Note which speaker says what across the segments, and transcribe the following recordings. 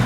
Speaker 1: 频。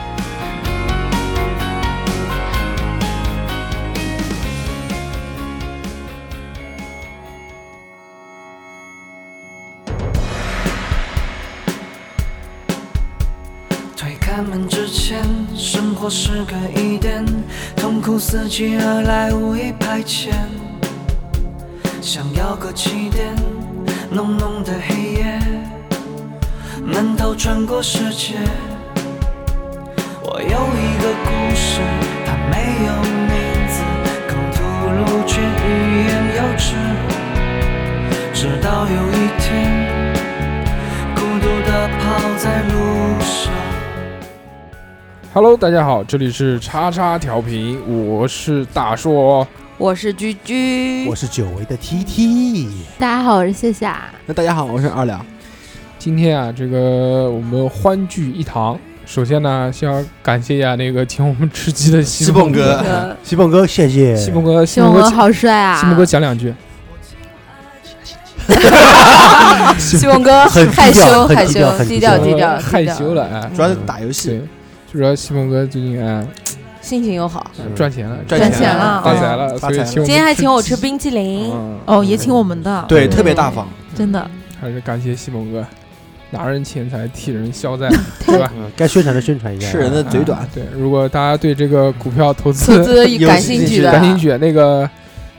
Speaker 2: 推开门之前，生活是个疑点，痛苦伺机而来，无意排遣。想要个起点，浓浓的黑夜，闷头穿过世界。我有一个故事，它没有名字，口吐露却欲言又止。直到有一天，孤独地跑在路上。
Speaker 3: Hello，大家好，这里是叉叉调频，我是大硕。哦
Speaker 1: 我是居居
Speaker 4: 我是久违的 TT。
Speaker 1: 大家好，我是夏夏。
Speaker 4: 那大家好，我是二两。
Speaker 3: 今天啊，这个我们欢聚一堂。首先呢，先要感谢一下那个请我们吃鸡的西
Speaker 4: 蹦
Speaker 3: 哥，
Speaker 1: 呃
Speaker 4: 哥，西蹦哥，谢谢。
Speaker 3: 西蹦哥，西
Speaker 1: 熊
Speaker 3: 蹦
Speaker 1: 文
Speaker 3: 哥，
Speaker 1: 好帅啊！
Speaker 3: 西蹦 哥讲两句。
Speaker 1: 西蒙哥
Speaker 4: 很低
Speaker 1: 害羞
Speaker 4: 调很
Speaker 1: 害
Speaker 4: 低
Speaker 1: 羞
Speaker 4: 调很，低
Speaker 1: 调
Speaker 4: 调嗯
Speaker 1: 低调，
Speaker 3: 害
Speaker 1: 低调
Speaker 3: 羞了，哎，
Speaker 4: 主要是打游戏，
Speaker 3: 对，就说西蒙哥最近哎
Speaker 1: 心情又好。
Speaker 4: 嗯
Speaker 3: 赚钱了，
Speaker 4: 赚
Speaker 1: 赚钱了
Speaker 3: 发财了，
Speaker 4: 嗯
Speaker 3: 所以请我
Speaker 1: 今
Speaker 3: 们
Speaker 1: 天还
Speaker 3: 吃
Speaker 1: 请我吃
Speaker 3: 鸡
Speaker 1: 冰淇淋，
Speaker 3: 嗯
Speaker 5: 哦，也请我们的，
Speaker 4: 对，特别大 方。
Speaker 5: 真的，
Speaker 3: 还是感谢西蒙哥，拿人钱财替人消灾，对吧？
Speaker 4: 嗯，
Speaker 6: 该宣传的宣传一下。
Speaker 4: 吃人的嘴短
Speaker 3: 啊，对，如果大家对这个股票投
Speaker 1: 投
Speaker 3: 资
Speaker 1: 资感兴趣的
Speaker 3: 感，兴趣，那个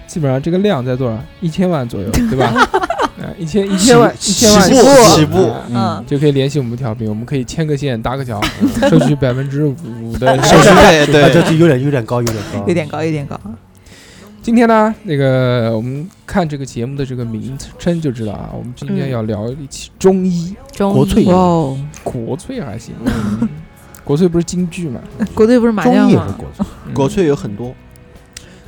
Speaker 3: 基本上这个量在多少？一千万左右，对吧？啊，一千一千万，一千万
Speaker 4: 起步起步
Speaker 3: 啊
Speaker 5: 嗯，
Speaker 3: 就可以联系我们调频，我们可以牵个线搭个桥，收取百分之五的
Speaker 4: 手续费
Speaker 6: 啊，这
Speaker 4: 对，
Speaker 6: 这有点有点高，有点高，
Speaker 5: 有点高，有点高。
Speaker 3: 今天呢，那个我们看这个节目的这个名称就知道啊，我们今天
Speaker 1: 嗯
Speaker 3: 要聊一期中医
Speaker 1: 中
Speaker 6: 国粹
Speaker 1: 医
Speaker 6: 哇
Speaker 5: 哦，
Speaker 3: 国粹还行，
Speaker 4: 嗯
Speaker 3: 国粹不是京剧嘛？
Speaker 5: 国队不是麻
Speaker 6: 中
Speaker 5: 将
Speaker 6: 医也是
Speaker 5: 吗？
Speaker 6: 国粹，
Speaker 3: 嗯
Speaker 4: 国粹有很多，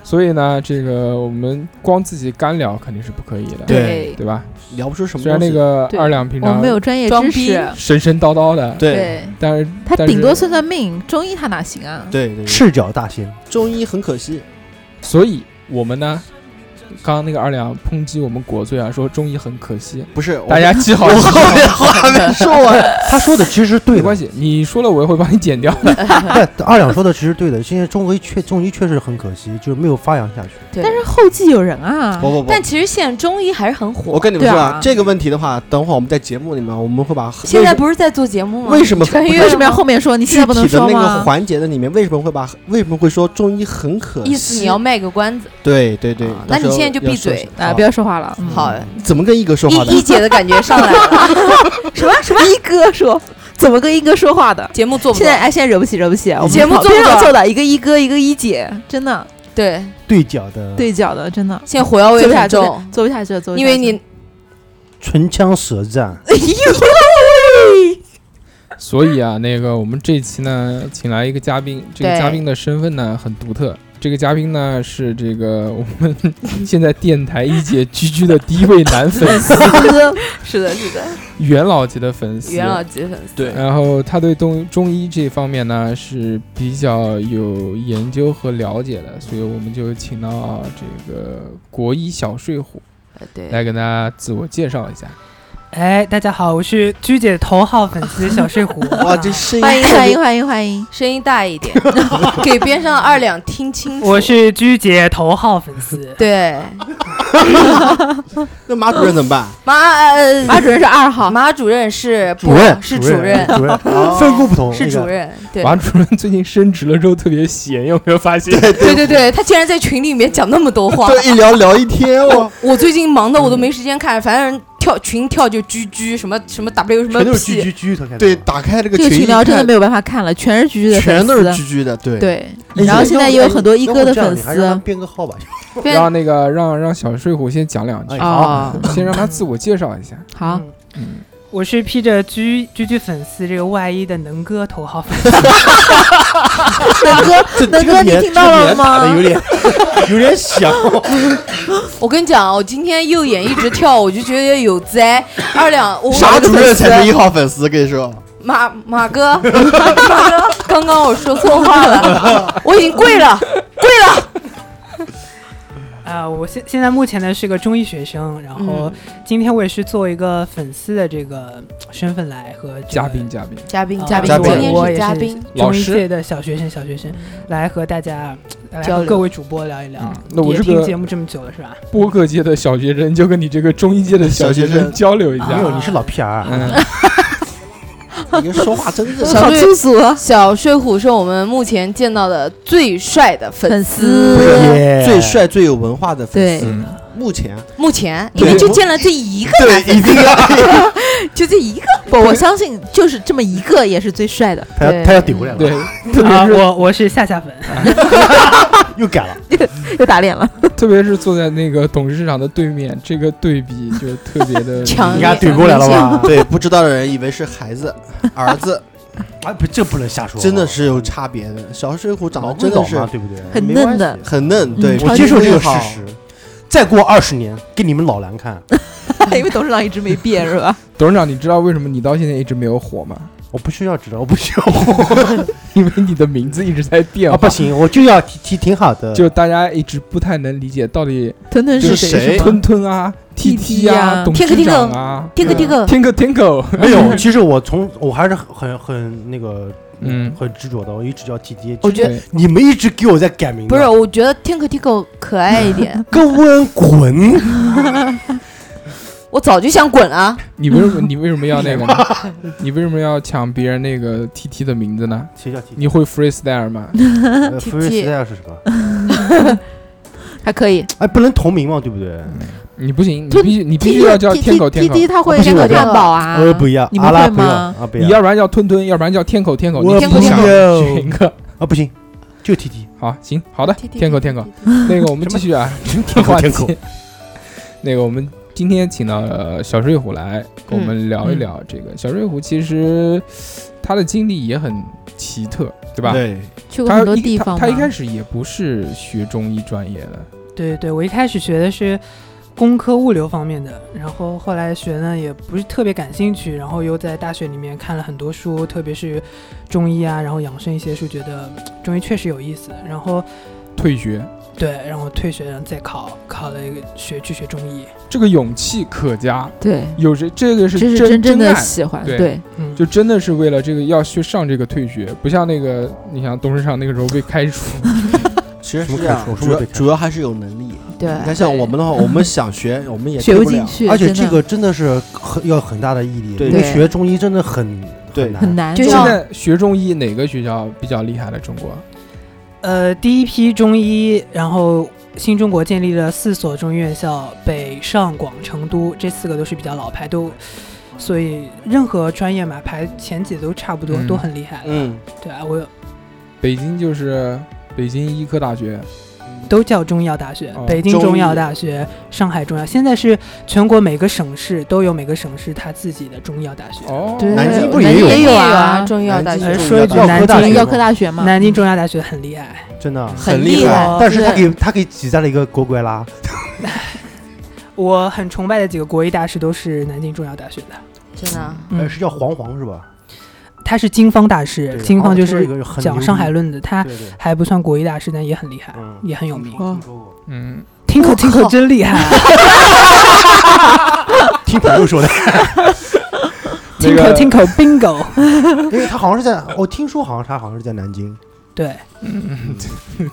Speaker 3: 所以呢，这个我们光自己干聊肯定是不可以的，
Speaker 4: 对
Speaker 1: 对，
Speaker 3: 对吧？
Speaker 4: 聊不出什么
Speaker 3: 虽然
Speaker 4: 东
Speaker 3: 那
Speaker 4: 西。
Speaker 3: 个
Speaker 1: 对
Speaker 3: 二两平
Speaker 5: 我们
Speaker 3: 常
Speaker 5: 没有专业
Speaker 1: 装
Speaker 5: 知
Speaker 1: 逼
Speaker 5: 识，
Speaker 3: 神神叨叨的，
Speaker 4: 对
Speaker 3: 但是
Speaker 5: 他
Speaker 3: 但是
Speaker 5: 顶多算算命，中医他哪行啊？
Speaker 4: 对对，
Speaker 6: 赤脚大仙，
Speaker 4: 中医很可惜，
Speaker 3: 所以我们呢，刚刚那个二两抨击我们国粹啊，说中医很可惜，
Speaker 4: 不是
Speaker 3: 大。家记好
Speaker 4: 我。我后面话没 说完，
Speaker 6: 他说的其实是对
Speaker 3: 没
Speaker 6: 的，
Speaker 3: 关系，你说了我也会帮你剪掉的。
Speaker 6: 不，二两说的其实是对的。现在中医确中医确实很可惜，就是没有发扬下去。
Speaker 1: 但
Speaker 5: 但是后继有人啊
Speaker 4: 不，不不
Speaker 1: 但，其实现在中医还是很火
Speaker 4: 我。跟你们说
Speaker 5: 对啊
Speaker 4: 这个问题的话，等会儿我们在节目里面我们会把
Speaker 1: 现在不是在做节目吗？
Speaker 4: 为什么
Speaker 1: 穿
Speaker 4: 不
Speaker 1: 越
Speaker 4: 是
Speaker 5: 为什么要后面说？你
Speaker 4: 具
Speaker 5: 现在不能
Speaker 4: 体的
Speaker 5: 说
Speaker 4: 那个
Speaker 5: 吗？
Speaker 4: 环节的里面为什么会把为什么会说中医很可惜？
Speaker 1: 意思你要卖个关子？
Speaker 4: 对对对
Speaker 1: 啊，那你
Speaker 4: 到时候
Speaker 1: 现在就
Speaker 4: 要
Speaker 1: 闭
Speaker 4: 说
Speaker 1: 嘴
Speaker 4: 什么
Speaker 5: 啊，不要说话了，嗯
Speaker 1: 好，
Speaker 4: 怎么跟一哥说话的
Speaker 1: 一一？姐的感觉上来了，
Speaker 5: 什么什么一哥说，怎么跟一哥说话的？
Speaker 1: 节目做不
Speaker 5: 现
Speaker 1: 做
Speaker 5: 在？哎，现在惹不起，惹不起，嗯我们
Speaker 1: 节目
Speaker 5: 旁
Speaker 1: 做不
Speaker 5: 边上
Speaker 1: 做
Speaker 5: 坐的一个一哥，一个一姐，真的
Speaker 1: 对，
Speaker 6: 对角的，
Speaker 5: 对角的，真的
Speaker 1: 现在火药味
Speaker 5: 做不下
Speaker 1: 很
Speaker 5: 去了
Speaker 1: 重，，
Speaker 5: 做不下去了，做不下去了，
Speaker 1: 因为 你
Speaker 6: 唇枪舌战，
Speaker 5: 哎呦，
Speaker 3: 所以啊，那个我们这期呢，请来一个嘉宾，这个
Speaker 1: 对
Speaker 3: 嘉宾的身份呢很独特。这个嘉宾呢是这个我们 现在电台一姐居居的第一位 男粉丝，
Speaker 1: 是的，是的，
Speaker 3: 元老级的粉 丝。
Speaker 1: 元老级粉丝，
Speaker 4: 对
Speaker 3: 然后他对中中医这方面呢是比较有研究和了解的，所以我们就请到这个国医小睡虎
Speaker 1: 呃对，
Speaker 3: 来跟大家自我介绍一下。
Speaker 7: 哎，大家好，我是鞠姐头号粉 丝小睡虎。
Speaker 4: 哇，这 声音
Speaker 5: 欢迎欢迎欢迎欢迎，
Speaker 1: 声音大一点， 给边上的二两听清 楚。
Speaker 7: 我是鞠姐头号粉丝。
Speaker 1: 对
Speaker 4: 那马主任怎么办？
Speaker 1: 马呃
Speaker 5: 马主任是二号，
Speaker 1: 马主任是
Speaker 6: 主任
Speaker 1: 是
Speaker 6: 主
Speaker 1: 主任，
Speaker 6: 主任分工不同，
Speaker 1: 是
Speaker 6: 那个
Speaker 1: 主任，对
Speaker 3: 马主任最近升职了之后特别闲，有没有发现？
Speaker 1: 对对对，他竟然在群里面讲那么多话。
Speaker 4: 这一聊聊一天哦，
Speaker 1: 我最近忙的我都没时间看，反正跳群跳就居居什么什么 W 什么
Speaker 6: 全都是
Speaker 1: P，
Speaker 6: 狙狙狙头看到
Speaker 4: 对，
Speaker 5: 啊
Speaker 4: 打开这个
Speaker 5: 这个
Speaker 4: 群
Speaker 5: 群
Speaker 4: 一
Speaker 5: 聊
Speaker 4: 看
Speaker 5: 真的没有办法看了，全是橘橘的粉
Speaker 4: 全
Speaker 5: 丝，
Speaker 4: 都是居居的，对，
Speaker 5: 对。
Speaker 6: 哎
Speaker 5: 然后现在也有很多一哥的
Speaker 6: 要不这样
Speaker 5: 粉
Speaker 6: 你还让他
Speaker 5: 丝
Speaker 6: 们编个号吧。
Speaker 1: 对
Speaker 3: 让那个让让小睡虎先讲两句，
Speaker 6: 哎
Speaker 5: 哦，
Speaker 1: 啊
Speaker 6: 嗯
Speaker 3: 先让他自我介绍一下。
Speaker 5: 好，
Speaker 7: 我是披着居居居粉丝这个外衣的能哥头号 粉丝，
Speaker 5: 能 哥，能哥，你听到了吗？
Speaker 4: 点有点响。
Speaker 1: 我跟你讲，啊我今天右眼一直跳，我就觉得有灾。二两，我
Speaker 4: 啥
Speaker 1: 我的
Speaker 4: 主
Speaker 1: 粉
Speaker 4: 任
Speaker 1: 丝
Speaker 4: 才是一号粉丝，跟你说，
Speaker 1: 马马哥， 马哥，刚刚我说错话 了，我已经跪了，跪了。
Speaker 7: 啊，我现现在目前呢是个中医学生，然后
Speaker 1: 嗯
Speaker 7: 今天我也是做一个粉丝的这个身份来和、这个、
Speaker 3: 嘉宾嘉宾，
Speaker 1: 嘉宾，
Speaker 7: 啊
Speaker 1: 嘉宾，
Speaker 4: 嘉宾
Speaker 1: 今
Speaker 7: 我
Speaker 1: 天
Speaker 7: 也
Speaker 1: 是
Speaker 7: 是
Speaker 1: 嘉宾。嗯
Speaker 3: 老
Speaker 7: 中医
Speaker 3: 师
Speaker 7: 界的小学生小学生来和大家来
Speaker 1: 交
Speaker 7: 和
Speaker 1: 流
Speaker 7: 各位主播聊一聊。
Speaker 3: 嗯那我
Speaker 7: 也
Speaker 3: 这
Speaker 7: 听
Speaker 3: 个
Speaker 7: 节目这么久了是吧？
Speaker 3: 播客界的小学生就跟你这个中医界的小学
Speaker 4: 小学
Speaker 3: 生
Speaker 4: 生
Speaker 3: 交流一
Speaker 6: 没
Speaker 3: 下。
Speaker 6: 有，你是老啊 PR，
Speaker 3: 嗯，
Speaker 4: 你说话真是
Speaker 1: 小
Speaker 5: 好
Speaker 1: 绿
Speaker 5: 粗俗啊！
Speaker 1: 小睡虎是我们目前见到的最帅的粉
Speaker 5: 粉
Speaker 1: 丝，
Speaker 5: 丝
Speaker 4: 最帅、最有文化的粉丝。
Speaker 3: 嗯
Speaker 4: 目前
Speaker 1: 目前因
Speaker 4: 对
Speaker 1: 为就见了这一个，
Speaker 4: 对，一定 要
Speaker 1: 就这一个。
Speaker 5: 不，我相信就是这么一个也是最帅的。
Speaker 6: 他
Speaker 1: 对
Speaker 6: 要他要顶回来
Speaker 3: 对
Speaker 6: 了，，
Speaker 3: 特
Speaker 7: 啊，
Speaker 3: 别
Speaker 7: 我我是夏夏粉，
Speaker 6: 又改了，
Speaker 5: 又打脸了，
Speaker 3: 是特别是坐在那个董事长的对面，这个对比就特别的
Speaker 1: 强
Speaker 5: 嗯
Speaker 6: 你
Speaker 1: 烈
Speaker 6: 看怼过来了吧？
Speaker 4: 对不知道的人以为是孩子、儿子，
Speaker 6: 哎，不，这不能瞎说，
Speaker 4: 真的是有差别的。小水浒长
Speaker 6: 老
Speaker 4: 得
Speaker 6: 归
Speaker 4: 真
Speaker 6: 老
Speaker 4: 的是
Speaker 6: 嘛，对不对？
Speaker 5: 很
Speaker 6: 没关
Speaker 5: 嫩的
Speaker 6: 系
Speaker 4: 很嫩，对，
Speaker 6: 我
Speaker 4: 超
Speaker 6: 接
Speaker 4: 级
Speaker 6: 受这个事
Speaker 4: 好
Speaker 6: 实。再过二十年，给你们老蓝看，
Speaker 5: 因为董事长一直没变是吧？
Speaker 3: 董事长，你知道为什么你到现在一直没有火吗？
Speaker 6: 我不需要知道，我不需要
Speaker 3: 因为你的名字一直在 变化，
Speaker 6: 啊，不行，我就要提提挺好的，
Speaker 3: 就大家一直不太能理解到底
Speaker 5: 腾腾
Speaker 4: 是谁
Speaker 5: 是谁？
Speaker 4: 哎
Speaker 5: 是吗
Speaker 3: 吞吞啊、T T
Speaker 5: 呀
Speaker 3: 啊、董事长啊、
Speaker 5: 天哥，天哥，
Speaker 3: Tingo Tingo，
Speaker 6: 没有。其实我从我还是很很很那个，
Speaker 3: 嗯
Speaker 6: 很执着的，我一直叫 T T。
Speaker 1: 我觉得
Speaker 3: 对
Speaker 6: 你们一直给我在改名字，
Speaker 1: 不
Speaker 6: 啊
Speaker 1: 是，我觉得 Tinko Tinko 可爱一 点，
Speaker 6: 跟我滚，
Speaker 1: 我早就想滚了。
Speaker 3: 你为什么你为什么要那个呢？你为什么要抢别人那个 T T 的名字呢？
Speaker 6: 谁叫 T T？
Speaker 3: 你会 freestyle 吗？
Speaker 6: 呃
Speaker 1: TT
Speaker 6: freestyle 是什么？
Speaker 1: 还可以，
Speaker 6: 哎，不能同名嘛，对不对？
Speaker 3: 你不行，你
Speaker 5: 吞
Speaker 3: 必须你必
Speaker 5: T
Speaker 3: 须要叫
Speaker 5: T
Speaker 3: 天
Speaker 5: T
Speaker 3: 口
Speaker 5: T
Speaker 3: 天口
Speaker 5: T，，他会
Speaker 6: 不行
Speaker 5: 天
Speaker 6: 我
Speaker 5: 狗
Speaker 6: 不要
Speaker 5: 汉堡啊，
Speaker 3: 呃
Speaker 6: 我也不一样，
Speaker 5: 你们
Speaker 6: 阿拉
Speaker 5: 会
Speaker 6: 不一样
Speaker 5: 吗，
Speaker 6: 啊不一
Speaker 3: 你
Speaker 6: 样，
Speaker 3: 要不然叫吞吞，要不然叫天口天口，
Speaker 6: 我
Speaker 3: 你不想
Speaker 6: 不 要
Speaker 3: 选一个？
Speaker 6: 啊不行，就 T T。
Speaker 3: 好，行，好的，天口天口，那个我们继续啊，
Speaker 6: 天 口
Speaker 3: 话
Speaker 6: 天
Speaker 3: 题
Speaker 6: 口。
Speaker 3: 那个我们今天请到了小水虎来跟我们聊一聊这个。小水虎其实他的经历也很奇特，对吧？
Speaker 4: 对，
Speaker 1: 去过
Speaker 3: 他
Speaker 1: 很多
Speaker 3: 一
Speaker 1: 地
Speaker 3: 他
Speaker 1: 方
Speaker 3: 他一
Speaker 1: 吗
Speaker 3: 开始也不是学中医专业的，
Speaker 7: 对对对，我一开始学的是工科物流方面的，然后后来学呢也不是特别感兴趣，然后又在大学里面看了很多书，特别是中医啊，然后养生一些书，觉得嗯中医确实有意思，然后
Speaker 3: 退学，
Speaker 7: 对，然后退学，然后再考，考了一个学去学中医，
Speaker 3: 这个勇气可嘉。
Speaker 1: 对，
Speaker 3: 有谁这个是
Speaker 1: 这是
Speaker 3: 真
Speaker 1: 真的
Speaker 3: 爱
Speaker 1: 喜欢，
Speaker 3: 对
Speaker 1: 对，
Speaker 7: 嗯，
Speaker 3: 就真的是为了这个要去上这个退学，不像那个你想董事长那个时候被开除，
Speaker 4: 其实
Speaker 6: 什
Speaker 4: 是
Speaker 6: 么
Speaker 4: 这
Speaker 6: 开
Speaker 4: 样
Speaker 6: 除，什
Speaker 4: 主
Speaker 6: 么
Speaker 4: 要
Speaker 6: 被开除
Speaker 4: 主要还是有能力。
Speaker 1: 对
Speaker 4: 你看，像我们的话，我们想学，我们也
Speaker 5: 学
Speaker 4: 学
Speaker 5: 不进。去，
Speaker 6: 而且
Speaker 5: 真的
Speaker 6: 这个真的是很要很大的毅力，
Speaker 4: 对
Speaker 6: 因为
Speaker 1: 对
Speaker 6: 学中医真的很
Speaker 4: 对
Speaker 6: 难。
Speaker 5: 很难，
Speaker 1: 就
Speaker 3: 现
Speaker 1: 像
Speaker 3: 在学中医哪个学校比较厉害了？中国
Speaker 7: 呃，第一批中医，然后新中国建立了四所中医院校，北上广成都这四个都是比较老牌，都所以任何专业嘛排前几都差不多，
Speaker 3: 嗯
Speaker 7: 都很厉害了。
Speaker 4: 嗯，
Speaker 7: 对啊，我
Speaker 3: 北京就是北京医科大学，
Speaker 7: 都叫中医药大学，
Speaker 3: 哦
Speaker 7: 北京
Speaker 4: 中医
Speaker 7: 中医药大学、上海中药，现在是全国每个省市都有每个省市它自己的中医药大学。
Speaker 3: 哦，
Speaker 5: 对
Speaker 4: 南京不
Speaker 1: 南
Speaker 4: 也
Speaker 1: 京
Speaker 4: 有
Speaker 1: 也
Speaker 4: 吗
Speaker 1: 有啊，
Speaker 5: 南
Speaker 1: 中医药大
Speaker 4: 南京
Speaker 1: 学
Speaker 4: 中医
Speaker 7: 说一句
Speaker 4: 药
Speaker 7: 南
Speaker 6: 大
Speaker 5: 中
Speaker 7: 京
Speaker 5: 医
Speaker 6: 学
Speaker 5: 药科大学嘛，
Speaker 7: 南京中医药大学很厉害，
Speaker 6: 真的。
Speaker 4: 很
Speaker 1: 厉
Speaker 4: 厉
Speaker 1: 害
Speaker 4: 害，
Speaker 1: 哦
Speaker 6: 但是他
Speaker 1: 对
Speaker 6: 给他给挤在了一个国国拉，
Speaker 7: 我很崇拜的几个国医大师都是南京中医药大学的。
Speaker 1: 真的啊。
Speaker 7: 嗯
Speaker 6: 呃，是叫黄黄是吧？
Speaker 7: 他是经方大师，
Speaker 6: 对
Speaker 7: 经方就
Speaker 6: 哦这
Speaker 7: 是
Speaker 6: 个很牛
Speaker 7: 讲
Speaker 6: 逼
Speaker 7: 《上海论》的，他
Speaker 6: 对对，
Speaker 7: 还不算国医大师，但也很厉害，
Speaker 6: 嗯
Speaker 7: 也很有名。
Speaker 6: 听说过，
Speaker 3: 嗯，
Speaker 7: 听口
Speaker 1: 我
Speaker 7: 听口
Speaker 1: 靠
Speaker 7: 真厉害，
Speaker 6: 听朋友说的，
Speaker 7: 听口听口 bingo。
Speaker 6: 因为他好像是在，我听说好像他好像是在南京，
Speaker 7: 对，
Speaker 3: 金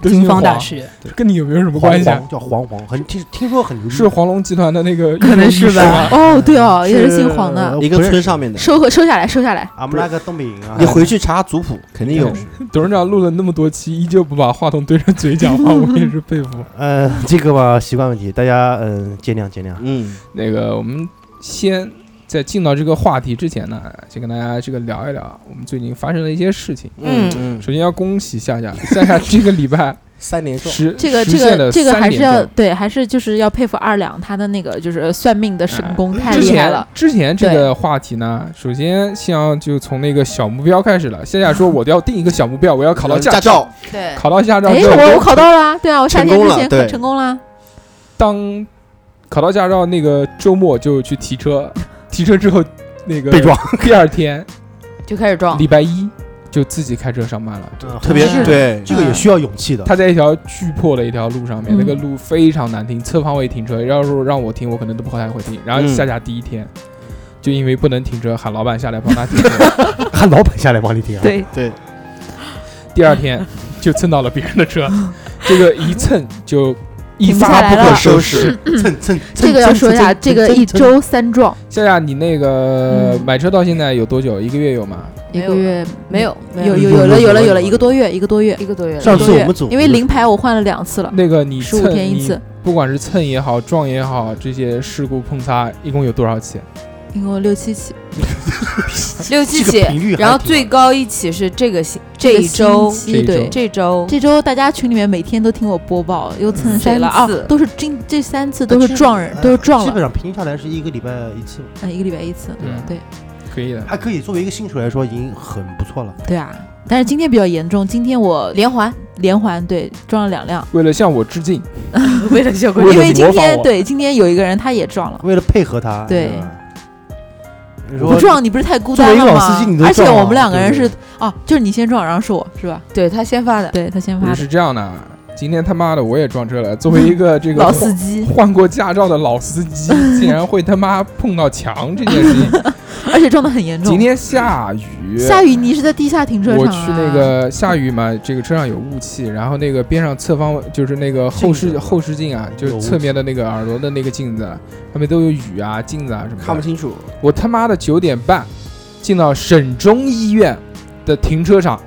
Speaker 7: 金方大，师
Speaker 3: 跟你有没有什么
Speaker 6: 黄
Speaker 3: 关系啊？
Speaker 6: 黄叫黄黄，很听听说很牛逼，
Speaker 3: 是黄龙集团的那个，
Speaker 7: 可能是吧
Speaker 3: 啊
Speaker 5: 哦，对哦，也是姓黄的，
Speaker 6: 呃
Speaker 4: 一个
Speaker 6: 不认识
Speaker 4: 村上面的。
Speaker 5: 收回收下来，收下来，
Speaker 6: 俺们那个东北人啊，
Speaker 4: 你回去查族谱，肯定
Speaker 3: 嗯
Speaker 4: 有。
Speaker 3: 董事长录了那么多期，依旧不把话筒对着嘴讲话，我也是佩服。
Speaker 6: 呃，这个吧，习惯问题，大家嗯、见谅见谅。
Speaker 4: 嗯，
Speaker 3: 那个，我们先在进到这个话题之前呢，先跟大家这个聊一聊我们最近发生的一些事情。
Speaker 1: 嗯
Speaker 4: 嗯，
Speaker 3: 首先要恭喜夏 夏，夏夏这个礼拜
Speaker 4: 三连中，
Speaker 3: 实
Speaker 5: 这个
Speaker 3: 实
Speaker 5: 这
Speaker 3: 现
Speaker 5: 个
Speaker 3: 了
Speaker 5: 这个
Speaker 3: 三
Speaker 5: 还是
Speaker 3: 连
Speaker 5: 要
Speaker 3: 中
Speaker 5: 对，还是就是要佩服二两他的那个就是算命的神功太
Speaker 3: 哎之
Speaker 5: 厉害
Speaker 3: 前
Speaker 5: 了。
Speaker 3: 之前这个话题呢，首先先要就从那个小目标开始了。夏夏说我要定一个小目标，我要考到驾
Speaker 4: 嗯驾，照，
Speaker 1: 对，
Speaker 3: 考到驾照
Speaker 5: 哎，
Speaker 3: 之后
Speaker 5: 我我考到了啊，对啊，我夏
Speaker 4: 成
Speaker 5: 天
Speaker 4: 功
Speaker 5: 之
Speaker 4: 了
Speaker 5: 前考
Speaker 4: 对
Speaker 5: 成功了，啊
Speaker 3: 当考到驾照那个周末就去提车， 提车之后那个
Speaker 6: 被撞，
Speaker 3: 第二天
Speaker 1: 就开始撞，
Speaker 3: 礼拜一就自己开车上班了。
Speaker 4: 特
Speaker 6: 嗯
Speaker 4: 别
Speaker 5: 是
Speaker 4: 对，
Speaker 6: 这个也需要勇气的。
Speaker 3: 他在一条巨破的一条路上面，
Speaker 5: 嗯
Speaker 3: 那个路非常难停，侧方位停车，要是让我停，我可能都不太会停。然后
Speaker 4: 嗯
Speaker 3: 夏夏第一天。就因为不能停车，喊老板下来帮他停车。
Speaker 6: 喊老板下来帮你停啊。
Speaker 5: 对，
Speaker 4: 对，
Speaker 3: 第二天就蹭到了别人的 车，这个一蹭就一
Speaker 5: 停不
Speaker 3: 发
Speaker 5: 下来
Speaker 3: 不可
Speaker 5: 了
Speaker 3: 收拾。
Speaker 4: 拾，蹭蹭
Speaker 5: 这个要说一下，这个一周三撞，
Speaker 3: 夏夏，你那个
Speaker 5: 嗯
Speaker 3: 买车到现在有多久？一个月有吗？
Speaker 5: 一
Speaker 1: 没
Speaker 5: 个
Speaker 1: 有
Speaker 5: 月
Speaker 1: 没有没
Speaker 5: 有
Speaker 1: 有
Speaker 5: 有
Speaker 6: 有
Speaker 5: 有了
Speaker 6: 有
Speaker 5: 有了
Speaker 6: 有
Speaker 5: 有了
Speaker 6: 有
Speaker 5: 一个多月，一个多月，
Speaker 1: 一个多月，
Speaker 6: 上
Speaker 5: 一个
Speaker 6: 次
Speaker 5: 多
Speaker 6: 我
Speaker 5: 月
Speaker 6: 们组
Speaker 5: 因为零牌我换了两次了，
Speaker 3: 那个你
Speaker 5: 15
Speaker 3: 蹭
Speaker 5: 天一
Speaker 3: 你
Speaker 5: 次
Speaker 3: 不管是蹭也好，撞也好，这些事故碰擦一共有多少起？
Speaker 5: 一共六七起，
Speaker 1: 六七
Speaker 6: 这
Speaker 1: 起
Speaker 6: 个频率，还
Speaker 1: 然后
Speaker 6: 挺
Speaker 1: 最高一起是这个星这一周
Speaker 5: 这个
Speaker 3: 这
Speaker 5: 星期
Speaker 3: 一周
Speaker 5: 对。
Speaker 1: 这周
Speaker 5: 这周大家群里面每天都听我播报，又蹭
Speaker 1: 谁
Speaker 5: 三
Speaker 1: 了
Speaker 5: 啊
Speaker 1: 啊，
Speaker 5: 都是今这三次都是撞人，
Speaker 6: 哎
Speaker 5: 都是撞
Speaker 6: 基本
Speaker 5: 了，
Speaker 6: 上平均下来是一个礼拜一次，
Speaker 5: 嗯，一个礼拜一次，
Speaker 3: 嗯
Speaker 5: 对
Speaker 3: 可以的。
Speaker 6: 还可以作为一个新手来说已经很不错了。
Speaker 5: 对啊。但是今天比较严重，今天我连环连环对撞了两辆，
Speaker 3: 为了向我致敬，
Speaker 1: 为了效果
Speaker 3: 为了
Speaker 5: 因 为今
Speaker 3: 模仿
Speaker 5: 天
Speaker 3: 我
Speaker 5: 对今天有一个人他也撞了，
Speaker 6: 为了配合他，
Speaker 5: 对
Speaker 6: 是吧，你
Speaker 5: 不
Speaker 6: 说
Speaker 5: 撞你不是太孤
Speaker 6: 作为
Speaker 5: 单
Speaker 6: 一个老
Speaker 5: 了吗
Speaker 6: 司机你？都
Speaker 5: 而且
Speaker 6: 撞了
Speaker 5: 我们两个人
Speaker 6: 对
Speaker 5: 是哦，就是你先撞，然后是我是吧？
Speaker 1: 对他先发的，
Speaker 5: 对他先
Speaker 3: 不
Speaker 5: 发
Speaker 3: 是
Speaker 5: 的
Speaker 3: 是这样的。啊今天他妈的我也撞车了，作为一个这个
Speaker 5: 老
Speaker 3: 换
Speaker 5: 司机，
Speaker 3: 换过驾照的老司机， 竟然会他妈碰到墙这件事情。
Speaker 5: 而且撞得很严重
Speaker 3: 今。天下雨，
Speaker 5: 下雨你是在地下停车场
Speaker 3: 我
Speaker 5: 啊？
Speaker 3: 去那个下雨嘛，这个车上有雾气，然后那个边上侧方就是那个后
Speaker 6: 镜
Speaker 3: 视
Speaker 6: 子
Speaker 3: 后视镜啊，就
Speaker 6: 有
Speaker 3: 是
Speaker 6: 雾
Speaker 3: 侧面的那个耳朵的那个镜子，上面都有雨啊、镜子啊什么的。
Speaker 4: 看不清楚，
Speaker 3: 我他妈的九点半进到省中医院的停车场，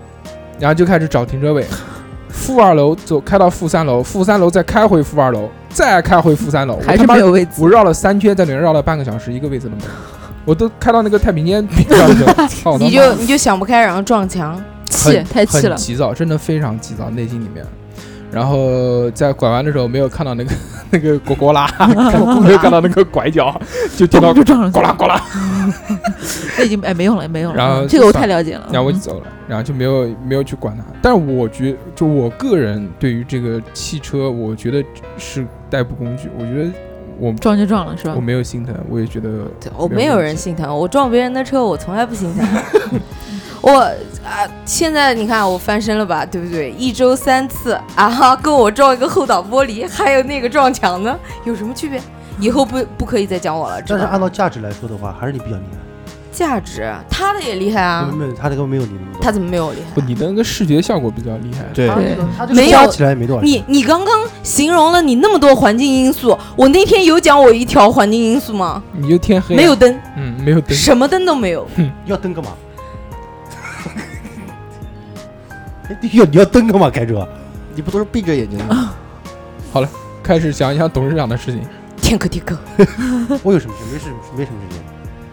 Speaker 3: 然后就开始找停车 位，负二楼走开到负三楼，负三楼再开回负二楼，再开回负三楼，
Speaker 5: 还
Speaker 3: 我他
Speaker 5: 是
Speaker 3: 妈
Speaker 5: 没有位置。
Speaker 3: 我绕了三圈，在里面绕了半个小时，一个位置都没有，我都开到那个太平间边上去了，操他妈
Speaker 1: 你就你就想不开，然后撞墙，
Speaker 5: 气
Speaker 3: 很
Speaker 5: 太气
Speaker 3: 很
Speaker 5: 了
Speaker 3: 急躁，真的非常急躁，内心里面。然后在拐弯的时候没有看到那个那个果果啦，没有看到那个拐角，就听到
Speaker 5: 咚就撞上去
Speaker 3: 呱
Speaker 5: 了
Speaker 3: 啦呱啦，
Speaker 5: 这已经哎 没用了，没用了。
Speaker 3: 然后
Speaker 5: 嗯这个我
Speaker 3: 算
Speaker 5: 太了解了。
Speaker 3: 然后我就
Speaker 5: 嗯
Speaker 3: 走了，然后就没有没有去管它。但是我觉就我个人对于这个汽车，我觉得是代步工具，我觉得我
Speaker 5: 撞就撞了是吧
Speaker 3: 我？没有心疼，我也觉得
Speaker 1: 对我
Speaker 3: 没
Speaker 1: 没
Speaker 3: 有
Speaker 1: 有
Speaker 3: 问
Speaker 1: 人
Speaker 3: 题
Speaker 1: 心疼，我撞别人的车，我从来不心疼。 我啊，现在你看我翻身了吧，对不对？一周三次啊，哈，跟我撞一个后倒玻璃，还有那个撞墙呢，有什么区别？以后不不可以再讲我了，知
Speaker 6: 但是
Speaker 1: 道
Speaker 6: 按
Speaker 1: 吗？
Speaker 6: 照价值来说的话，还是你比较厉害。
Speaker 1: 价值，他的也厉害啊，
Speaker 6: 没有，他这个没有你那么多。
Speaker 1: 他怎么没有厉害
Speaker 3: 不，？你的那个视觉效果比较厉害。
Speaker 4: 对
Speaker 6: 啊
Speaker 5: 对
Speaker 6: 他这个
Speaker 1: 没有
Speaker 6: 加起来也没多少钱。
Speaker 1: 你你刚刚形容了你那么多环境因素，我那天有讲我一条环境因素吗？
Speaker 3: 你就天黑啊
Speaker 1: 没有，灯，
Speaker 3: 嗯，没有灯，
Speaker 1: 什么灯都没有。
Speaker 6: 要蹬干嘛？哎 你要你要蹬干嘛？开车？
Speaker 4: 你不都是闭着眼睛啊吗？
Speaker 3: 开始想一想董事长的事情。
Speaker 1: 天可天可，
Speaker 6: 我有什么事？没事，没什么事情。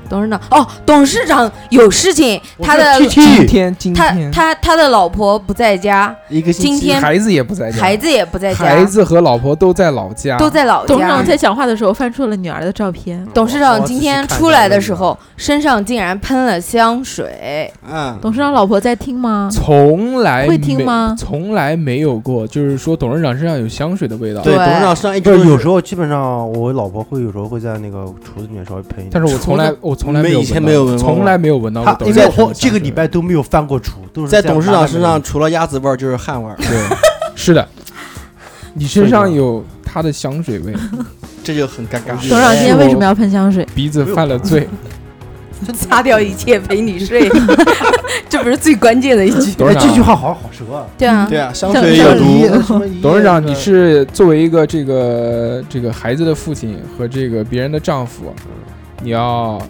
Speaker 1: 董事长哦，董事长有事情，
Speaker 6: 我
Speaker 1: 他
Speaker 6: 是
Speaker 1: 的
Speaker 6: TT
Speaker 3: 天今
Speaker 1: 他他他的老婆不在家，
Speaker 4: 一个星
Speaker 1: 今
Speaker 4: 期
Speaker 1: 天
Speaker 3: 孩子也不在家，
Speaker 1: 孩子也不在家，
Speaker 3: 孩子啊哦和老婆都在老家，
Speaker 1: 都在老
Speaker 5: 董事长
Speaker 1: 家。
Speaker 5: 在讲话的时候翻出了女儿的照片。
Speaker 1: 董事长今天出来的时，候，身上竟然喷了香水，
Speaker 4: 嗯，
Speaker 5: 董事长老婆在听吗？
Speaker 3: 从来
Speaker 5: 会听
Speaker 3: 没
Speaker 5: 吗
Speaker 3: 从来没有过，就是说董事长身上有香水的味道。
Speaker 4: 对，
Speaker 1: 对
Speaker 4: 董事长身上 一直
Speaker 6: 不
Speaker 4: 都
Speaker 6: 是有
Speaker 4: 是
Speaker 6: 时候基本上我老婆会有时候会在那个橱子里面稍微喷一点。
Speaker 3: 但是我从来我从来
Speaker 4: 没
Speaker 3: 没有
Speaker 4: 以前
Speaker 3: 闻到
Speaker 4: 没有
Speaker 3: 过
Speaker 4: 闻过
Speaker 3: 从来没有闻到过
Speaker 6: 他
Speaker 3: 董
Speaker 6: 因
Speaker 3: 事
Speaker 6: 为
Speaker 3: 长的
Speaker 6: 我这个
Speaker 3: 香水
Speaker 6: 礼拜都没有翻过橱，都是
Speaker 4: 在
Speaker 6: 在
Speaker 4: 董事
Speaker 6: 拿
Speaker 4: 长
Speaker 6: 那
Speaker 4: 身
Speaker 6: 个
Speaker 4: 上除了鸭子味儿就是汗味儿，
Speaker 3: 是的，你身上有他的香水味，
Speaker 4: 这就很尴尬。
Speaker 5: 董事长今天为什么要喷香水？
Speaker 3: 鼻子犯了罪。
Speaker 1: 擦掉一切陪你睡， 这不是最关键的一句。
Speaker 3: 董
Speaker 6: 哎
Speaker 3: 事
Speaker 6: 这句
Speaker 3: 长，
Speaker 6: 话好好舌啊。
Speaker 1: 对啊，
Speaker 4: 对啊，香
Speaker 5: 像
Speaker 4: 水
Speaker 5: 像
Speaker 4: 有毒。
Speaker 3: 董事
Speaker 6: 嗯
Speaker 3: 长，你是作为一个这个这个孩子的父亲和这个别人的丈夫，你要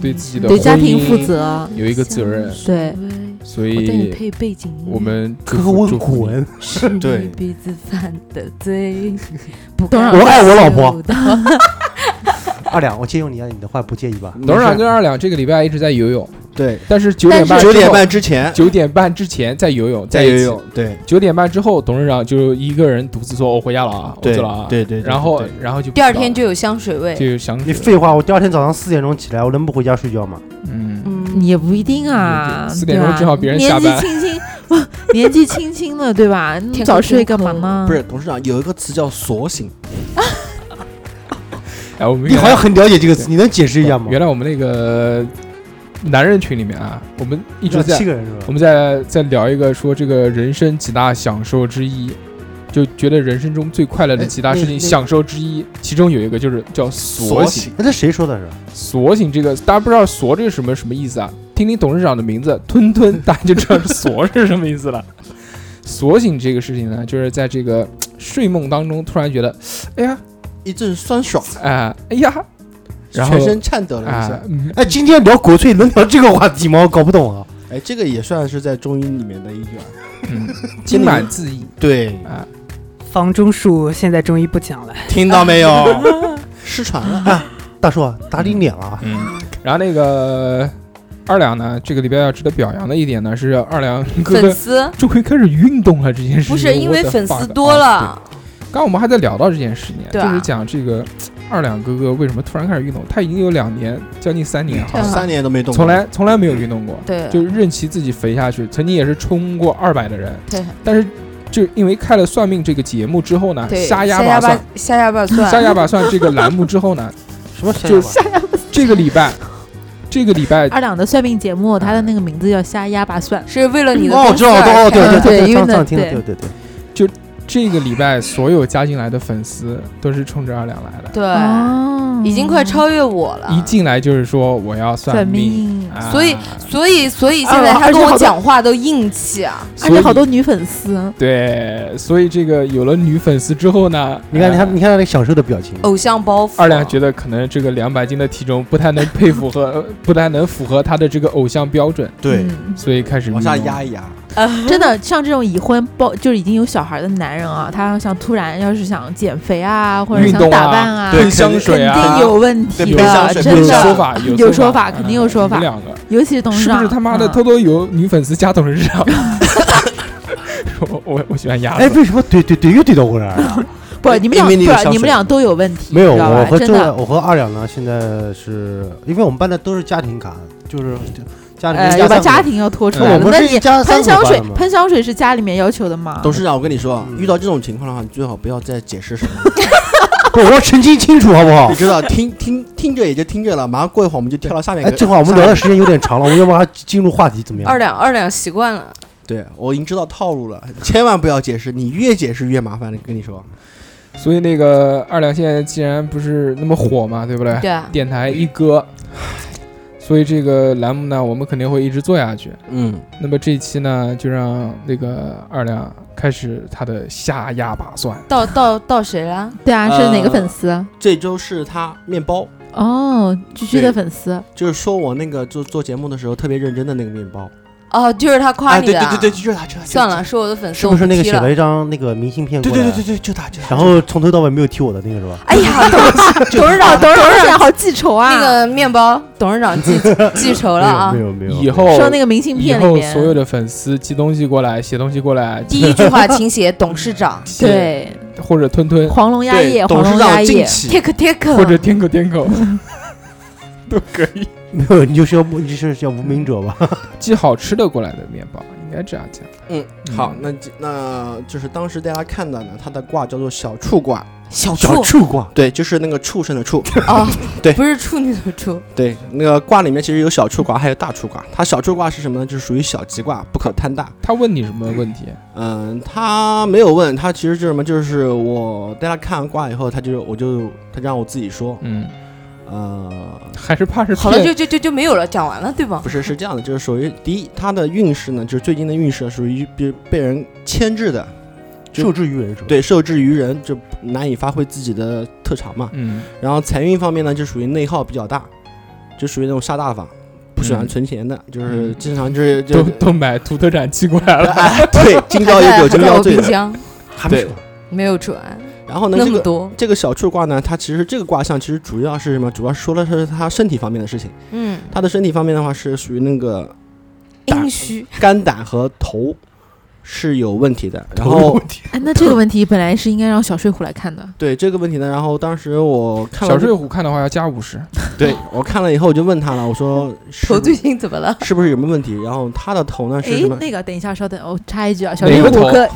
Speaker 3: 对自己的
Speaker 5: 对家
Speaker 3: 婚
Speaker 5: 庭
Speaker 3: 姻
Speaker 5: 负责。
Speaker 3: 有一个责任，
Speaker 5: 对，
Speaker 3: 所
Speaker 1: 我带你
Speaker 3: 以
Speaker 1: 配背景音乐。
Speaker 3: 我们祝
Speaker 6: 柯
Speaker 3: 福
Speaker 6: 文
Speaker 3: 祝福
Speaker 4: 哎
Speaker 3: 你
Speaker 6: 滚。
Speaker 1: 是你
Speaker 4: 对
Speaker 1: 鼻 子犯的罪，不
Speaker 5: 董
Speaker 1: 该
Speaker 5: 事长
Speaker 6: 我爱我老婆
Speaker 1: 受到
Speaker 6: 二两，我借用你啊，你的话不介意吧？
Speaker 3: 董事长跟二两这个礼拜一直在游泳，
Speaker 4: 对
Speaker 3: 但是九点半
Speaker 4: 九点
Speaker 3: 之后
Speaker 4: 半之前
Speaker 3: 九点半之前在游泳，
Speaker 4: 在
Speaker 3: 一哦
Speaker 4: 游
Speaker 3: 起。
Speaker 4: 泳，对
Speaker 3: 九点半之后，董事长就一个人独自说：“我回家了啊，我
Speaker 4: 对
Speaker 3: 走了啊。”
Speaker 4: 对对对
Speaker 3: 然后
Speaker 4: 对
Speaker 3: 然后就
Speaker 1: 第二天就有香水味。
Speaker 3: 就想
Speaker 6: 你废话，我第二天早上四点钟起来，我能不回家睡觉吗？
Speaker 3: 嗯，
Speaker 1: 嗯，
Speaker 5: 你也不一定啊，
Speaker 3: 四点钟
Speaker 5: 对吧
Speaker 3: 正好别人下
Speaker 5: 年
Speaker 3: 班
Speaker 5: 纪轻轻，不年纪轻轻的，对吧？你
Speaker 1: 天
Speaker 5: 早
Speaker 1: 空
Speaker 5: 睡
Speaker 1: 之
Speaker 5: 干嘛
Speaker 1: 空
Speaker 5: 呢？
Speaker 4: 不是董事长有一个词叫锁醒，
Speaker 3: 哎，我们
Speaker 6: 你
Speaker 3: 原
Speaker 6: 好
Speaker 3: 来
Speaker 6: 像很了解这个词，你能解释一下吗？
Speaker 3: 原来我们那个男人群里面啊，我们一直在
Speaker 6: 七个人是
Speaker 3: 我
Speaker 6: 吧？
Speaker 3: 们在在聊一个说这个人生几大享受之一，就觉得人生中最快乐的几大事情
Speaker 4: 哎那那
Speaker 3: 享受之一，其中有一个就是叫锁醒。
Speaker 6: 那这谁说的是？
Speaker 3: 锁醒这个大家不知道“锁”这是什么什么意思啊？听听董事长的名字“吞吞”，大家就知道“锁”是什么意思了。 锁醒这个事情呢，就是在这个睡梦当中突然觉得，哎呀，
Speaker 4: 一阵酸爽，
Speaker 3: 啊、哎呀，然后
Speaker 4: 全身颤抖了一
Speaker 3: 啊
Speaker 4: 下。、
Speaker 3: 嗯
Speaker 6: 哎，今天聊国粹能聊这个话题吗？我搞不懂啊。
Speaker 4: 哎，这个也算是在中医里面的一句啊。
Speaker 3: 嗯，今晚自缢
Speaker 4: 对，
Speaker 3: 啊，
Speaker 7: 房中术现在中医不讲了，
Speaker 4: 听到没有？失传了。
Speaker 6: 大叔啊，打你脸啊！
Speaker 3: 嗯，然后那个二两呢，这个礼拜要值得表扬的一点呢，是二两哥
Speaker 1: 粉
Speaker 3: 哥
Speaker 1: 丝
Speaker 3: 终于开始运动了这件事情，
Speaker 1: 不是因为
Speaker 3: What the
Speaker 1: 粉丝
Speaker 3: fuck
Speaker 1: 多
Speaker 3: 啊对
Speaker 1: 了，
Speaker 3: 刚刚我们还在聊到这件事情，
Speaker 1: 对啊
Speaker 3: 就是讲这个二两哥哥为什么突然开始运动，他已经有两年，将近三年
Speaker 4: 好
Speaker 1: 对
Speaker 3: 哈，
Speaker 1: 啊
Speaker 4: 三年都没动过，
Speaker 3: 从来从来没有运动过，
Speaker 1: 对
Speaker 3: 就是任其自己肥下去。曾经也是冲过二百的人，
Speaker 1: 对
Speaker 3: 但是就因为开了算命这个节目之后呢，
Speaker 1: 对，
Speaker 3: 啊瞎压把
Speaker 1: 巴
Speaker 3: 算，
Speaker 1: 瞎压巴
Speaker 3: 瞎
Speaker 1: 算，
Speaker 3: 压把算这个栏目之后 呢，
Speaker 6: 什么瞎
Speaker 3: 就
Speaker 6: 话
Speaker 3: 这个礼拜，这个礼拜
Speaker 5: 二两的算命节目，他的那个名字叫瞎压把算，
Speaker 1: 是为了你的
Speaker 6: 哦，我
Speaker 1: 公
Speaker 6: 知
Speaker 1: 司
Speaker 6: 道，
Speaker 1: 而
Speaker 6: 哦，对
Speaker 1: 开
Speaker 6: 对
Speaker 1: 的
Speaker 5: 对因为
Speaker 6: 上
Speaker 5: 那
Speaker 6: 上听了，
Speaker 5: 对
Speaker 6: 对对对，
Speaker 3: 这个礼拜所有加进来的粉丝都是冲着二两来的，
Speaker 1: 对，
Speaker 3: 啊
Speaker 5: 哦
Speaker 1: 已经快超越我了。
Speaker 3: 一进来就是说我要
Speaker 5: 算
Speaker 3: 命，
Speaker 5: 命，
Speaker 3: 啊
Speaker 1: 所以 所以所以现在
Speaker 5: 啊而
Speaker 1: 他
Speaker 5: 且
Speaker 1: 跟
Speaker 5: 好
Speaker 1: 我
Speaker 5: 多
Speaker 1: 讲话都硬气啊，
Speaker 3: 所
Speaker 5: 而
Speaker 3: 以
Speaker 5: 且好多女粉丝，啊
Speaker 3: 对，所以这个有了女粉丝之后呢，
Speaker 6: 你看
Speaker 3: 呃
Speaker 6: 你看你看他那个享受的表情，
Speaker 1: 偶像包袱。
Speaker 3: 二两觉得可能这个两百斤的体重不太能配符合，呃不太能符合他的这个偶像标准，
Speaker 4: 对，
Speaker 5: 嗯
Speaker 3: 所以开始
Speaker 4: 往下
Speaker 3: 运动
Speaker 4: 压。一压。
Speaker 5: 真的像这种已婚包就是已经有小孩的男人啊，他要想突然要是想减肥啊，或者
Speaker 3: 运
Speaker 5: 想
Speaker 3: 动
Speaker 5: 打
Speaker 3: 啊
Speaker 5: 扮啊，
Speaker 3: 喷
Speaker 4: 对
Speaker 3: 香
Speaker 5: 肯
Speaker 3: 水啊
Speaker 5: 定，有问题
Speaker 4: 对喷香
Speaker 5: 的，
Speaker 4: 水
Speaker 5: 啊真
Speaker 3: 有
Speaker 5: 的
Speaker 3: 说法，
Speaker 5: 有
Speaker 3: 说
Speaker 5: 说法肯定有
Speaker 3: 嗯
Speaker 5: 说
Speaker 3: 你们
Speaker 5: 法
Speaker 3: 两个
Speaker 5: 尤其是董事
Speaker 3: 是
Speaker 5: 长，
Speaker 3: 不是他妈的
Speaker 5: 嗯
Speaker 3: 偷偷有女粉丝加董事 长？ 我我我喜欢压
Speaker 6: 哎，
Speaker 3: 死。
Speaker 6: 为什么怼怼怼又怼到我这儿啊？
Speaker 5: 不，你们俩
Speaker 4: 因为那个
Speaker 5: 不是
Speaker 4: 香
Speaker 5: 你们
Speaker 4: 水
Speaker 5: 俩都有问题，
Speaker 6: 没有，
Speaker 5: 知道吧
Speaker 6: 我和
Speaker 5: 真
Speaker 6: 郑，
Speaker 5: 的，
Speaker 6: 我和二两呢，现在是因为我们办的都是家庭卡，就是家里
Speaker 5: 呃，
Speaker 6: 面
Speaker 5: 要
Speaker 6: 家
Speaker 5: 把
Speaker 6: 三口
Speaker 5: 家庭要拖出
Speaker 6: 那
Speaker 5: 来
Speaker 6: 我
Speaker 5: 了。
Speaker 6: 们
Speaker 5: 那
Speaker 6: 是一
Speaker 5: 你
Speaker 6: 家三
Speaker 5: 喷
Speaker 6: 口
Speaker 5: 香
Speaker 6: 办
Speaker 5: 水
Speaker 6: 的，嘛
Speaker 5: 喷香水是家里面要求的吗？
Speaker 4: 董事长，我跟你说啊，
Speaker 6: 嗯
Speaker 4: 遇到这种情况的话，你最好不要再解释什么，
Speaker 6: 不，我要澄清清楚好不好
Speaker 4: 你？知道，听听听着也就听着了，马上过一会儿我们就跳到下面一
Speaker 6: 哎，
Speaker 4: 个。
Speaker 6: 正好我们聊的时间有点长了，我们要不然进入话题怎么样？
Speaker 1: 二两二两习惯了，
Speaker 4: 对我已经知道套路了，千万不要解释，你越解释越麻烦。跟你说，
Speaker 3: 所以那个二两现在既然不是那么火嘛，对不对？
Speaker 1: 对啊，
Speaker 3: 电台一哥，所以这个栏目呢，我们肯定会一直做下去。
Speaker 4: 嗯，
Speaker 3: 那么这一期呢，就让那个二两开始他的下压把算。
Speaker 1: 到到到谁了？
Speaker 5: 对啊，是哪个
Speaker 4: 呃
Speaker 5: 粉丝？
Speaker 4: 这周是他面包，
Speaker 5: 哦，居居的
Speaker 4: 对
Speaker 5: 粉丝，
Speaker 4: 就是说我那个做做节目的时候特别认真的那个面包。
Speaker 1: 哦，就是他夸
Speaker 4: 啊，
Speaker 1: 你
Speaker 4: 对
Speaker 1: 的
Speaker 4: 对
Speaker 1: 啊，
Speaker 4: 对对，就是他，就是他。
Speaker 1: 算了，是我的粉丝，
Speaker 6: 是不是那个
Speaker 1: 我踢
Speaker 6: 写
Speaker 1: 了
Speaker 6: 了一张那个明信片
Speaker 4: 就
Speaker 6: 过
Speaker 4: 是他，对
Speaker 6: 来
Speaker 4: 对？对对，就他，就他。
Speaker 6: 然后从头到尾没有提我的那个是吧？
Speaker 1: 哎 呀，董董 事长，
Speaker 5: 董事长现在好记仇啊！
Speaker 1: 那个面包，董事长 记记仇了啊
Speaker 6: 没！有没有没有，
Speaker 3: 以后
Speaker 5: 说那个明信
Speaker 3: 哦以
Speaker 5: 片里
Speaker 3: 后
Speaker 5: 面，
Speaker 3: 所有的粉丝寄东西过来，写东西过来，
Speaker 1: 第一句话请写董事长
Speaker 3: 写
Speaker 5: 对
Speaker 3: 或者吞 吞，
Speaker 5: 黄龙压
Speaker 4: 对
Speaker 5: 业，黄
Speaker 4: 董事
Speaker 5: 龙压
Speaker 4: 长敬
Speaker 5: 业，
Speaker 4: 起，
Speaker 1: ，take take，
Speaker 3: 或者天狗天狗，都可以。
Speaker 6: 没有，你就是要不你就是要无名者吧？
Speaker 3: 寄好吃的过来的面包，应该这样讲。
Speaker 4: 嗯，好，那就那就是当时大家看到呢，他的卦叫做小畜卦，
Speaker 1: 小
Speaker 6: 小
Speaker 1: 处
Speaker 6: 畜卦，
Speaker 4: 对，就是那个畜生的 畜，
Speaker 1: 哦，
Speaker 4: 对
Speaker 1: 不是处女的处，
Speaker 4: 对，那个卦里面其实有小畜卦，还有大畜卦。它小畜卦是什么呢？就是属于小吉卦，不可贪大。
Speaker 3: 他问你什么问题？
Speaker 4: 嗯，他没有问，他其实就是什么，就是我带他看完卦以后，他就我就他让我自己说，
Speaker 3: 嗯，
Speaker 4: 呃，
Speaker 3: 还是怕是
Speaker 1: 好了，
Speaker 3: 骗
Speaker 1: 就就就就没有了，讲完了对吗
Speaker 4: 不？是是这样的，就是属于第一，他的运势呢，就是最近的运势属于被被人牵制的，就
Speaker 6: 受制于人是吧？
Speaker 4: 对，受制于人，就难以发挥自己的特长嘛。
Speaker 3: 嗯，
Speaker 4: 然后财运方面呢，就属于内耗比较大，就属于那种杀大法，不喜欢
Speaker 3: 嗯
Speaker 4: 存钱的，就是
Speaker 3: 嗯
Speaker 4: 经常就是就
Speaker 3: 都都买土特产寄过来了。
Speaker 4: 哎，对，今朝有酒今
Speaker 1: 还在
Speaker 4: 朝
Speaker 1: 我
Speaker 4: 醉
Speaker 1: 冰
Speaker 4: 的，
Speaker 1: 箱
Speaker 6: 还没
Speaker 4: 对
Speaker 6: 说，
Speaker 1: 没有转，
Speaker 4: 然后呢，
Speaker 1: 那
Speaker 4: 这
Speaker 1: 么
Speaker 4: 个
Speaker 1: 多，
Speaker 4: 这个小畜卦呢，它其实这个卦象其实主要是什么？主要说的是他身体方面的事情。
Speaker 1: 嗯，
Speaker 4: 他的身体方面的话是属于那个打
Speaker 1: 阴虚，
Speaker 4: 肝胆和头是有问题的。 然后
Speaker 5: 哎，那这个问题本来是应该让小睡虎来看的，
Speaker 4: 对这个问题呢，然后当时我看了
Speaker 3: 小睡虎看的话要加五十，
Speaker 4: 对我看了以后我就问他了，我说是
Speaker 1: 头最近怎么了？
Speaker 4: 是不是有什么问题？然后他的头呢是
Speaker 5: 哎
Speaker 4: 什么，？
Speaker 5: 那个等一下，稍等，我插一句啊，小
Speaker 3: 哪
Speaker 5: 睡
Speaker 3: 个
Speaker 5: 虎
Speaker 3: 头
Speaker 5: 可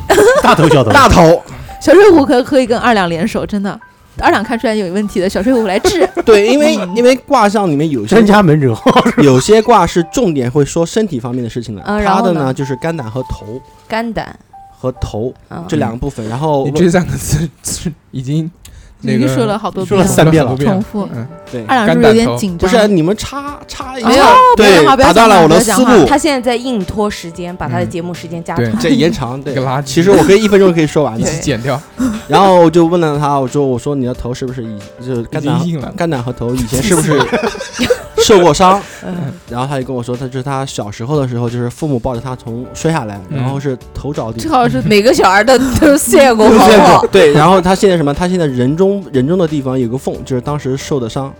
Speaker 6: 大头小头，
Speaker 4: 大 头，
Speaker 5: 小睡虎可可以跟二两联手，真的，二两看出来有问题的，小睡虎来治。
Speaker 4: 对，因为因为卦象里面有些
Speaker 6: 专家门诊号，
Speaker 4: 有些卦是重点会说身体方面的事情的，
Speaker 1: 嗯然
Speaker 4: 他
Speaker 1: 后
Speaker 4: 的
Speaker 1: 呢
Speaker 4: 呢就是肝胆和头
Speaker 1: 肝胆，
Speaker 4: 和头
Speaker 1: 嗯，
Speaker 4: 这两个部分。然后
Speaker 3: 你这三个字是已经那
Speaker 5: 已
Speaker 3: 个
Speaker 5: 经说了好多
Speaker 6: 说了
Speaker 5: 遍
Speaker 6: 三遍
Speaker 3: 好
Speaker 6: 了
Speaker 3: 多
Speaker 5: 重复，
Speaker 3: 嗯，
Speaker 4: 对，
Speaker 5: 二两是
Speaker 3: 肝胆
Speaker 5: 不是有
Speaker 3: 头啊
Speaker 5: 点紧
Speaker 4: 不
Speaker 5: 张？
Speaker 4: 是你们插插一
Speaker 5: 没
Speaker 4: 下
Speaker 5: 有，不要
Speaker 4: 对
Speaker 5: 讲话，不要
Speaker 4: 打
Speaker 5: 讲
Speaker 4: 断
Speaker 5: 话
Speaker 4: 了我
Speaker 5: 不
Speaker 4: 的
Speaker 5: 要讲
Speaker 4: 思
Speaker 5: 话
Speaker 4: 路，
Speaker 1: 他现在在硬拖时间，把他的
Speaker 3: 嗯
Speaker 1: 节目时间加
Speaker 3: 对
Speaker 1: 长。
Speaker 4: 这延长
Speaker 3: 这
Speaker 4: 对
Speaker 3: 个。垃圾。
Speaker 4: 其实我跟一分钟可以说完
Speaker 3: 一
Speaker 4: 的，
Speaker 3: 起剪掉，
Speaker 4: 然后我就问了他，我说我说你的头是不是以就是肝
Speaker 3: 已经硬
Speaker 4: 胆
Speaker 3: 了
Speaker 4: 肝胆和头以前是不 是受过伤？
Speaker 1: 嗯，
Speaker 4: 然后他就跟我说，他就是他小时候的时候，就是父母抱着他从摔下来，
Speaker 3: 嗯
Speaker 4: 然后是头着地
Speaker 5: 这，好像是
Speaker 1: 每个小孩的都 见 过， 好不好？
Speaker 4: 对，然后他现在什么？他现在人中人中的地方有个缝，就是当时受的伤。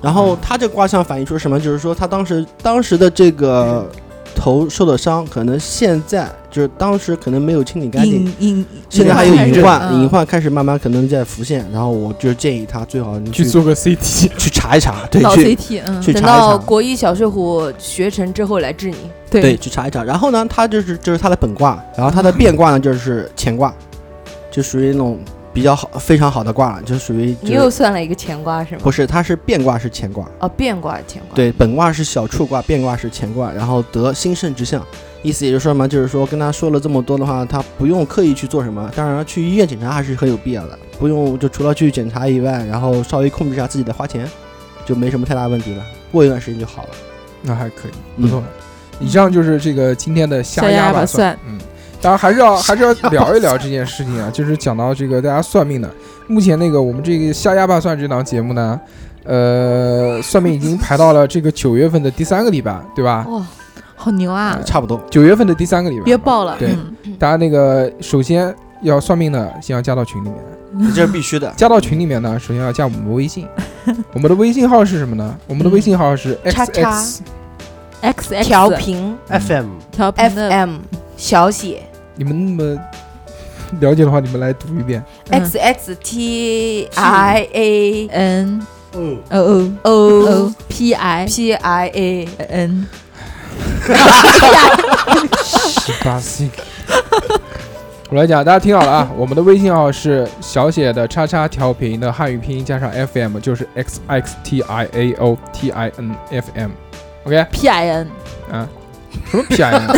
Speaker 4: 然
Speaker 1: 嗯
Speaker 4: 后他这卦象反映出什么？就是说他当时当时的这个头受的伤，可能现在就是当时可能没有清理干净，
Speaker 5: 隐隐，
Speaker 4: 现在还有
Speaker 5: 隐
Speaker 4: 隐患，
Speaker 5: 嗯
Speaker 4: 隐患开始慢慢可能在浮现。然后我就建议他最好你
Speaker 3: 去
Speaker 4: 去
Speaker 3: 做个 CT，
Speaker 4: 去查一查，对，
Speaker 5: 老
Speaker 4: 去
Speaker 5: CT，嗯，
Speaker 4: 去查
Speaker 1: 等
Speaker 4: 一
Speaker 1: 到
Speaker 4: 查。
Speaker 1: 国一小睡虎学成之后来治你。
Speaker 4: 对，，去查一查。然后呢，它就是这是它的本卦，然后它的变卦呢就是乾卦，就属于那种比较好、非常好的卦了，就属于
Speaker 1: 你
Speaker 4: 就
Speaker 1: 又
Speaker 4: 是
Speaker 1: 算了一个乾卦是吗？
Speaker 4: 不是它是变卦是乾
Speaker 3: 啊
Speaker 4: 卦，
Speaker 1: 哦，变卦乾卦。，
Speaker 4: 对，本卦是小畜卦，变卦是乾卦，然后得兴盛之象，意思也就是说嘛，就是说跟他说了这么多的话，他不用刻意去做什么，当然去医院检查还是很有必要的，不用就除了去检查以外，然后稍微控制一下自己的花钱，就没什么太大问题了，过一段时间就好了。
Speaker 3: 那还可以，
Speaker 4: 嗯
Speaker 3: 不错。以上就是这个今天的下
Speaker 5: 小鸭
Speaker 3: 吧
Speaker 5: 吧算，
Speaker 3: 嗯，当然还是要还是要聊一聊这件事情啊，就是讲到这个大家算命的，目前那个我们这个下鸭吧算这档节目呢，呃，算命已经排到了这个九月份的第三个礼拜，对吧？
Speaker 5: 哇，好牛啊，
Speaker 4: 差不多，
Speaker 3: 九月份的第三个礼拜，
Speaker 5: 憋爆了，
Speaker 3: 嗯对
Speaker 5: 嗯
Speaker 3: 大家那个首先要算命的，先要加到群里面。
Speaker 4: 这是必须 的。
Speaker 3: 加到群里面呢，首先要加我们的微信，我们的微信号是什么呢？我们的微信号是
Speaker 1: 叉
Speaker 3: x
Speaker 1: 叉
Speaker 3: x，
Speaker 5: ，X X
Speaker 1: 调频
Speaker 6: FM
Speaker 5: 调频的
Speaker 1: FM 小写
Speaker 3: 你们那么 了解的话，你们来读一遍。
Speaker 5: 嗯
Speaker 1: X X T I A
Speaker 5: N
Speaker 6: 嗯，
Speaker 5: O O
Speaker 1: O
Speaker 5: O P I
Speaker 1: P I A。
Speaker 5: N，
Speaker 3: 十八 C。我来讲，大家听好了啊，我们的微信号是小写的叉叉调频的汉语拼音加上 FM，就是 x x t i a o t i n f m。OK，
Speaker 5: P I N
Speaker 3: 啊，什么 P I N？
Speaker 6: 哦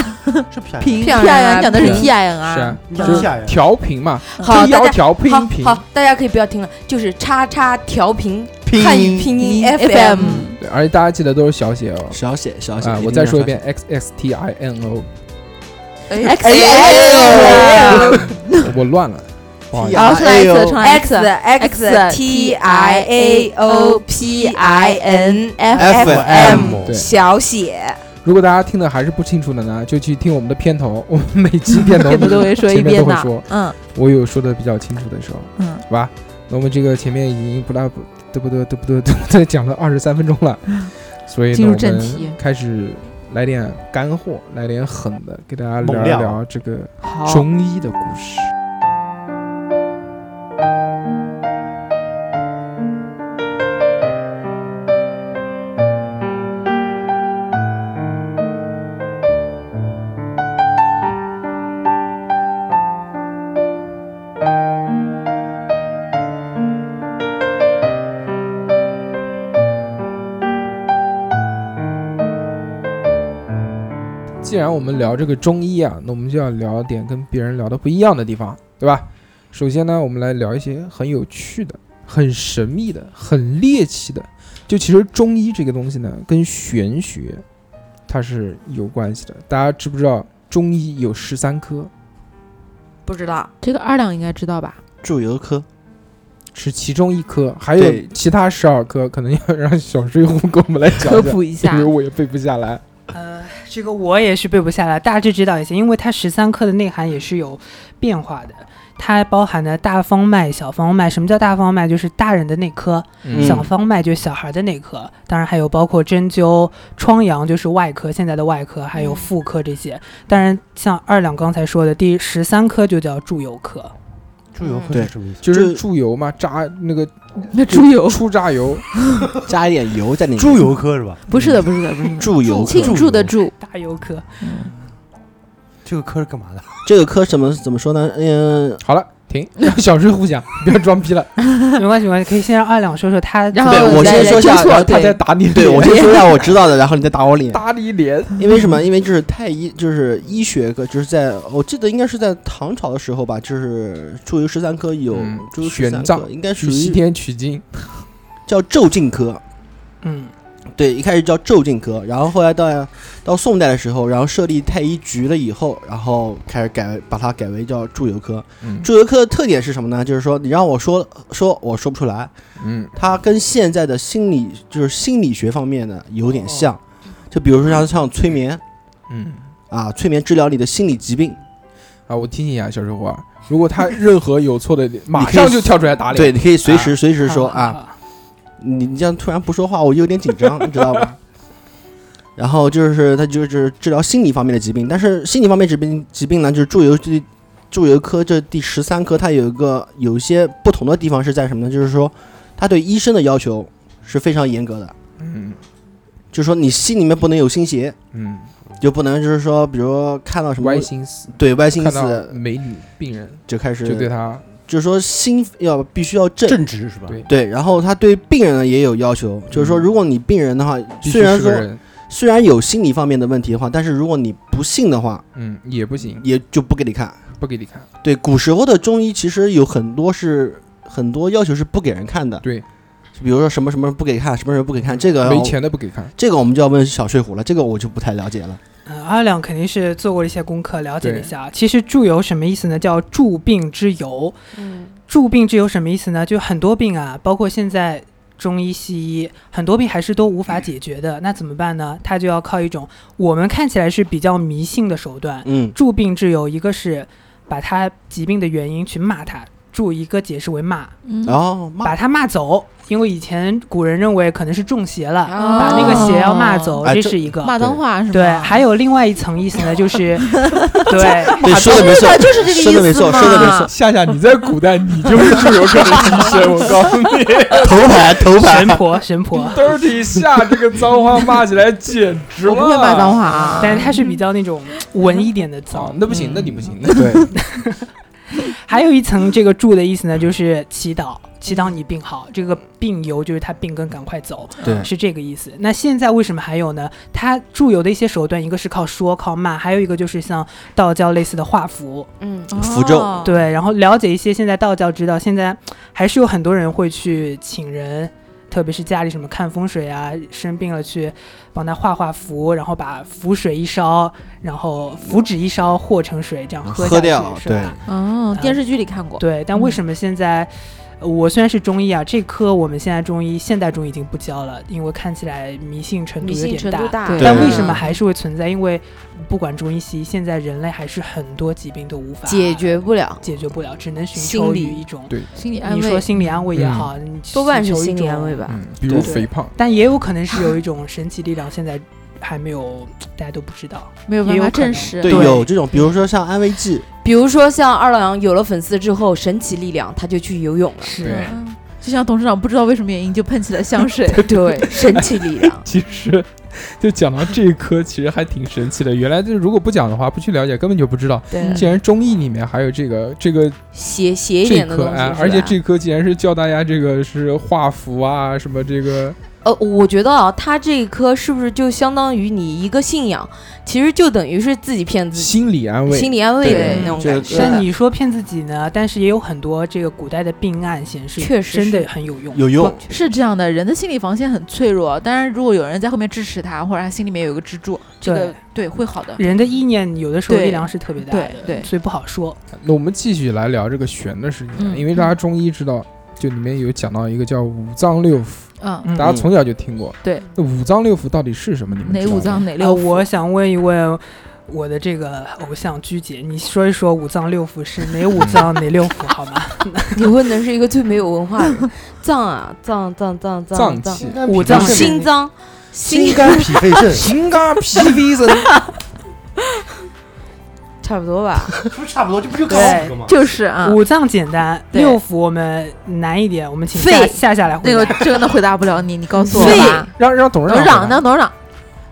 Speaker 6: 是偏
Speaker 5: 平 P
Speaker 1: 漂
Speaker 5: I
Speaker 1: 亮啊
Speaker 5: N 讲的是
Speaker 3: 平
Speaker 5: T I N
Speaker 3: 是啊
Speaker 5: 啊，，
Speaker 6: 你
Speaker 3: 就是
Speaker 6: 下呀，
Speaker 3: 调频嘛，
Speaker 1: 好，大
Speaker 3: 要
Speaker 1: 家
Speaker 3: 调配音频
Speaker 1: 好。好，大家可以不要听了，就是叉叉调频
Speaker 4: 拼
Speaker 1: 汉语拼音 FM。
Speaker 3: 嗯对，而且大家记得都是小写哦。
Speaker 4: 小写小写
Speaker 3: 啊，我再说一遍，x x t i n o，
Speaker 5: X
Speaker 1: 哎呦
Speaker 3: 我乱了，不好意思。
Speaker 5: 然后重来
Speaker 4: 哎
Speaker 5: 一次，重来一
Speaker 1: X
Speaker 5: 次
Speaker 1: X T I A O P I N
Speaker 5: F
Speaker 1: M
Speaker 3: 对
Speaker 1: 小写，
Speaker 3: 如果大家听的还是不清楚的呢，就去听我们的片头， 我们每期片头
Speaker 5: 片头都会说一遍
Speaker 3: 前面都会
Speaker 5: 的
Speaker 3: 说，
Speaker 5: 嗯
Speaker 3: 我有说的比较清楚的时候，
Speaker 5: 嗯，
Speaker 3: 好吧？那我们这个前面已经不拉不嘚不嘚嘚不嘚嘚不嘚讲了二十三分钟了，所以呢
Speaker 5: 嗯进入
Speaker 3: 我
Speaker 5: 正
Speaker 3: 们
Speaker 5: 题
Speaker 3: 开始来点干货，来点狠的，给大家聊
Speaker 6: 猛
Speaker 3: 一
Speaker 6: 料啊
Speaker 3: 聊这个
Speaker 5: 好，
Speaker 3: 中医的故事。既然我们聊这个中医啊，那我们就要聊点跟别人聊的不一样的地方，对吧？首先呢，我们来聊一些很有趣的、很神秘的、很猎奇的。就其实中医这个东西呢，跟玄学它是有关系的。大家知不知道中医有十三科，
Speaker 1: 不知道
Speaker 5: 这个二两应该知道吧？
Speaker 4: 祝由科。
Speaker 3: 是其中一科，还有
Speaker 4: 对
Speaker 3: 其他十二科，可能要让小水壶给我们来讲
Speaker 5: 科
Speaker 3: 讲，
Speaker 5: 普一下
Speaker 3: 因为，我也背不下来。
Speaker 7: 呃，这个我也是背不下来，大致知道一些，因为它十三课的内涵也是有变化的。它包含了大方脉、小方脉。什么叫大方脉？就是大人的内科，
Speaker 3: 嗯
Speaker 7: 小方脉就是小孩的内科。当然还有包括针灸、疮疡，就是外科，现在的外科，还有
Speaker 1: 嗯
Speaker 7: 妇科这些。当然，像二两刚才说的，第十三科就叫注油科。
Speaker 6: 猪油科
Speaker 4: 对
Speaker 6: 是什么意思？
Speaker 3: 就是猪油嘛，炸那个
Speaker 5: 那猪油
Speaker 3: 出榨油，
Speaker 4: 加一点油在里面。
Speaker 6: 猪油科是吧？
Speaker 5: 不是的，不是的，不是的。
Speaker 4: 注油
Speaker 5: 庆
Speaker 4: 科，
Speaker 5: 祝的祝，
Speaker 7: 大油科，
Speaker 6: 这个科是干嘛的？
Speaker 4: 这个科怎么怎么说呢？嗯，
Speaker 3: 好了，停， 让小智互讲，不要装逼了，
Speaker 7: 没关系，没关系，可以先让二两说说他。
Speaker 5: 然后
Speaker 4: 哦对 我先
Speaker 5: 来来
Speaker 4: 说一
Speaker 5: 纠
Speaker 4: 下
Speaker 5: 错，
Speaker 3: 他在
Speaker 5: 对，
Speaker 3: 打你脸，
Speaker 4: 对我先说一下我知道的，然后你再打我脸。
Speaker 3: 打你脸，
Speaker 4: 因为什么？因为就是太医，就是医学科，就是在我记得应该是在唐朝的时候吧，就是注油十三科有
Speaker 3: 嗯
Speaker 4: 注油十
Speaker 3: 玄
Speaker 4: 三
Speaker 3: 奘
Speaker 4: 科，应该属
Speaker 3: 去西
Speaker 4: 于
Speaker 3: 天取经，
Speaker 4: 叫咒禁科。
Speaker 7: 嗯，
Speaker 4: 对，一开始叫咒禁科，然后后来到到宋代的时候，然后设立太医局了以后，然后开始改把它改为叫注油科。
Speaker 3: 嗯
Speaker 4: 注油科的特点是什么呢？就是说你让我说说我说不出来，
Speaker 3: 嗯
Speaker 4: 它跟现在的心理就是心理学方面的有
Speaker 7: 哦
Speaker 4: 点像，就比如说像像催眠
Speaker 3: 嗯。
Speaker 4: 啊，催眠治疗你的心理疾病，
Speaker 3: 啊，我提醒一下小智虎啊，如果 他任何有错的，马上就跳出来打脸。
Speaker 4: 对，你可以随时随时说
Speaker 7: 好
Speaker 4: 啊，，你你这样突然不说话，我就有点紧张，你 知道吧？然后就是它就是治疗心理方面的疾病，但是心理方面疾病疾病呢，就是注油这注油科这第十三科，它有一个有一些不同的地方是在什么呢？就是说，它对医生的要求是非常严格的，
Speaker 3: 嗯
Speaker 4: 就是说你心里面不能有心邪，
Speaker 3: 嗯，
Speaker 4: 就不能就是说，比如说看到什么
Speaker 3: 歪心思，
Speaker 4: 对歪心
Speaker 3: 看到
Speaker 4: 思
Speaker 3: 美女病人
Speaker 4: 就开始
Speaker 3: 就对他，
Speaker 4: 就是说心要必须要正。
Speaker 6: 正直是吧？
Speaker 3: 对
Speaker 4: 对，然后他对病人呢也有要求，就是说，
Speaker 3: 嗯
Speaker 4: 如果你病人的话，
Speaker 3: 必须
Speaker 4: 虽然
Speaker 3: 是个
Speaker 4: 说
Speaker 3: 人，
Speaker 4: 虽然有心理方面的问题的话，但是如果你不信的话，
Speaker 3: 嗯，也不行，
Speaker 4: 也啊就不给你看。
Speaker 3: 不给你看。
Speaker 4: 对，古时候的中医其实有很多是很多要求是不给人看的，
Speaker 3: 对，
Speaker 4: 比如说什么什么不给看，什么什么不给看，这个
Speaker 3: 没钱的不给看。
Speaker 4: 这个我们就要问小睡虎了，这个我就不太了解了。
Speaker 7: 嗯，阿亮肯定是做过一些功课，了解了一
Speaker 3: 对
Speaker 7: 下。其实注油什么意思呢？叫注病之油。
Speaker 1: 嗯，
Speaker 7: 注病之油什么意思呢？就很多病啊，包括现在中医、西医，很多病还是都无法解决的。那怎么办呢？他就要靠一种我们看起来是比较迷信的手段，
Speaker 4: 嗯，
Speaker 7: 注病之油，一个是把他疾病的原因去骂他，注一个解释为骂，
Speaker 5: 嗯
Speaker 4: 然后骂
Speaker 7: 把他骂走。因为以前古人认为可能是中邪了，
Speaker 1: 哦
Speaker 7: 把那个邪要骂走，
Speaker 4: 哎
Speaker 7: 这
Speaker 4: 这
Speaker 7: 是一个。
Speaker 5: 啊骂脏话是吧？
Speaker 7: 对，还有另外一层意思呢，就是对，
Speaker 4: 对说的没错，
Speaker 5: 就是这个
Speaker 4: 说的
Speaker 5: 意思
Speaker 4: 没错，
Speaker 5: 嘛
Speaker 4: 说的没错，
Speaker 3: 夏夏，你在古代你就是猪油科的医生，我告诉你
Speaker 4: 头牌头牌
Speaker 7: 神。婆神婆，
Speaker 3: ，dirty 夏这个脏话骂起来简直
Speaker 5: 我不会骂脏
Speaker 3: 话。
Speaker 5: 话啊，
Speaker 7: 但是它是比较那种文一点的
Speaker 3: 哦
Speaker 7: 脏，。
Speaker 3: 那不行，那你不行，那
Speaker 4: 对，
Speaker 7: 还有一层这个祝的意思呢，就是祈祷，祈祷你病好。这个病由就是他病根赶快走，
Speaker 4: 对
Speaker 7: 是这个意思。那现在为什么还有呢？它祝由的一些手段，一个是靠说靠骂，还有一个就是像道教类似的画符，
Speaker 1: 嗯，
Speaker 4: 符咒
Speaker 5: 哦，
Speaker 7: 对，然后了解一些现在道教知道，现在还是有很多人会去请人，特别是家里什么看风水啊，生病了去帮他画画符，然后把符水一烧，然后符纸一烧和成水，这样喝
Speaker 4: 喝
Speaker 7: 下去
Speaker 4: 掉
Speaker 7: 是吧
Speaker 4: 对嗯
Speaker 5: 哦，电视剧里看过，
Speaker 7: 对，但为
Speaker 1: 嗯
Speaker 7: 什么现在、呃我虽然是中医啊，这科我们现在中医现代中医已经不教了，因为看起来迷信程度
Speaker 1: 迷
Speaker 7: 有
Speaker 1: 信
Speaker 7: 点
Speaker 1: 程
Speaker 7: 大
Speaker 1: 度。大，
Speaker 5: 对
Speaker 7: 但
Speaker 4: 对
Speaker 7: 为什么还是会存在？因为不管中医西医，现在人类还是很多疾病都无法
Speaker 1: 解决不了？
Speaker 7: 解决不了，只能寻
Speaker 1: 心
Speaker 7: 求
Speaker 1: 理
Speaker 7: 于一种。
Speaker 5: 心理安
Speaker 7: 你说
Speaker 5: 慰，
Speaker 7: 心理安慰也好，你
Speaker 1: 多半是
Speaker 7: 寻求一
Speaker 1: 心理
Speaker 7: 种
Speaker 1: 安慰，吧。
Speaker 3: 嗯，比如肥胖，
Speaker 7: 但也有可能是有一种神奇力量，现在还没有，大家都不知道。
Speaker 5: 没有办
Speaker 7: 也有
Speaker 5: 法
Speaker 7: 可能
Speaker 5: 证实，
Speaker 4: 对，有这种，比如说像安慰剂，
Speaker 1: 比如说像二郎有了粉丝之后，神奇力量，他就去游泳了。
Speaker 5: 是
Speaker 3: 对。
Speaker 5: 嗯就像董事长不知道为什么原因就喷起了香水，
Speaker 1: 对，神奇力量
Speaker 3: 其实就讲到这一科，其实还挺神奇的。原来就是如果不讲的话，不去了解，根本就不知道。
Speaker 1: 对，
Speaker 3: 竟然中医里面还有这个这个
Speaker 1: 邪邪一
Speaker 3: 这
Speaker 1: 点的
Speaker 3: 科
Speaker 1: 东西是
Speaker 3: 啊
Speaker 1: 吧，，
Speaker 3: 而且这科竟然是教大家这个是画符啊，什么这个
Speaker 1: 呃，我觉得啊，他这一科是不是就相当于你一个信仰，其实就等于是自己骗自己，
Speaker 3: 心理安慰，
Speaker 1: 心理安慰的
Speaker 5: 对
Speaker 1: 那种
Speaker 4: 这
Speaker 1: 感
Speaker 4: 个
Speaker 1: 觉。
Speaker 7: 但你说骗自己呢？但是也有很多这个古代的病案显示，
Speaker 1: 确实
Speaker 7: 真
Speaker 1: 是
Speaker 7: 的很有用。
Speaker 4: 有用，
Speaker 5: 是这样的，人的心理防线很脆弱，当然如果有人在后面支持他，或者他心里面有一个支柱，这个对会好的。
Speaker 7: 人的意念有的时候
Speaker 5: 对
Speaker 7: 力量是特别大的，
Speaker 5: 对对
Speaker 7: 所以不好说。
Speaker 3: 那我们继续来聊这个玄的事情啊，
Speaker 5: 嗯
Speaker 3: 因为大家中医知道就里面有讲到一个叫五脏六腑，
Speaker 5: 嗯，
Speaker 7: 嗯
Speaker 3: 大家从小就听过。
Speaker 5: 对，
Speaker 3: 那五脏六腑到底是什么？你们
Speaker 5: 哪
Speaker 3: 知道
Speaker 5: 五
Speaker 3: 吗
Speaker 5: 脏哪
Speaker 7: 呃
Speaker 5: 六腑？
Speaker 7: 我想问一问我的这个偶像鞠姐，你说一说五脏六腑是哪五 脏哪六腑好吗？
Speaker 1: 你问的是一个最没有文化的脏啊，脏脏脏脏
Speaker 3: 脏
Speaker 1: 脏，
Speaker 3: 器。
Speaker 7: 五
Speaker 6: 脏
Speaker 7: 脏
Speaker 6: 肾
Speaker 1: 心脏，
Speaker 6: 心
Speaker 1: 心
Speaker 6: 肝脾肺 肾，
Speaker 3: 心肝脾肺肾，
Speaker 1: 差不多吧。
Speaker 6: 不是差不多，这不就搞
Speaker 7: 对
Speaker 6: 吗？
Speaker 5: 就是啊，
Speaker 7: 五脏简单，
Speaker 5: 对
Speaker 7: 六腑我们难一点，我们请
Speaker 1: 肺
Speaker 7: 下下下来回
Speaker 5: 那
Speaker 7: 答。
Speaker 5: 个真的回答不了你，你告诉我
Speaker 1: 肺
Speaker 5: 吧。
Speaker 3: 让让董事
Speaker 5: 董
Speaker 3: 长
Speaker 5: 事
Speaker 3: 回
Speaker 5: 长
Speaker 3: 答
Speaker 5: 呢？？董事长，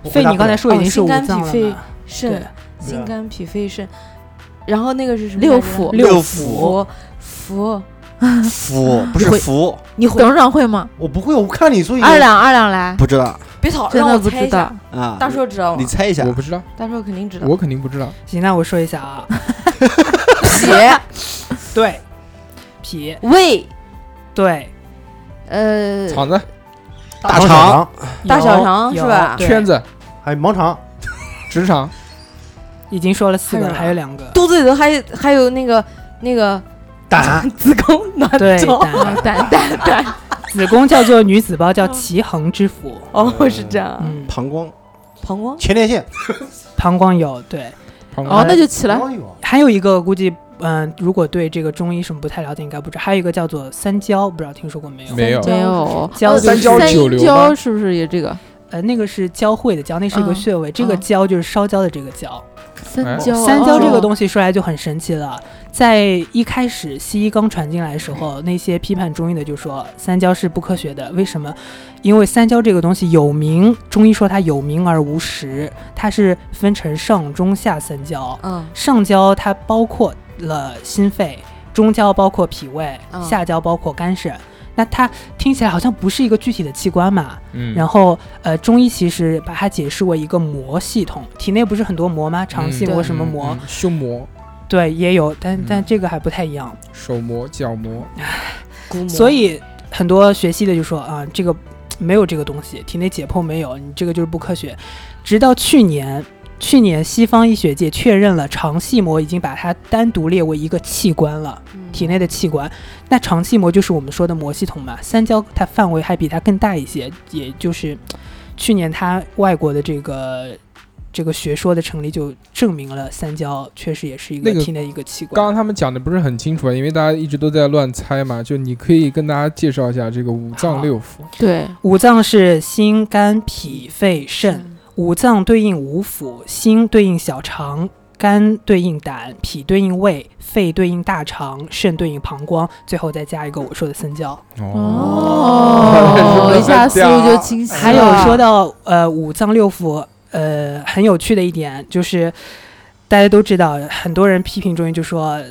Speaker 6: 我回
Speaker 7: 肺
Speaker 6: 答
Speaker 7: 你刚才
Speaker 6: 不
Speaker 7: 说已
Speaker 1: 哦
Speaker 7: 经是
Speaker 1: 心
Speaker 7: 五
Speaker 1: 肝
Speaker 7: 脏
Speaker 1: 脾
Speaker 7: 了
Speaker 1: 肺
Speaker 7: 嘛？对
Speaker 1: 肾、心肝、脾肺、肾，然后那个是什么
Speaker 5: 六
Speaker 1: 来着？
Speaker 5: 腑
Speaker 6: 六
Speaker 1: 腑，腑，
Speaker 6: 了服不是
Speaker 5: 会
Speaker 6: 服，
Speaker 1: 你回
Speaker 5: 董事长会吗？
Speaker 6: 我不会，我看你所以
Speaker 5: 二两二两来，
Speaker 4: 不知道
Speaker 1: 别吵，
Speaker 5: 真
Speaker 1: 让
Speaker 5: 的
Speaker 1: 我
Speaker 5: 不
Speaker 1: 猜
Speaker 5: 知
Speaker 1: 一下
Speaker 5: 道。。
Speaker 4: 啊。
Speaker 1: 大硕知道
Speaker 4: 你
Speaker 1: 吗？
Speaker 4: 猜一下
Speaker 3: 我，不知道，
Speaker 1: 大硕肯定知道。
Speaker 3: 我肯定不知道。
Speaker 7: 行，那我说一下啊，
Speaker 1: 脾、
Speaker 7: 对，脾，
Speaker 1: 胃、
Speaker 7: 对，
Speaker 1: 呃，
Speaker 3: 厂子
Speaker 6: 大
Speaker 4: 肠
Speaker 6: 肠
Speaker 1: 大
Speaker 7: 有
Speaker 1: 小肠
Speaker 7: 有
Speaker 1: 是吧
Speaker 7: 对
Speaker 3: 圈子
Speaker 6: 还有盲肠，
Speaker 3: 职场
Speaker 7: 已经说了四个了，
Speaker 1: 还
Speaker 7: 还
Speaker 1: 有
Speaker 7: 有两 个。
Speaker 1: 肚子里头还有还有那个那个
Speaker 6: 胆
Speaker 1: 子宫卵
Speaker 7: 对，
Speaker 1: 巢。
Speaker 7: 胆
Speaker 5: 胆胆胆，
Speaker 7: 子宫叫做女子胞，叫奇恒之腑。
Speaker 1: 哦，是这样啊。
Speaker 7: 嗯，
Speaker 4: 膀胱
Speaker 1: 膀胱
Speaker 6: 前列腺，
Speaker 7: 膀胱有对，
Speaker 3: 旁
Speaker 5: 哦
Speaker 3: 边，
Speaker 5: 那就起来
Speaker 6: 膀。胱有
Speaker 7: 还有一个估计，嗯、如果对这个中医什么不太了解，应该不知道。还有一个叫做三焦，不知道听说过没有？
Speaker 3: 没有
Speaker 5: 没有
Speaker 7: 交
Speaker 5: 呃
Speaker 7: 三
Speaker 3: 交
Speaker 5: 三
Speaker 3: 九流
Speaker 5: 交
Speaker 3: 吗
Speaker 5: 是不是也这个
Speaker 7: 呃，那个是交汇的交，那是一个
Speaker 5: 嗯
Speaker 7: 穴位，这个
Speaker 5: 嗯
Speaker 7: 焦就是烧焦的这个焦。
Speaker 5: 三
Speaker 3: 哎
Speaker 5: 焦？啊
Speaker 7: 三焦这个
Speaker 5: 西，
Speaker 7: 东西说来就很神奇了，在一开始西医刚传进来的时候，那些批判中医的就说三焦是不科学的，为什么？因为三焦这个东西有名，中医说它有名而无实，它是分成上中下三焦。
Speaker 1: 嗯，
Speaker 7: 上焦它包括了心肺，中焦包括脾胃，
Speaker 1: 嗯
Speaker 7: 下焦包括肝肾。那它听起来好像不是一个具体的器官嘛，
Speaker 3: 嗯，
Speaker 7: 然后呃，中医其实把它解释为一个膜系统，体内不是很多膜吗？肠系
Speaker 3: 嗯
Speaker 7: 膜、什么
Speaker 3: 嗯
Speaker 7: 膜？
Speaker 3: 嗯胸膜、
Speaker 7: 对，也有，但但
Speaker 3: 嗯
Speaker 7: 这个还不太一样。
Speaker 3: 手膜、脚膜，
Speaker 1: 骨膜
Speaker 7: 所以很多学习的就说啊，这个没有这个东西，体内解剖没有，你这个就是不科学。直到去年，去年西方医学界确认了肠系膜已经把它单独列为一个器官了，
Speaker 1: 嗯
Speaker 7: 体内的器官。那肠系膜就是我们说的膜系统嘛，三焦它范围还比它更大一些，也就是去年它外国的这个。这个学说的成立就证明了三焦确实也是一个
Speaker 3: 那个
Speaker 7: 体内一个器官。
Speaker 3: 刚刚他们讲的不是很清楚啊，因为大家一直都在乱猜嘛。就你可以跟大家介绍一下这个五脏六腑。
Speaker 5: 对，
Speaker 7: 五脏是心、肝、脾、肺、
Speaker 3: 嗯
Speaker 7: 肾，五脏对应五腑，心对应小肠，肝对应胆，脾对应胃，肺对应大肠，肾对应膀胱，最后再加一个我说的三焦。
Speaker 3: 哦
Speaker 5: 哦，一下思路就清晰了。
Speaker 7: 还有
Speaker 1: 啊
Speaker 7: 说到呃五脏六腑，呃很有趣的一点就是，大家都知道，很多人批评中医就说嘖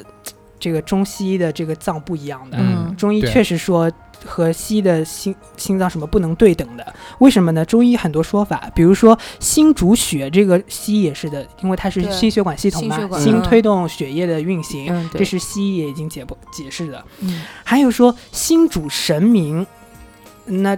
Speaker 7: 这个中西医的这个脏不一样的，
Speaker 5: 嗯
Speaker 7: 中医
Speaker 3: 对
Speaker 7: 确实说和西医的心心脏什么不能对等的，为什么呢？中医很多说法，比如说心主血，这个西医也是的，因为它是
Speaker 1: 对
Speaker 7: 心血管系统嘛
Speaker 1: 心血，管
Speaker 7: 心
Speaker 1: 嗯
Speaker 7: 推动血液的运行，
Speaker 5: 嗯，
Speaker 7: 这
Speaker 5: 对，
Speaker 7: 是西医也已经解剖解释的。
Speaker 5: 嗯
Speaker 7: 还有说心主神明，那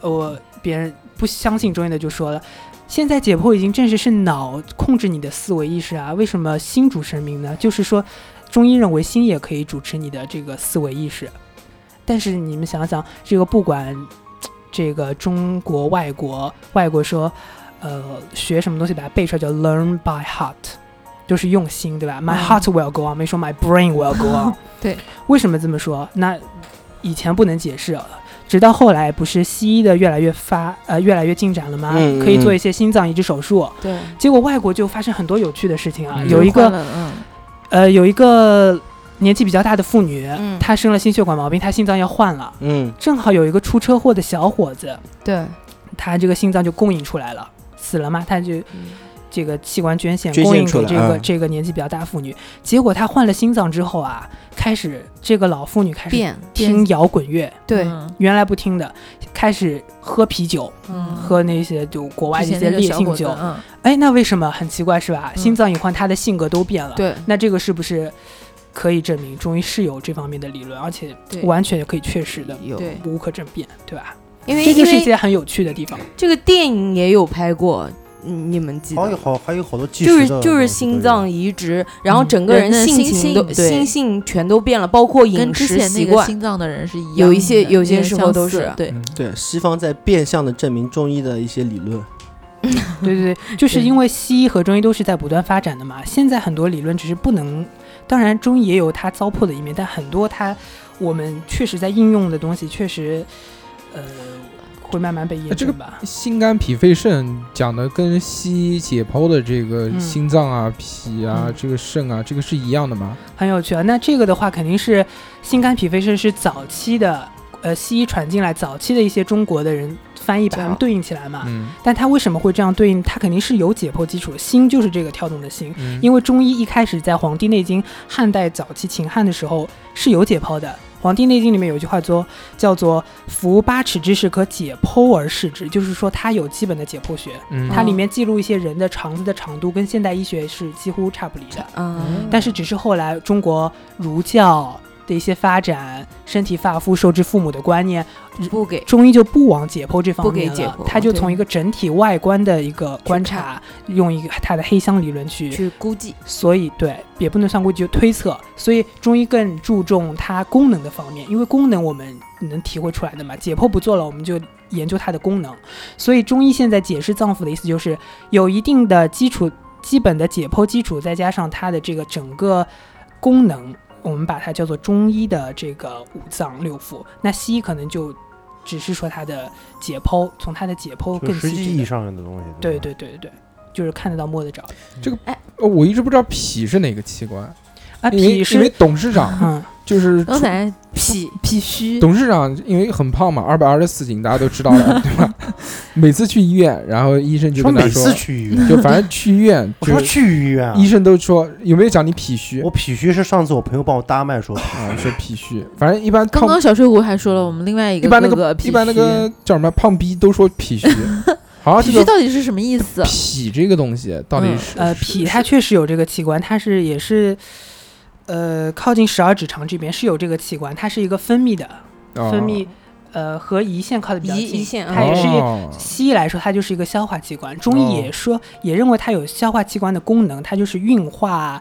Speaker 7: 我、别人不相信中医的就说了，现在解剖已经证实是脑控制你的思维意识啊，为什么心主神明呢？就是说，中医认为心也可以主持你的这个思维意识，但是你们想想，这个不管这个中国、外国，外国说，呃，学什么东西把它背出来叫 learn by heart，就是用心，对吧？My
Speaker 5: 嗯。
Speaker 7: heart will go on，没说 my brain will go on
Speaker 5: 对，
Speaker 7: 为什么这么说？那以前不能解释了。直到后来，不是西医的越来越发呃越来越进展了吗？
Speaker 4: 嗯嗯
Speaker 7: 可以做一些心脏移植手术，
Speaker 1: 对，
Speaker 7: 结果外国就发生很多有趣的事情啊，
Speaker 3: 嗯
Speaker 7: 有一
Speaker 5: 换
Speaker 7: 个
Speaker 5: 了嗯，
Speaker 7: 呃有一个年纪比较大的妇女，
Speaker 1: 嗯
Speaker 7: 她生了心血管毛病，她心脏要换了，
Speaker 4: 嗯，
Speaker 7: 正好有一个出车祸的小伙子，
Speaker 1: 对，
Speaker 7: 他这个心脏就供应出来了，死了嘛，他就这个器官捐献
Speaker 4: 捐
Speaker 7: 供
Speaker 4: 献
Speaker 7: 应
Speaker 4: 出
Speaker 7: 给
Speaker 4: 来
Speaker 7: 这个、
Speaker 4: 嗯
Speaker 7: 这个年纪比较大妇女，结果她换了心脏之后啊，开始这个老妇女开始
Speaker 1: 变
Speaker 7: 听摇滚乐，
Speaker 1: 对，
Speaker 5: 嗯
Speaker 7: 原来不听的，开始喝啤酒，
Speaker 5: 嗯
Speaker 7: 喝那些就国外的
Speaker 5: 之
Speaker 7: 一
Speaker 5: 前
Speaker 7: 些
Speaker 5: 那个
Speaker 7: 烈
Speaker 5: 小
Speaker 7: 性
Speaker 5: 伙子
Speaker 7: 酒，
Speaker 5: 嗯，
Speaker 7: 哎，那为什么很奇怪是吧？
Speaker 5: 嗯
Speaker 7: 心脏隐患，他的性格都变了。，
Speaker 1: 对
Speaker 7: 那这个是不是可以证明中医是有这方面的理论，而且
Speaker 1: 对
Speaker 7: 完全可以确实的，
Speaker 1: 有
Speaker 5: 对
Speaker 7: 无可争辩，对吧？
Speaker 1: 因为
Speaker 7: 这
Speaker 1: 因
Speaker 7: 就是一
Speaker 1: 为
Speaker 7: 些很有趣的地方。
Speaker 1: 这个电影也有拍过，嗯你们记
Speaker 6: 好
Speaker 1: 得？
Speaker 6: 有好还有好多技
Speaker 1: 就
Speaker 6: 术
Speaker 1: 是就是心脏移植，然后
Speaker 5: 嗯
Speaker 1: 整个
Speaker 5: 人的
Speaker 1: 性
Speaker 5: 心
Speaker 1: 情
Speaker 5: 性
Speaker 1: 都
Speaker 5: 对
Speaker 1: 心性全都变了，包括
Speaker 5: 跟
Speaker 1: 饮
Speaker 5: 之
Speaker 1: 食
Speaker 5: 前
Speaker 1: 习
Speaker 5: 那个
Speaker 1: 惯。
Speaker 5: 心脏的人是一样的，
Speaker 1: 有一些有些
Speaker 5: 点
Speaker 1: 时候
Speaker 5: 相
Speaker 1: 都
Speaker 5: 似
Speaker 1: 是
Speaker 5: 对，
Speaker 3: 嗯
Speaker 4: 对，西方在变相的证明中医的一些理论。
Speaker 7: 哦对对
Speaker 3: 嗯
Speaker 7: 对，就是
Speaker 5: 对
Speaker 7: 因为西医和中医都是在不断发展的嘛。现在很多理论只是不能，当然中医也有它糟粕的一面，但很多它我们确实在应用的东西，确实呃会慢慢被验
Speaker 3: 啊这个
Speaker 7: 证吧。
Speaker 3: 心肝脾肺肾讲的跟西医解剖的这个
Speaker 7: 嗯
Speaker 3: 心脏啊、脾啊
Speaker 7: 嗯、
Speaker 3: 这个肾啊，这个是一样的吗？
Speaker 7: 很有趣啊。那这个的话，肯定是心肝脾肺肾是早期的，呃，西医传进来早期的一些中国的人翻译把它们对应起来嘛。
Speaker 3: 嗯
Speaker 7: 但它为什么会这样对应？它肯定是有解剖基础，心就是这个跳动的心。
Speaker 3: 嗯，
Speaker 7: 因为中医一开始在《黄帝内经》汉代早期秦汉的时候是有解剖的，《黄帝内经》里面有一句话说叫做“夫八尺之士，可解剖而视之”，就是说它有基本的解剖学，
Speaker 1: 哦
Speaker 3: 嗯
Speaker 7: 它里面记录一些人的肠子的长度跟现代医学是几乎差不离的。
Speaker 1: 嗯，
Speaker 7: 但是只是后来中国儒教的一些发展，身体发肤受之父母的观念，
Speaker 1: 不给
Speaker 7: 中医就不往解剖这方
Speaker 1: 不给
Speaker 7: 面
Speaker 1: 解
Speaker 7: 了
Speaker 1: 剖，
Speaker 7: 他就
Speaker 1: 对
Speaker 7: 从一个整体外观的一个观
Speaker 1: 去
Speaker 7: 察，用一个他的黑箱理论去
Speaker 1: 去估计，
Speaker 7: 所以对，也不能算过就推测。所以中医更注重它功能的方面，因为功能我们能体会出来的嘛，解剖不做了，我们就研究它的功能。所以中医现在解释脏腑的意思就是有一定的基础、基本的解剖基础，再加上它的这个整个功能，我们把它叫做中医的这个五脏六腑。那西医可能就只是说它的解剖，从它的解剖
Speaker 6: 就
Speaker 7: 更
Speaker 6: 实
Speaker 7: 细
Speaker 6: 际
Speaker 7: 致
Speaker 6: 意义
Speaker 7: 地。
Speaker 6: 上的嗯东西。
Speaker 7: 对
Speaker 6: 吧
Speaker 7: 对对对对，就是看得到摸得着。
Speaker 3: 呃我一直不知道脾是哪个器官，
Speaker 7: 啊，
Speaker 3: 因为
Speaker 7: 脾
Speaker 3: 因为
Speaker 7: 是
Speaker 3: 董事长
Speaker 7: 嗯。
Speaker 3: 就是
Speaker 5: 刚才脾脾 虚，
Speaker 3: 董事长因为很胖嘛，二百二十四斤，大家都知道 的，对吧？每次去医院，然后医生就
Speaker 6: 说
Speaker 3: 跟他
Speaker 6: 每
Speaker 3: 说
Speaker 6: 次，去医院，
Speaker 3: 就反正去医院，
Speaker 6: 我
Speaker 3: 就
Speaker 6: 说去医院啊，
Speaker 3: 医生都说有没有讲你脾虚
Speaker 6: 我脾虚是上次我朋友帮我搭脉 说，
Speaker 3: 啊？说脾虚，反正一般
Speaker 5: 刚
Speaker 3: 胖，
Speaker 5: 刚小水果还说了，我们另外一
Speaker 3: 一
Speaker 5: 个
Speaker 3: 般那
Speaker 5: 哥
Speaker 3: 个
Speaker 5: 哥脾
Speaker 3: 一般那
Speaker 5: 虚
Speaker 3: 个叫什么胖逼都说脾 虚，好像
Speaker 5: 脾
Speaker 3: 这
Speaker 5: 虚
Speaker 3: 个
Speaker 5: 到底是什么意思？
Speaker 3: 脾这个东西到底
Speaker 5: 嗯
Speaker 3: 是
Speaker 7: 呃，
Speaker 3: 是
Speaker 7: 脾它确实有这个器官，它是也是，呃，靠近十二指肠这边是有这个器官，它是一个分泌的，
Speaker 3: 啊
Speaker 7: 分泌呃和胰腺靠的比较
Speaker 1: 胰
Speaker 7: 近，
Speaker 1: 胰腺
Speaker 7: 它也是一
Speaker 3: 哦
Speaker 7: 西医来说，它就是一个消化器官，中医也说、也认为它有消化器官的功能，它就是运化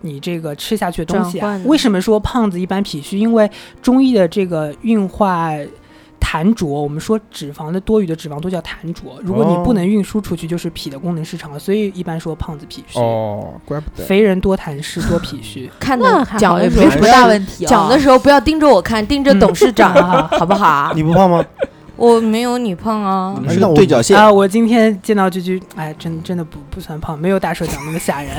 Speaker 7: 你这个吃下去的东西
Speaker 1: 转
Speaker 7: 啊
Speaker 1: 换。的
Speaker 7: 为什么说胖子一般脾虚？因为中医的这个运化。痰浊，我们说脂肪的多余的脂肪都叫痰浊。如果你
Speaker 6: 哦
Speaker 7: 不能运输出去，就是脾的功能失常了。所以一般说胖子脾虚。
Speaker 3: 哦，怪不得
Speaker 7: 肥人多痰湿多脾虚。
Speaker 1: 看
Speaker 5: 那
Speaker 1: 的
Speaker 5: 还
Speaker 1: 讲
Speaker 5: 好也
Speaker 1: 的
Speaker 5: 没有什么大问题啊。
Speaker 1: 讲的时候不要盯着我看，盯
Speaker 7: 嗯
Speaker 1: 着董事 长啊， 好不好啊？
Speaker 6: 你不胖吗？
Speaker 1: 我没有你胖啊
Speaker 4: 你，们是
Speaker 6: 那我
Speaker 4: 对角线，
Speaker 7: 啊，我今天见到这句，哎，真真的不不算胖，没有大帅长那么吓人。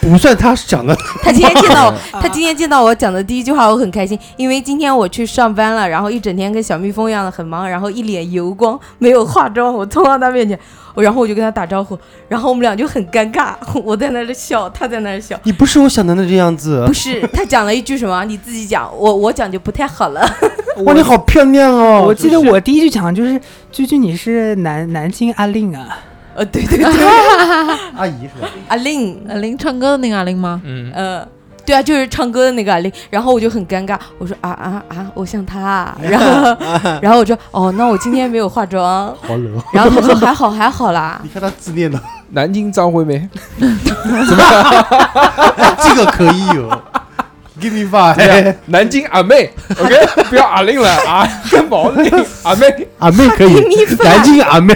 Speaker 6: 不算他讲的，
Speaker 1: 他今天见 到我，
Speaker 7: 他
Speaker 1: 嗯他今天见到我讲的第一句话，我很开心，因为今天我去上班了，然后一整天跟小蜜蜂一样的很忙，然后一脸油光，没有化妆，我冲到他面前，我然后我就跟他打招呼，然后我们俩就很尴尬， 我在那里笑，他在那里笑。
Speaker 6: 你不是我想的那这样子
Speaker 1: 不。是，他讲了一句什么？你自己讲，我我讲就不太好 了。
Speaker 6: 哇，你好漂亮哦！
Speaker 7: 我记得我第一句讲的就是“居居，你是南南京阿令啊
Speaker 1: 呃，对对对，
Speaker 6: 阿姨 是吧？
Speaker 1: 阿令，
Speaker 5: 阿玲呃唱歌的那个阿玲吗？
Speaker 3: 嗯
Speaker 1: 呃，对啊，就是唱歌的那个阿令。然后我就很尴尬，我说啊啊啊，我像他啊。然后然后我说哦，那我今天没有化妆。
Speaker 6: 好冷，
Speaker 1: 然后他说还好还好啦
Speaker 6: 你。看他自恋的，
Speaker 3: 南京张惠妹，
Speaker 6: 这个可以有。Give me five，
Speaker 3: 哎南京阿妹，OK，不要阿令了啊， 跟毛令阿妹，
Speaker 6: 阿妹可以
Speaker 1: Give me five
Speaker 6: 南京阿妹，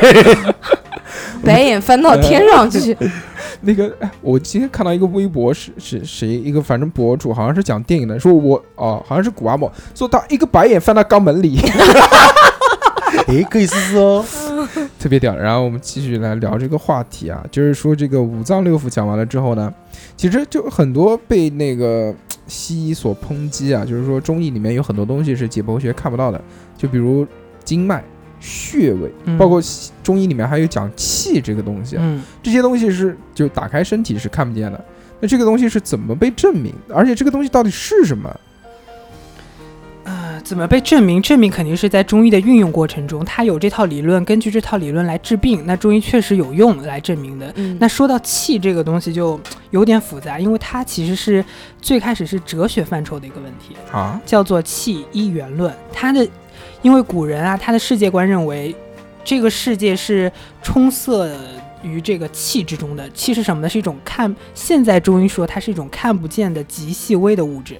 Speaker 1: 白眼翻到天上去。
Speaker 3: 那个哎我今天看到一个微博是是谁一个反正博主好像是讲电影的，说我哦好像是古阿莫，说他一个白眼翻到肛门 里，
Speaker 6: 哎，可以试试哦。
Speaker 3: 特别屌。然后我们继续来聊这个话题啊，就是说这个五脏六腑讲完了之后呢，其实就很多被那个西医所抨击啊，就是说中医里面有很多东西是解剖学看不到的，就比如经脉、穴位，”，
Speaker 6: 嗯
Speaker 3: 包括西中医里面还有讲气这个东西啊，
Speaker 7: 嗯，
Speaker 3: 这些东西是就打开身体是看不见的。那这个东西是怎么被证明？而且这个东西到底是什么？
Speaker 7: 呃，怎么被证明？证明肯定是在中医的运用过程中，它有这套理论，根据这套理论来治病，那中医确实有用来证明的。
Speaker 1: 嗯
Speaker 7: 那说到气这个东西就有点复杂，因为它其实是最开始是哲学范畴的一个问题。
Speaker 3: 啊？
Speaker 7: 叫做气一元论。他的，因为古人啊，他的世界观认为这个世界是充塞于这个气之中的。气是什么呢？是一种看，现在中医说它是一种看不见的极细微的物质。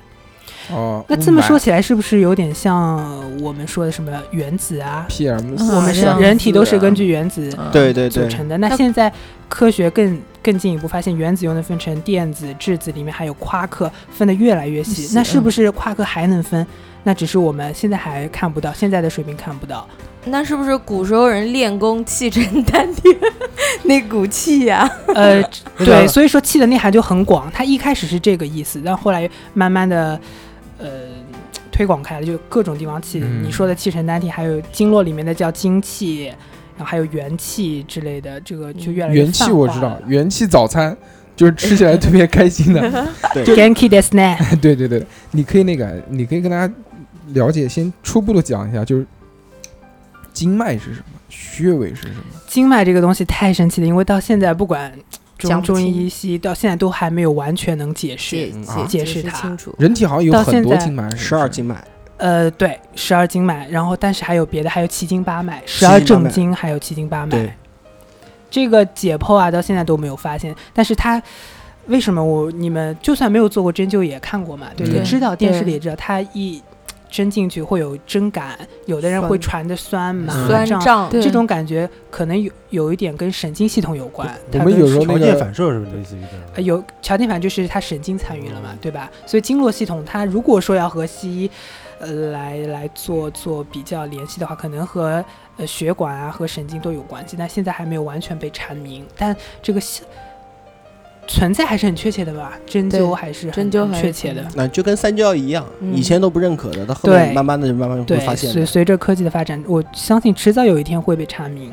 Speaker 3: 哦，
Speaker 7: 那这么说
Speaker 3: 雾霾
Speaker 7: 起来，是不是有点像我们说的什么原子啊？
Speaker 3: ，PM
Speaker 5: 嗯
Speaker 7: 我们是
Speaker 5: 这样
Speaker 7: 人体都
Speaker 3: 子
Speaker 7: 是
Speaker 3: 啊
Speaker 7: 根据原子
Speaker 5: 嗯
Speaker 4: 对对
Speaker 7: 组
Speaker 4: 对，
Speaker 7: 成的。那
Speaker 5: 它
Speaker 7: 现在科学更更进一步发现，原子又能分成电子、质子，里面还有夸克，分得越来越细
Speaker 5: 细。
Speaker 7: 那是不
Speaker 5: 嗯
Speaker 7: 是夸克还能分？那只是我们现在还看不到，现在的水平看不 到。
Speaker 1: 那是不是古时候人练功气沉丹田那股气呀、
Speaker 7: 呃，
Speaker 6: 那
Speaker 7: 对，
Speaker 6: 个
Speaker 7: 所以说气的内涵就很广。它一开始是这个意思，但后来慢慢的，呃，推广开了，就各种地方气。
Speaker 3: 嗯
Speaker 7: 你说的气沉丹田，还有经络里面的叫精气，然后还有元气之类的，这个就越来越
Speaker 3: 元气我知道，元气早餐就是吃起来特别开心的， 哎
Speaker 7: g a n k i d e s n a
Speaker 3: 对对对，你可以那个，你可以跟大家了解，先初步的讲一下，就是经脉是什么，穴位是什么。
Speaker 7: 经脉这个东西太神奇了，因为到现在不管中
Speaker 1: 讲不
Speaker 7: 中
Speaker 1: 清
Speaker 7: 医西医，到现在都还没有完全能解
Speaker 1: 解
Speaker 7: 释。
Speaker 3: 啊
Speaker 1: 解
Speaker 7: 解释它
Speaker 1: 清楚。
Speaker 3: 人体好像有
Speaker 7: 到
Speaker 3: 很
Speaker 7: 现
Speaker 3: 多
Speaker 7: 在
Speaker 3: 经脉，
Speaker 4: 十二经脉，
Speaker 7: 呃，对，十二经脉，然后但是还有别的，还有七经八脉、十二
Speaker 4: 七经八
Speaker 7: 正
Speaker 4: 脉
Speaker 7: 经，还有七经八脉
Speaker 4: 对。
Speaker 7: 这个解剖啊，到现在都没有发现，但是它。为什么我你们就算没有做过针灸也看过嘛？对，
Speaker 3: 嗯
Speaker 7: 也知道电视
Speaker 5: 对
Speaker 7: 里也知道，它一针进去会有针感，有的人会
Speaker 5: 酸
Speaker 7: 传的酸麻
Speaker 3: 嗯
Speaker 1: 酸
Speaker 7: 胀，
Speaker 1: 胀，
Speaker 5: 对
Speaker 7: 这种感觉可能有有一点跟神经系统有关。
Speaker 3: 我
Speaker 7: 它
Speaker 3: 们
Speaker 7: 跟
Speaker 3: 有时候那
Speaker 6: 条件
Speaker 3: 个
Speaker 6: 反射是不是类似于
Speaker 7: 呃
Speaker 6: 这样？
Speaker 7: 有条件反正就是它神经参与了嘛
Speaker 6: 嗯，
Speaker 7: 对吧？所以经络系统它如果说要和西医，呃，来来做做比较联系的话，可能和呃血管啊和神经都有关系，但现在还没有完全被阐明，但这个系存在还是很确切的吧？针
Speaker 1: 对
Speaker 7: 灸还是很
Speaker 1: 针灸
Speaker 7: 很
Speaker 1: 还是
Speaker 7: 确切的。
Speaker 4: 那就跟三教一样，
Speaker 1: 嗯
Speaker 4: 以前都不认可的，到后面
Speaker 7: 对
Speaker 4: 慢慢的慢慢会
Speaker 7: 对
Speaker 4: 发，现
Speaker 7: 随
Speaker 4: 的。
Speaker 7: 随着科技的发展，我相信迟早有一天会被阐明。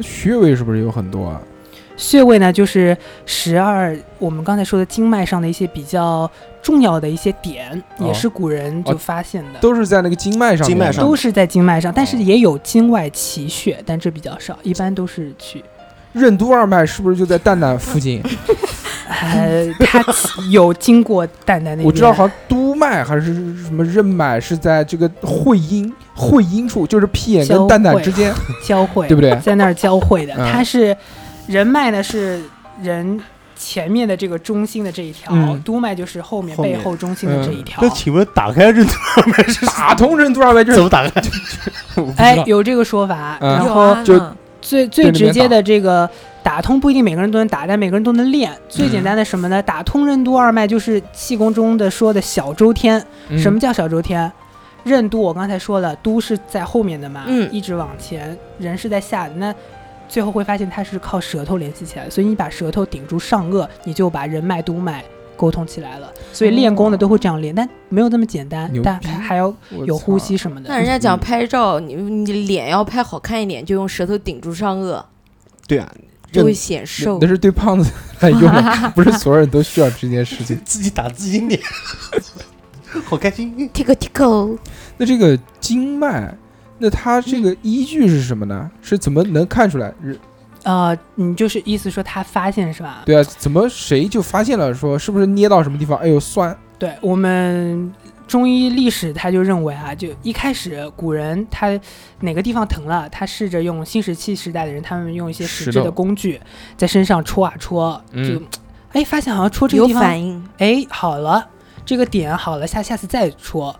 Speaker 3: 穴位是不是有很多啊？
Speaker 7: 穴位呢，就是十二，我们刚才说的经脉上的一些比较重要的一些点，
Speaker 3: 哦
Speaker 7: 也是古人就发现的。
Speaker 3: 都是在那个经脉上面的，
Speaker 4: 经脉上
Speaker 7: 都是在经脉上，
Speaker 3: 哦
Speaker 7: 但是也有经外奇穴，但这比较少，一般都是去。
Speaker 3: 任督二脉是不是就在蛋蛋附近？
Speaker 7: 呃，它有经过蛋蛋那边，
Speaker 3: 我知道，好像督脉还是什么任脉是在这个会阴会阴处，就是屁眼跟蛋蛋之 间，
Speaker 7: 交汇，
Speaker 3: 对不对
Speaker 7: 在那儿交汇的，
Speaker 3: 嗯
Speaker 7: 它是人脉呢是人前面的这个中心的这一条，
Speaker 3: 嗯
Speaker 7: 督脉就是后面
Speaker 4: 后面
Speaker 7: 背后中心的这一条。
Speaker 6: 那请问打开这道门是
Speaker 3: 打通任督二脉就是
Speaker 6: 怎么打开？
Speaker 7: 哎，有这个说法，
Speaker 3: 嗯
Speaker 7: 然
Speaker 5: 有
Speaker 7: 后
Speaker 5: 啊
Speaker 3: 就
Speaker 5: 嗯
Speaker 7: 最
Speaker 3: 对
Speaker 7: 最
Speaker 3: 里
Speaker 7: 直
Speaker 3: 面打
Speaker 7: 接的这个打通不一定每个人都能打，但每个人都能练。最
Speaker 3: 嗯
Speaker 7: 简单的什么呢？打通任督二脉就是气功中的说的小周天。
Speaker 3: 嗯
Speaker 7: 什么叫小周天？任督我刚才说了，督是在后面的嘛，
Speaker 1: 嗯
Speaker 7: 一直往前，人是在下的。那最后会发现它是靠舌头联系起来的，所以你把舌头顶住上颚，你就把人脉督脉沟通起来了。所以练功的都会这样练，但没有这么简单
Speaker 3: 嗯牛，
Speaker 7: 但
Speaker 3: 逼
Speaker 7: 还要
Speaker 3: 我
Speaker 7: 有
Speaker 3: 操
Speaker 7: 呼吸什么的。
Speaker 1: 那人家讲拍照，你你脸要拍好看一点，就用舌头顶住上颚，
Speaker 4: 对啊，
Speaker 1: 就
Speaker 4: 认
Speaker 1: 会显瘦
Speaker 3: 那。是对胖子来用 的，不是所有人都需要这件事情。
Speaker 6: 自己打自己脸， 好开心。
Speaker 1: tickle tickle，
Speaker 3: 那这个经脉，那它这个依据是什么呢？是怎么能看出来？是
Speaker 7: 呃，你就是意思说他发现是吧？
Speaker 3: 对啊，怎么谁就发现了说是不是捏到什么地方？哎呦酸，
Speaker 7: 对，我们中医历史他就认为啊，就一开始古人他哪个地方疼了，他试着用新石器时代的人，他们用一些
Speaker 3: 石
Speaker 7: 实质
Speaker 3: 头
Speaker 7: 的工具在身上戳啊戳，就
Speaker 3: 嗯
Speaker 7: 哎发现好像戳这个
Speaker 1: 有
Speaker 7: 地方
Speaker 1: 反应，
Speaker 7: 哎，好了，这个点好了，下下次再戳。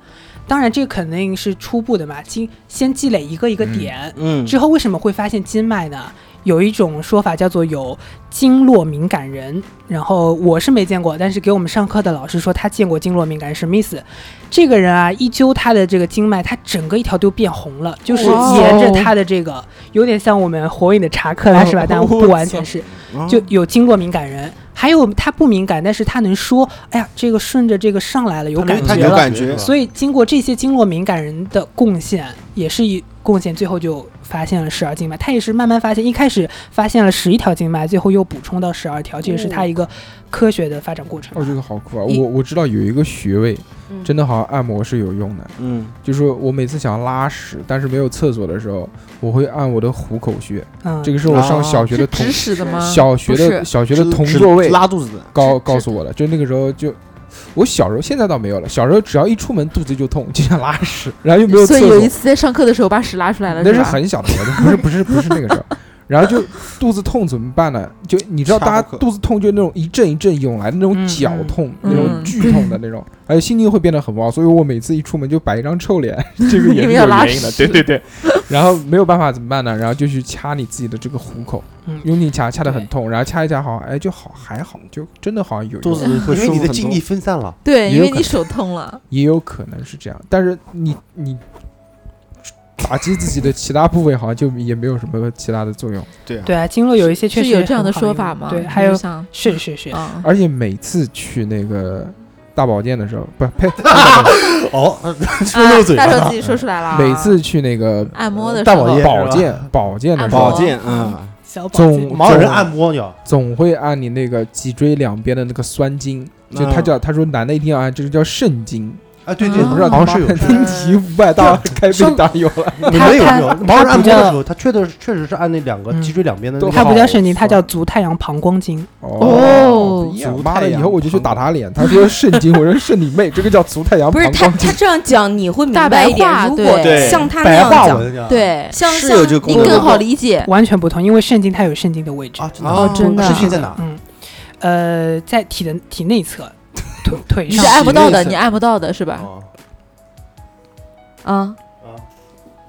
Speaker 7: 当然，这个肯定是初步的嘛，经先积累一个一个
Speaker 3: 嗯
Speaker 7: 点，
Speaker 4: 嗯，
Speaker 7: 之后为什么会发现经脉呢？有一种说法叫做有经络敏感人，然后我是没见过，但是给我们上课的老师说他见过经络敏感人，什么意思？这个人啊，一揪他的这个经脉，他整个一条都变红了，就是
Speaker 3: 哇哦
Speaker 7: 沿着他的这个，有点像我们火影的查克拉是吧？但不完全是，
Speaker 4: 哦
Speaker 7: 就有经络敏感人，还有他不敏感，但是他能说，哎呀，这个顺着这个上来了，有感
Speaker 4: 他
Speaker 7: 觉
Speaker 4: 有
Speaker 7: 了，
Speaker 4: 感觉，
Speaker 7: 所以经过这些经络敏感人的贡献，也是一贡献，最后就发现了十二经脉。他也是慢慢发现，一开始发现了十一条经脉，最后又补充到十二条，这也是他一个科学的发展过程
Speaker 3: 哦
Speaker 7: 吧。
Speaker 3: 这个好酷啊！
Speaker 1: 一
Speaker 3: 我我知道有一个穴位，
Speaker 1: 嗯
Speaker 3: 真的好像按摩是有用的。
Speaker 4: 嗯，
Speaker 3: 就是我每次想拉屎，但是没有厕所的时候，我会按我的虎口穴。
Speaker 7: 嗯，
Speaker 3: 这个是我上
Speaker 4: 啊
Speaker 3: 小学的
Speaker 5: 是
Speaker 3: 同
Speaker 5: 指使的吗？
Speaker 3: 小学
Speaker 1: 不
Speaker 3: 的
Speaker 1: 是
Speaker 3: 小学的同
Speaker 4: 只
Speaker 3: 座位
Speaker 4: 拉肚子的，
Speaker 3: 告
Speaker 1: 指
Speaker 3: 告诉我的，就那个时候就。我小时候，现在倒没有了。小时候只要一出门肚子就痛，就想拉屎，然后又没有厕
Speaker 5: 所以
Speaker 3: 所
Speaker 5: 有一，次在上课的时候把屎拉出来了，
Speaker 3: 那是
Speaker 5: 吧
Speaker 3: 很小的时候，不是不是不是那个时候。 然后就肚子痛怎么办呢？就你知道，
Speaker 4: 插不
Speaker 3: 大家
Speaker 4: 可
Speaker 3: 肚子痛就那种一阵一阵涌来的那种
Speaker 7: 嗯
Speaker 3: 绞痛，
Speaker 5: 嗯
Speaker 3: 那种剧痛的那种，而且心情会变得很不好。所以我每次一出门就摆一张臭脸， 这个也
Speaker 5: 因
Speaker 3: 是
Speaker 5: 为
Speaker 3: 有
Speaker 5: 要拉
Speaker 3: 原因的。
Speaker 5: 屎
Speaker 3: 对对对，然后没有办法怎么办呢？然后就去掐你自己的这个虎口，
Speaker 7: 嗯
Speaker 3: 用力掐，掐得很痛，然后掐一掐好，哎，就好，还好，就真的好像有
Speaker 4: 肚
Speaker 3: 用。
Speaker 4: 子会
Speaker 6: 因
Speaker 4: 舒
Speaker 6: 为
Speaker 4: 服
Speaker 6: 你的
Speaker 4: 很
Speaker 6: 精
Speaker 4: 多
Speaker 6: 力。分散了，
Speaker 5: 对，
Speaker 3: 也
Speaker 5: 因
Speaker 3: 有
Speaker 5: 为
Speaker 3: 可
Speaker 5: 你手痛了，
Speaker 3: 也有可能是这样，但是你你打击自己的其他部位好像就也没有什么其他的作用，
Speaker 4: 对啊，
Speaker 7: 对啊，经络有一 些确
Speaker 5: 是
Speaker 7: 实
Speaker 5: 有
Speaker 7: 也
Speaker 5: 这样
Speaker 7: 很
Speaker 5: 的
Speaker 7: 好
Speaker 5: 说
Speaker 7: 用嗯
Speaker 5: 法吗？
Speaker 7: 对，
Speaker 5: 就
Speaker 7: 还
Speaker 5: 是
Speaker 7: 有
Speaker 5: 像
Speaker 7: 是是是，
Speaker 5: 啊，
Speaker 3: 而且每次去那个大保健的时候，不呸，
Speaker 6: 哦，说
Speaker 5: 啊
Speaker 6: 漏嘴
Speaker 5: 大手
Speaker 6: 了
Speaker 5: 自。己说出来了啊，
Speaker 3: 每次去那个
Speaker 5: 按摩的时
Speaker 6: 大
Speaker 5: 候
Speaker 6: 宝爷
Speaker 3: 保健保健的时
Speaker 5: 按
Speaker 4: 保
Speaker 3: 候
Speaker 5: 摩，
Speaker 4: 健
Speaker 7: 哦
Speaker 4: 啊，
Speaker 7: 小宝
Speaker 3: 总
Speaker 6: 毛人按
Speaker 3: 总
Speaker 6: 摩呢，
Speaker 3: 总会按你那个脊椎两边的那个酸筋，就他叫他说男的一定要按这个叫肾经，
Speaker 6: 哎，对
Speaker 5: 嗯
Speaker 6: 对，
Speaker 3: 我不知道
Speaker 6: 好像是有
Speaker 3: 他妈的提五百大开背大有了，
Speaker 6: 你们有没有
Speaker 7: 他
Speaker 6: 毛人按
Speaker 7: 他
Speaker 6: 摩的
Speaker 7: 他
Speaker 6: 时候，他确的确实是按那两个
Speaker 7: 嗯
Speaker 6: 脊椎两边的
Speaker 3: 都
Speaker 6: 那
Speaker 3: 好
Speaker 6: 个，
Speaker 7: 它不叫肾经，它叫足太阳膀胱经。
Speaker 5: 哦
Speaker 3: 不一样
Speaker 4: 足
Speaker 3: 妈
Speaker 4: 太
Speaker 3: 的，以
Speaker 4: 阳
Speaker 3: 后我就去
Speaker 4: 膀
Speaker 3: 打他脸。他说肾经，我说肾你妹，这个叫足太阳
Speaker 1: 不是
Speaker 3: 膀
Speaker 1: 他
Speaker 3: 胱经
Speaker 1: 他。这样讲你会明
Speaker 5: 大
Speaker 1: 白
Speaker 5: 白
Speaker 1: 一点
Speaker 5: 话，
Speaker 1: 如
Speaker 5: 对
Speaker 1: 果
Speaker 4: 对
Speaker 1: 像他那
Speaker 6: 白
Speaker 1: 样
Speaker 6: 话
Speaker 1: 讲，
Speaker 6: 文呢，
Speaker 5: 对，
Speaker 1: 像
Speaker 4: 是
Speaker 1: 像
Speaker 4: 有这个
Speaker 5: 你
Speaker 4: 功能
Speaker 5: 更好理解。
Speaker 7: 完全不同，因为肾经它有肾经的位置
Speaker 6: 啊，，真
Speaker 4: 哦
Speaker 6: 的，啊
Speaker 5: 真的
Speaker 6: 肾经在哪？
Speaker 7: 嗯，呃，在体的体内侧，腿腿
Speaker 5: 你是
Speaker 7: 上，
Speaker 5: 按不到
Speaker 4: 那
Speaker 5: 的，
Speaker 4: 次
Speaker 5: 你按不到的是吧？
Speaker 6: 哦
Speaker 1: 啊
Speaker 6: 啊，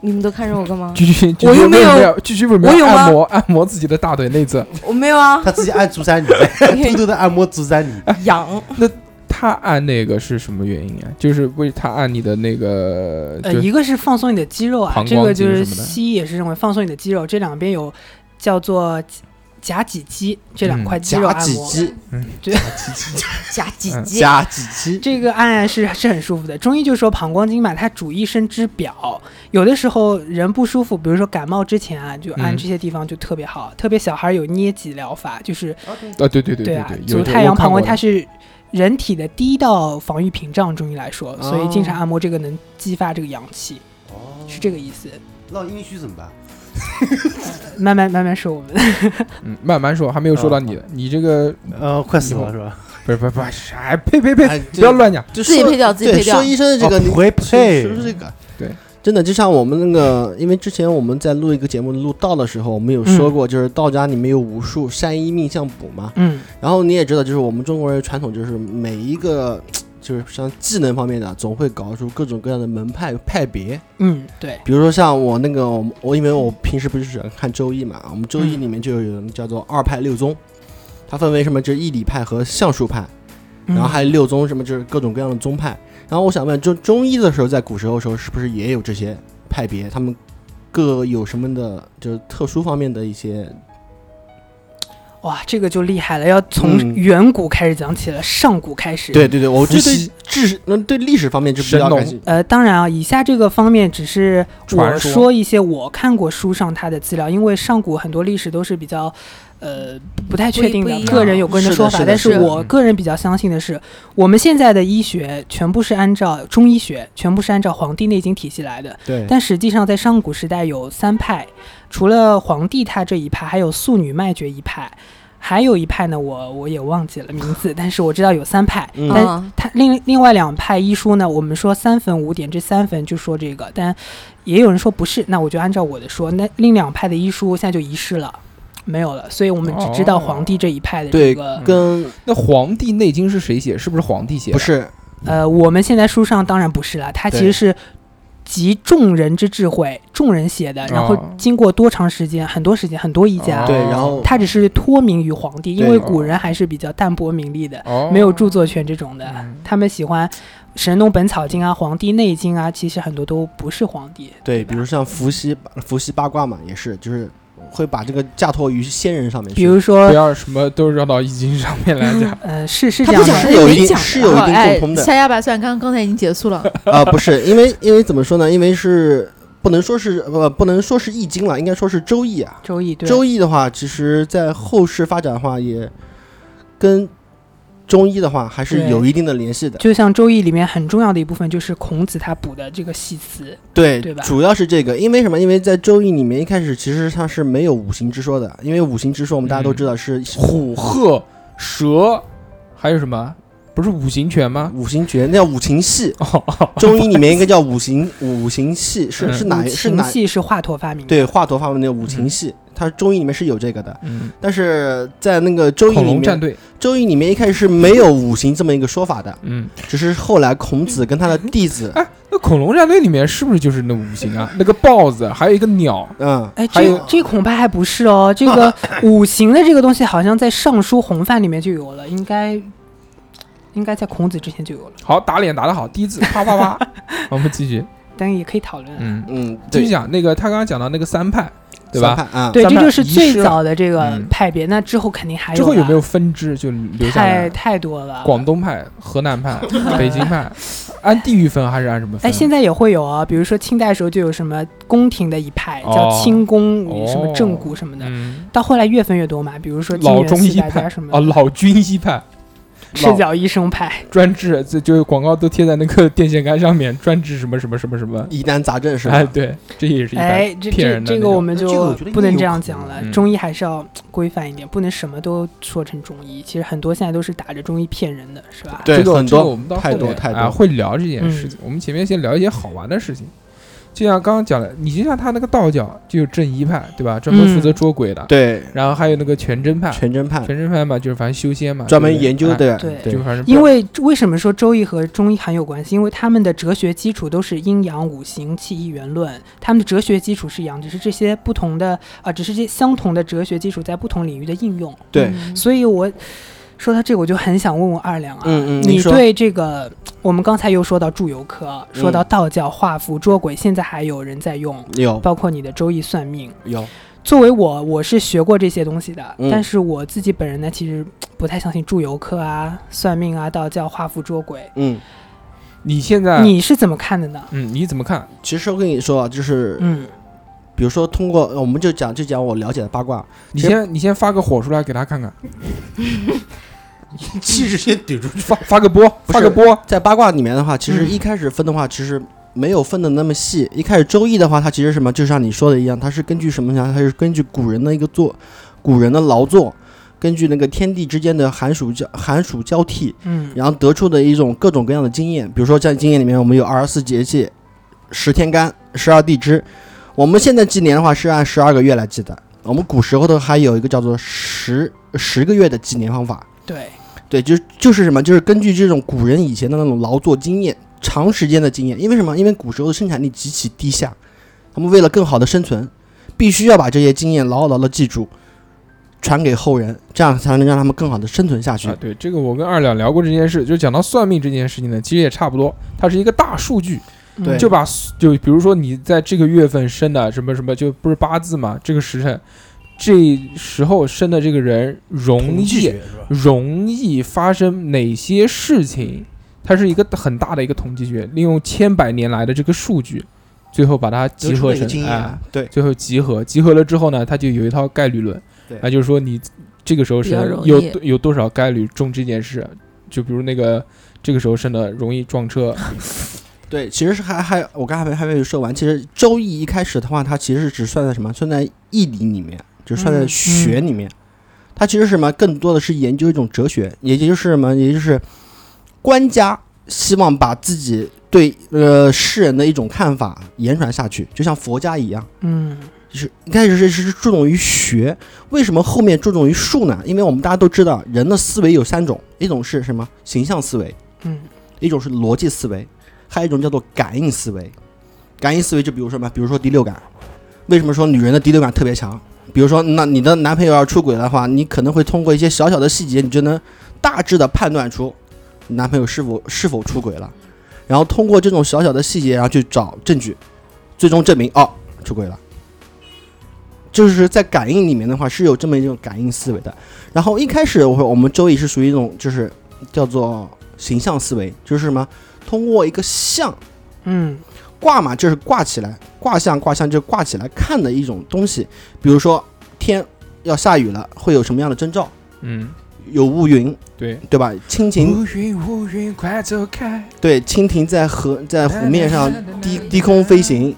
Speaker 1: 你们都看着我干嘛？
Speaker 3: 居居，居
Speaker 1: 我
Speaker 3: 居
Speaker 1: 又没
Speaker 3: 为什么
Speaker 1: 有
Speaker 3: 要，居居为什么
Speaker 1: 我
Speaker 3: 要
Speaker 1: 有吗
Speaker 3: 按摩按摩自己的大腿内侧？
Speaker 1: 我没有 啊，
Speaker 6: 他自己按足三里，偷偷的按摩足三里，
Speaker 1: 痒，
Speaker 3: 他按那个是什么原因啊？就是为他按你的那个，
Speaker 7: 呃，
Speaker 3: 就
Speaker 7: 一个是放松你的肌肉啊，
Speaker 3: 膀胱
Speaker 7: 这个就
Speaker 3: 经什
Speaker 7: 是
Speaker 3: 么的
Speaker 7: 西医也是认为放松你的肌肉，这两边有叫做夹脊肌这
Speaker 3: 嗯
Speaker 7: 两块肌肉
Speaker 4: 夹
Speaker 7: 按
Speaker 4: 几
Speaker 7: 摩，
Speaker 4: 肌，
Speaker 1: 夹几
Speaker 3: 嗯
Speaker 1: 肌，
Speaker 4: 夹几肌，
Speaker 7: 这个按按是是很舒服的。中医就说膀胱经嘛，它主一身之表，有的时候人不舒服，比如说感冒之前啊，就按
Speaker 3: 嗯
Speaker 7: 这些地方就特别好，特别小孩有捏脊疗法，就是
Speaker 3: 啊，对对对
Speaker 7: 对
Speaker 3: 对
Speaker 7: 啊，
Speaker 3: 有
Speaker 7: 足
Speaker 3: 这
Speaker 7: 太
Speaker 3: 我
Speaker 7: 阳
Speaker 3: 看
Speaker 7: 膀
Speaker 3: 过
Speaker 7: 胱
Speaker 3: 的
Speaker 7: 它是人体的第一道防御屏障，中医来说，所以经
Speaker 3: 哦
Speaker 7: 常按摩这个能激发这个阳气，
Speaker 6: 哦
Speaker 7: 是这个意思。呃
Speaker 6: 那阴虚怎么办？
Speaker 7: 慢慢慢慢说我们，
Speaker 3: 嗯，慢慢说，还没有说到
Speaker 7: 嗯
Speaker 3: 你，你这个
Speaker 6: 呃，快死
Speaker 3: 以后
Speaker 6: 了是吧？
Speaker 3: 不是不是不是，哎，呸呸呸，
Speaker 4: 哎
Speaker 3: 不要乱讲。
Speaker 4: 就
Speaker 5: 自己
Speaker 4: 说
Speaker 5: 配掉，自己
Speaker 4: 对
Speaker 5: 配掉
Speaker 4: 说。医生的这
Speaker 6: 哦
Speaker 4: 个你
Speaker 6: 不会
Speaker 4: 是
Speaker 6: 配
Speaker 4: 是这个
Speaker 3: 对。
Speaker 4: 真的，就像我们那个，因为之前我们在录一个节目，录道的时候，我们有
Speaker 6: 嗯
Speaker 4: 说过，就是道家里面有武术、山医命相卜嘛。
Speaker 7: 嗯，
Speaker 4: 然后你也知道，就是我们中国人传统，就是每一个就是像技能方面的，总会搞出各种各样的门派派别。
Speaker 7: 嗯，对，
Speaker 4: 比如说像我那个，我们我因为我平时不是喜欢看《周易》嘛，我们《周
Speaker 6: 嗯
Speaker 4: 易》里面就有人叫做二派六宗，它分为什么？就是易理派和相术派，
Speaker 7: 嗯
Speaker 4: 然后还有六宗什么，就是各种各样的宗派。然后我想问，就中医的时候，在古时候的时候，是不是也有这些派别？他们各有什么的，就是特殊方面的一些？
Speaker 7: 哇，这个就厉害了，要从
Speaker 4: 嗯
Speaker 7: 远古开始讲起了，上古开始。
Speaker 4: 对对对，我
Speaker 3: 伏
Speaker 4: 这
Speaker 3: 羲
Speaker 4: 对知嗯对历史方面就比较
Speaker 3: 神农
Speaker 4: 感兴趣。
Speaker 7: 呃，当然啊，以下这个方面只是我
Speaker 3: 传说
Speaker 7: 说一些我看过书上它的资料，因为上古很多历史都是比较，呃，不太确
Speaker 1: 不一
Speaker 7: 定
Speaker 1: 不
Speaker 7: 的
Speaker 1: 一，样
Speaker 7: 个人有个人
Speaker 4: 是的
Speaker 7: 说法
Speaker 4: 是。的
Speaker 7: 但
Speaker 4: 是
Speaker 7: 是
Speaker 4: 的嗯
Speaker 7: 我个人比较相信的是，我们现在的医学全部是按照中医学，全部是按照《黄帝内经》体系来的。
Speaker 4: 对
Speaker 7: 但实际上，在上古时代有三派，除了黄帝他这一派，还有素女卖觉一派，还有一派呢，我我也忘记了名字，但是我知道有三派。
Speaker 4: 嗯
Speaker 7: 但
Speaker 1: 啊，
Speaker 7: 它另另外两派医书呢，我们说三分五典，这三分就说这个，但也有人说不是，那我就按照我的说，那另两派的医书现在就遗失了，没有了，所以我们只知道
Speaker 3: 哦
Speaker 7: 黄帝这一派的
Speaker 4: 对
Speaker 7: 这个，
Speaker 4: 跟
Speaker 3: 那《黄帝内经》是谁写？是不是皇帝写的？
Speaker 4: 不是
Speaker 7: 呃，我们现在书上当然不是了，它其
Speaker 4: 对
Speaker 7: 实是。集众人之智慧，众人写的，然后
Speaker 3: 哦
Speaker 7: 经过多长时间，很多时间，很多医家，
Speaker 3: 哦
Speaker 4: 对，然后
Speaker 7: 他只是脱名于皇帝，因
Speaker 4: 对
Speaker 7: 为古人还是比较淡泊名利的，
Speaker 3: 哦，
Speaker 7: 没有著作权这种的，
Speaker 3: 嗯
Speaker 7: 他们喜欢《神农本草经》啊，《黄帝内经》啊，其实很多都不是黄帝。
Speaker 4: 对，
Speaker 7: 吧
Speaker 4: 比如像伏羲，伏羲八卦嘛，也是，就是会把这个嫁托于仙人上面去。
Speaker 7: 比如说
Speaker 3: 不，要什么都绕到易经上面来 讲。
Speaker 7: 呃，是是
Speaker 4: 他
Speaker 7: 这
Speaker 4: 不
Speaker 7: 样
Speaker 4: 讲
Speaker 7: 的，
Speaker 4: 是有一
Speaker 5: 没
Speaker 4: 定
Speaker 5: 讲
Speaker 4: 是有一定共通的
Speaker 5: 哎、下压把算刚刚才已经结束了，
Speaker 4: 啊、不是，因为因为怎么说呢？因为是不能说是呃不能说是易经了，应该说是周易啊。
Speaker 7: 周易对，
Speaker 4: 周易的话，其实在后世发展的话，也跟中医的话还是
Speaker 7: 对
Speaker 4: 有一定的联系的。
Speaker 7: 就像周易里面很重要的一部分就是孔子他补的这个系辞，
Speaker 4: 对，
Speaker 7: 对吧
Speaker 4: 主要是这个，因为什么？因为在周易里面一开始其实它是没有五行之说的，因为五行之说我们大家都知道是
Speaker 3: 虎、鹤、蛇，还有什么？不是五行拳吗？
Speaker 4: 五行诀，那叫五行系。
Speaker 3: 哦，
Speaker 4: 中医里面应该叫五行五行系，是是
Speaker 3: 嗯
Speaker 4: 哪
Speaker 7: 五
Speaker 4: 是
Speaker 7: 禽
Speaker 4: 哪？
Speaker 7: 戏是华佗发明的。
Speaker 4: 对，华佗发明的五禽戏，它中医里面是有这个的，
Speaker 3: 嗯，
Speaker 4: 但是在那个
Speaker 7: 嗯
Speaker 4: 周易
Speaker 3: 恐
Speaker 4: 里
Speaker 3: 龙
Speaker 4: 面，
Speaker 3: 战队，
Speaker 4: 周易里面一开始是没有五行这么一个说法的，
Speaker 3: 嗯，
Speaker 4: 只是后来孔子跟他的弟子，
Speaker 3: 哎，那恐龙战队里面是不是就是那五行啊？那个豹子，还有一个鸟，
Speaker 4: 嗯，
Speaker 7: 哎，
Speaker 3: 还有
Speaker 7: 这这恐怕还不是哦。这 个五行的这个东西，好像在《尚书洪范》里面就有了，应该应该在孔子之前就有了，
Speaker 3: 好打脸打得好，第一次啪啪啪。我们继续，
Speaker 7: 但也可以讨论。啊
Speaker 3: 嗯，
Speaker 4: 嗯，
Speaker 3: 继续
Speaker 4: 对，
Speaker 3: 讲那个他刚刚讲到那个三派，对
Speaker 4: 三
Speaker 3: 吧？
Speaker 4: 派啊，
Speaker 7: 对，
Speaker 3: 咱
Speaker 7: 这
Speaker 3: 们
Speaker 7: 就是
Speaker 3: 遗
Speaker 7: 最
Speaker 3: 失了
Speaker 7: 早的这个
Speaker 3: 嗯
Speaker 7: 派别。那之后肯定还有
Speaker 3: 之后有
Speaker 7: 啦
Speaker 3: 没有分支就留下
Speaker 7: 太
Speaker 3: 来？啊
Speaker 7: 太多了？
Speaker 3: 广东派、河南派、北京派，按地域分还是按什么分？
Speaker 7: 哎，现在也会有啊，比如说清代时候就有什么宫廷的一派叫
Speaker 3: 哦
Speaker 7: 清宫，
Speaker 3: 哦
Speaker 7: 什么正骨什么的。
Speaker 3: 嗯，
Speaker 7: 到后来越分越多嘛，比如说金
Speaker 3: 老
Speaker 7: 元
Speaker 3: 中
Speaker 7: 四
Speaker 3: 医
Speaker 7: 大家
Speaker 3: 派
Speaker 7: 什么
Speaker 3: 哦，老军医派
Speaker 7: 赤脚医生派，
Speaker 3: 专治，这就是广告都贴在那个电线杆上面，专治什么什么什么什么。
Speaker 4: 疑难杂症是吧
Speaker 3: 哎，？对，这也是一派
Speaker 7: 哎，这这
Speaker 3: 骗人的
Speaker 7: 这
Speaker 3: 那
Speaker 7: 个我
Speaker 3: 种。
Speaker 7: 们
Speaker 6: 那这个
Speaker 7: 就
Speaker 6: 我觉得
Speaker 7: 不能
Speaker 6: 也
Speaker 7: 这
Speaker 6: 有
Speaker 7: 样
Speaker 6: 可
Speaker 7: 讲了
Speaker 3: 能。嗯
Speaker 7: 中医还是要规范一点，不能什么都说成中医。其实很多现在都是打着中医骗人的，是吧？
Speaker 4: 对，
Speaker 3: 这个
Speaker 4: 很
Speaker 3: 这个我
Speaker 4: 多
Speaker 3: 们到
Speaker 4: 太
Speaker 3: 后
Speaker 4: 多
Speaker 3: 面
Speaker 4: 太
Speaker 3: 啊
Speaker 4: 多，
Speaker 3: 会聊这
Speaker 7: 嗯
Speaker 3: 件事情。我们前面先聊一些好玩的事情，就像刚刚讲的，你就像他那个道教就有正一派，对吧？
Speaker 7: 嗯
Speaker 3: 专门负责捉鬼的，
Speaker 4: 对，
Speaker 3: 然后还有那个全真派，
Speaker 4: 全真派
Speaker 3: 全真派嘛，就是反正修仙嘛，
Speaker 4: 专门
Speaker 3: 对不对
Speaker 4: 研究
Speaker 3: 哎
Speaker 4: 的，
Speaker 7: 对
Speaker 3: 就反正
Speaker 7: 因为为什么说周易和中医很有关系？因为他们的哲学基础都是阴阳五行气一元论，他们的哲学基础是一样，只是这些不同的啊、只是这相同的哲学基础在不同领域的应用。
Speaker 4: 对，
Speaker 3: 嗯
Speaker 1: 嗯
Speaker 7: 所以我说到这个，我就很想问问二两啊，
Speaker 4: 嗯嗯
Speaker 7: 你
Speaker 4: 您说
Speaker 7: 对这个我们刚才又说到祝由科，说到
Speaker 4: 嗯
Speaker 7: 道教画符捉鬼，现在还有人在用，
Speaker 4: 有
Speaker 7: 包括你的周易算命。
Speaker 4: 有，
Speaker 7: 作为我，我是学过这些东西的，
Speaker 4: 嗯
Speaker 7: 但是我自己本人呢，其实嘖不太相信祝由科啊、算命啊、道教、画符捉鬼。
Speaker 4: 嗯，
Speaker 3: 你现在
Speaker 7: 你是怎么看的呢？
Speaker 3: 嗯你怎么看？
Speaker 4: 其实我跟你说啊，就是
Speaker 7: 嗯，
Speaker 4: 比如说通过，呃我们就讲就讲我了解的八卦，
Speaker 3: 你先你先发个火出来给他看看，
Speaker 6: 气势先怼出去。
Speaker 3: 发发个波，
Speaker 4: 不
Speaker 3: 发
Speaker 4: 是
Speaker 3: 个波。
Speaker 4: 在八卦里面的话，其实一开始分的话，其实没有分的那么细。一开始《周易》的话，它其实什么，就像你说的一样，它是根据什么呢？它是根据古人的一个作，古人的劳作，根据那个天地之间的寒暑交寒暑交替，
Speaker 7: 嗯，
Speaker 4: 然后得出的一种各种各样的经验。比如说在经验里面，我们有二十四节气、十天干、十二地支。我们现在纪年的话是按十二个月来记的，我们古时候的还有一个叫做十十个月的纪年方法。
Speaker 7: 对，
Speaker 4: 对，就是就是什么，就是根据这种古人以前的那种劳作经验、长时间的经验，因为什么？因为古时候的生产力极其低下，他们为了更好的生存，必须要把这些经验牢牢的记住，传给后人，这样才能让他们更好的生存下去
Speaker 3: 啊，。对，这个我跟二两聊过这件事，就讲到算命这件事情呢，其实也差不多，它是一个大数据，
Speaker 7: 嗯
Speaker 4: 对
Speaker 3: 就把就比如说你在这个月份生的什么什么，就不是八字嘛，这个时辰，这时候生的这个人容易
Speaker 6: 是吧？
Speaker 3: 容易发生哪些事情，它是一个很大的一个统计学，利用千百年来的这个数据，最后把它集
Speaker 6: 得出
Speaker 3: 合
Speaker 6: 了一个
Speaker 3: 成
Speaker 6: 经验
Speaker 3: 哎
Speaker 6: 啊，
Speaker 4: 对
Speaker 3: 最后集合，集合了之后呢，它就有一套概率论
Speaker 4: 对，
Speaker 3: 那就是说你这个时候
Speaker 5: 比较
Speaker 3: 生
Speaker 5: 容易
Speaker 3: 有多有多少概率中这件事，就比如那个这个时候生的容易撞 车，
Speaker 4: 对，其实是还还我刚才还没还没有说完，其实《周易》一开始的话，它其实是只算在什么？算在易理里面，就是算在
Speaker 7: 嗯
Speaker 4: 学里面。它其实是什么？更多的是研究一种哲学，也就是什么？也就是官家希望把自己对呃世人的一种看法言传下去，就像佛家一样。
Speaker 7: 嗯，
Speaker 4: 就是一开始是是注重于学，为什么后面注重于术呢？因为我们大家都知道，人的思维有三种，一种是什么形象思维，
Speaker 7: 嗯，
Speaker 4: 一种是逻辑思维，还有一种叫做感应思维。感应思维就比如说什么，比如说第六感。为什么说女人的第六感特别强？比如说，那你的男朋友要出轨的话，你可能会通过一些小小的细节，你就能大致的判断出你男朋友是否是否出轨了，然后通过这种小小的细节，然后去找证据，最终证明哦出轨了。就是在感应里面的话，是有这么一种感应思维的。然后一开始我会我们周易是属于一种就是叫做形象思维，就是什么通过一个象
Speaker 7: 嗯，
Speaker 4: 挂嘛，就是挂起来，卦象卦象就是挂起来看的一种东西。比如说天要下雨了，会有什么样的征兆？
Speaker 3: 嗯，
Speaker 4: 有乌云，
Speaker 3: 对。
Speaker 4: 对吧？蜻蜓
Speaker 3: 乌云乌云快走开，
Speaker 4: 对蜻蜓在河在湖面上低低空飞行，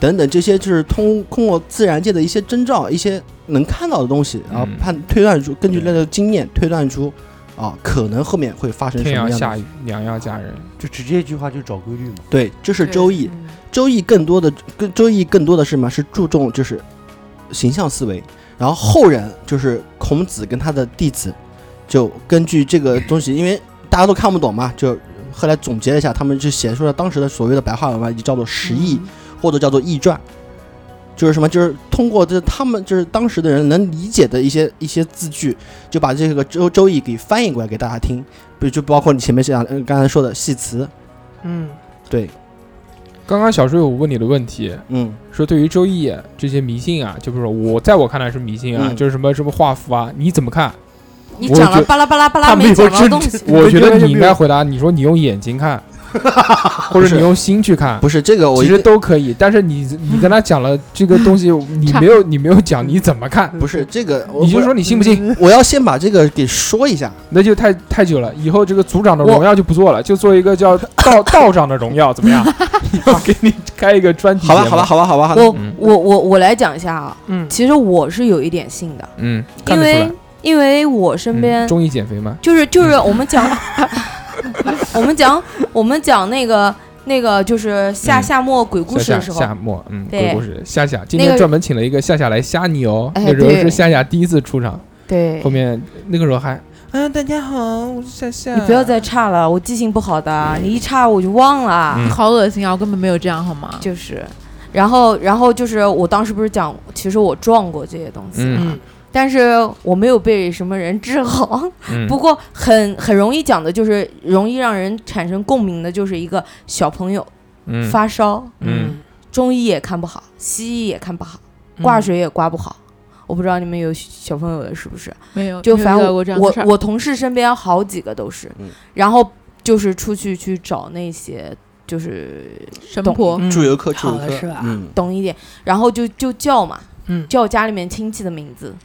Speaker 4: 等等，这些就是通通过自然界的一些征兆、一些能看到的东西，然后
Speaker 3: 嗯
Speaker 4: 判推断出，根据
Speaker 3: 对
Speaker 4: 那个经验推断出，啊，可能后面会发生什
Speaker 3: 天
Speaker 4: 么
Speaker 3: 要
Speaker 4: 样的
Speaker 3: 下
Speaker 4: 事
Speaker 3: 雨，娘要嫁人，
Speaker 6: 就直接一句话就是找规律嘛。
Speaker 4: 对，这是
Speaker 7: 对
Speaker 4: 周易。周易更多的，更周易更多的是什么？是注重就是形象思维，然后后人就是孔子跟他的弟子，就根据这个东西，因为大家都看不懂嘛，就后来总结了一下，他们就写出了当时的所谓的白话文嘛，也叫做十义，或者叫做易传。就是什么？就是通过这他们就是当时的人能理解的一些一些字句，就把这个周周易给翻译过来给大家听。比如就包括你前面讲呃刚才说的系辞，
Speaker 7: 嗯，
Speaker 4: 对，
Speaker 3: 刚刚小时候有问你的问题，
Speaker 4: 嗯，
Speaker 3: 说对于周易这些迷信啊，就比如说我在我看来是迷信啊，
Speaker 4: 嗯
Speaker 3: 就是什么什么画符啊，你怎么看？
Speaker 1: 你
Speaker 3: 我
Speaker 1: 讲了
Speaker 3: 觉
Speaker 1: 巴拉巴拉巴拉
Speaker 3: 他没
Speaker 1: 没
Speaker 3: 有
Speaker 1: 讲到
Speaker 3: 真
Speaker 1: 东西，
Speaker 3: 我觉得
Speaker 4: 对
Speaker 3: 你应该回答，你说你用眼 睛看，或者你用心去看，
Speaker 4: 不是这个我
Speaker 3: 其
Speaker 4: 一
Speaker 3: 实
Speaker 4: 个
Speaker 3: 都可以。但是你你跟他讲了这个 东西，你没有你没有讲你怎么看，
Speaker 4: 不嗯是这个，我
Speaker 3: 你就
Speaker 4: 我
Speaker 3: 说你信不信？
Speaker 4: 我要先把这个给说一下。
Speaker 3: 那就太太久了，以后这个组长的
Speaker 4: 我
Speaker 3: 荣耀就不做了，就做一个叫道 道长的荣耀，怎 么样？以后给你开一个专题。
Speaker 4: 好吧，好吧，，好吧，好吧，好吧。
Speaker 1: 我
Speaker 3: 嗯
Speaker 1: 我我我来讲一下啊，
Speaker 7: 嗯，
Speaker 1: 其实我是有一点信的，
Speaker 3: 嗯，看
Speaker 1: 因
Speaker 3: 得出来
Speaker 1: 为因为我身边
Speaker 3: 嗯中医减肥嘛，
Speaker 1: 就是就是我们讲，我们讲我们讲那个那个就是夏
Speaker 3: 嗯
Speaker 1: 夏末鬼故事
Speaker 3: 夏夏
Speaker 1: 的时候，
Speaker 3: 夏末，嗯，
Speaker 1: 对
Speaker 3: 鬼故事夏夏，今
Speaker 1: 那
Speaker 3: 天
Speaker 1: 个
Speaker 3: 专门请了一个夏夏来吓你哦。
Speaker 5: 哎
Speaker 3: 那时候
Speaker 5: 对
Speaker 3: 是夏夏第一次出场，
Speaker 5: 对
Speaker 3: 后，面那个时候还啊，大家好，我是夏夏。
Speaker 1: 你不要再
Speaker 4: 嗯
Speaker 1: 差了，我记性不好的，你一差我就忘了。
Speaker 3: 嗯
Speaker 5: 好恶心啊！我根本没有这样好吗？
Speaker 1: 就是，然后然后就是我当时不是讲，其实我撞过这些东西，
Speaker 3: 嗯
Speaker 7: 嗯
Speaker 1: 但是我没有被什么人治好。
Speaker 3: 嗯，
Speaker 1: 不过很很容易讲的就是容易让人产生共鸣的，就是一个小朋友
Speaker 3: 嗯
Speaker 1: 发烧，
Speaker 3: 嗯，
Speaker 1: 中医也看不好，西医也看不好，
Speaker 7: 嗯
Speaker 1: 挂水也刮不好。我不知道你们有小朋友的是不是？
Speaker 5: 没有，
Speaker 1: 就
Speaker 5: 没有
Speaker 1: 反
Speaker 5: 遇
Speaker 1: 正
Speaker 5: 到
Speaker 1: 我
Speaker 5: 过这样的
Speaker 1: 我
Speaker 5: 事儿
Speaker 1: 我同事身边好几个都是，
Speaker 4: 嗯
Speaker 1: 然后就是出去去找那些就是
Speaker 5: 神
Speaker 1: 懂
Speaker 5: 婆，
Speaker 7: 嗯
Speaker 4: 祝游客，祝
Speaker 7: 好
Speaker 4: 游
Speaker 7: 了
Speaker 4: 客
Speaker 7: 是吧，
Speaker 4: 嗯，
Speaker 1: 懂一点，然后就就叫嘛，
Speaker 7: 嗯
Speaker 1: 叫家里面亲戚的名字、
Speaker 7: 哦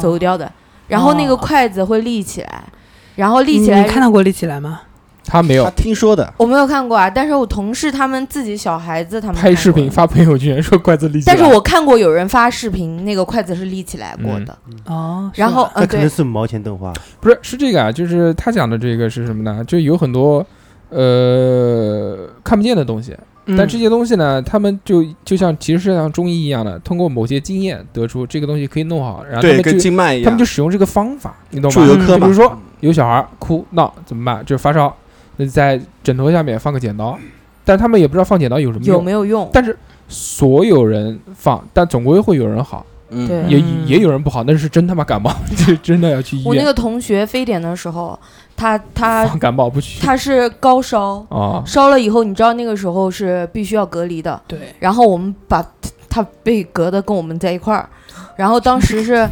Speaker 1: 走掉的，然后那个
Speaker 7: 哦
Speaker 1: 筷子会立起来，然后立
Speaker 7: 你
Speaker 1: 起来
Speaker 7: 你看到过立起来吗？
Speaker 3: 他
Speaker 4: 他
Speaker 3: 没有
Speaker 4: 听说的，
Speaker 1: 我没有看过啊，但是我同事他们自己小孩子他们看
Speaker 3: 拍
Speaker 1: 过
Speaker 3: 视频，发朋友圈说筷子立起来。
Speaker 1: 但是我看过有人发视频，那个筷子是立起来过的，
Speaker 7: 哦，是
Speaker 1: 然后
Speaker 7: 吧
Speaker 1: 嗯
Speaker 6: 那可能
Speaker 1: 对，
Speaker 6: 是五毛钱 动画，
Speaker 3: 不是是这个啊，就是他讲的这个是什么呢？就有很多呃看不见的东西，
Speaker 7: 啊
Speaker 1: 嗯
Speaker 3: 但这些东西呢，他们就就像其实是像中医一样的，通过某些经验得出这个东西可以弄好，然后他
Speaker 4: 对，
Speaker 3: 们
Speaker 4: 跟
Speaker 3: 就
Speaker 4: 经脉一样。
Speaker 3: 他们就使用这个方法，你懂
Speaker 4: 祝
Speaker 3: 吗？
Speaker 4: 游客
Speaker 3: 就比
Speaker 4: 嘛，
Speaker 3: 如说有小孩哭闹怎么办？就是发烧，那在枕头下面放个剪刀，但他们也不知道放剪刀有什么用，
Speaker 1: 有没有用？
Speaker 3: 但是所有人放，但总归会有人好，
Speaker 4: 嗯，
Speaker 1: 对
Speaker 3: 也
Speaker 7: 嗯
Speaker 3: 也有人不好，那是真他妈感冒， 就真的要去医
Speaker 1: 我那
Speaker 3: 院
Speaker 1: 个同学非典的时候，他他
Speaker 3: 防感冒不去
Speaker 1: 他是高烧，
Speaker 3: 啊。
Speaker 1: 烧了以后，你知道那个时候是必须要隔离的，
Speaker 7: 对，
Speaker 1: 然后我们把他他被隔的跟我们在一块儿，然后当时 是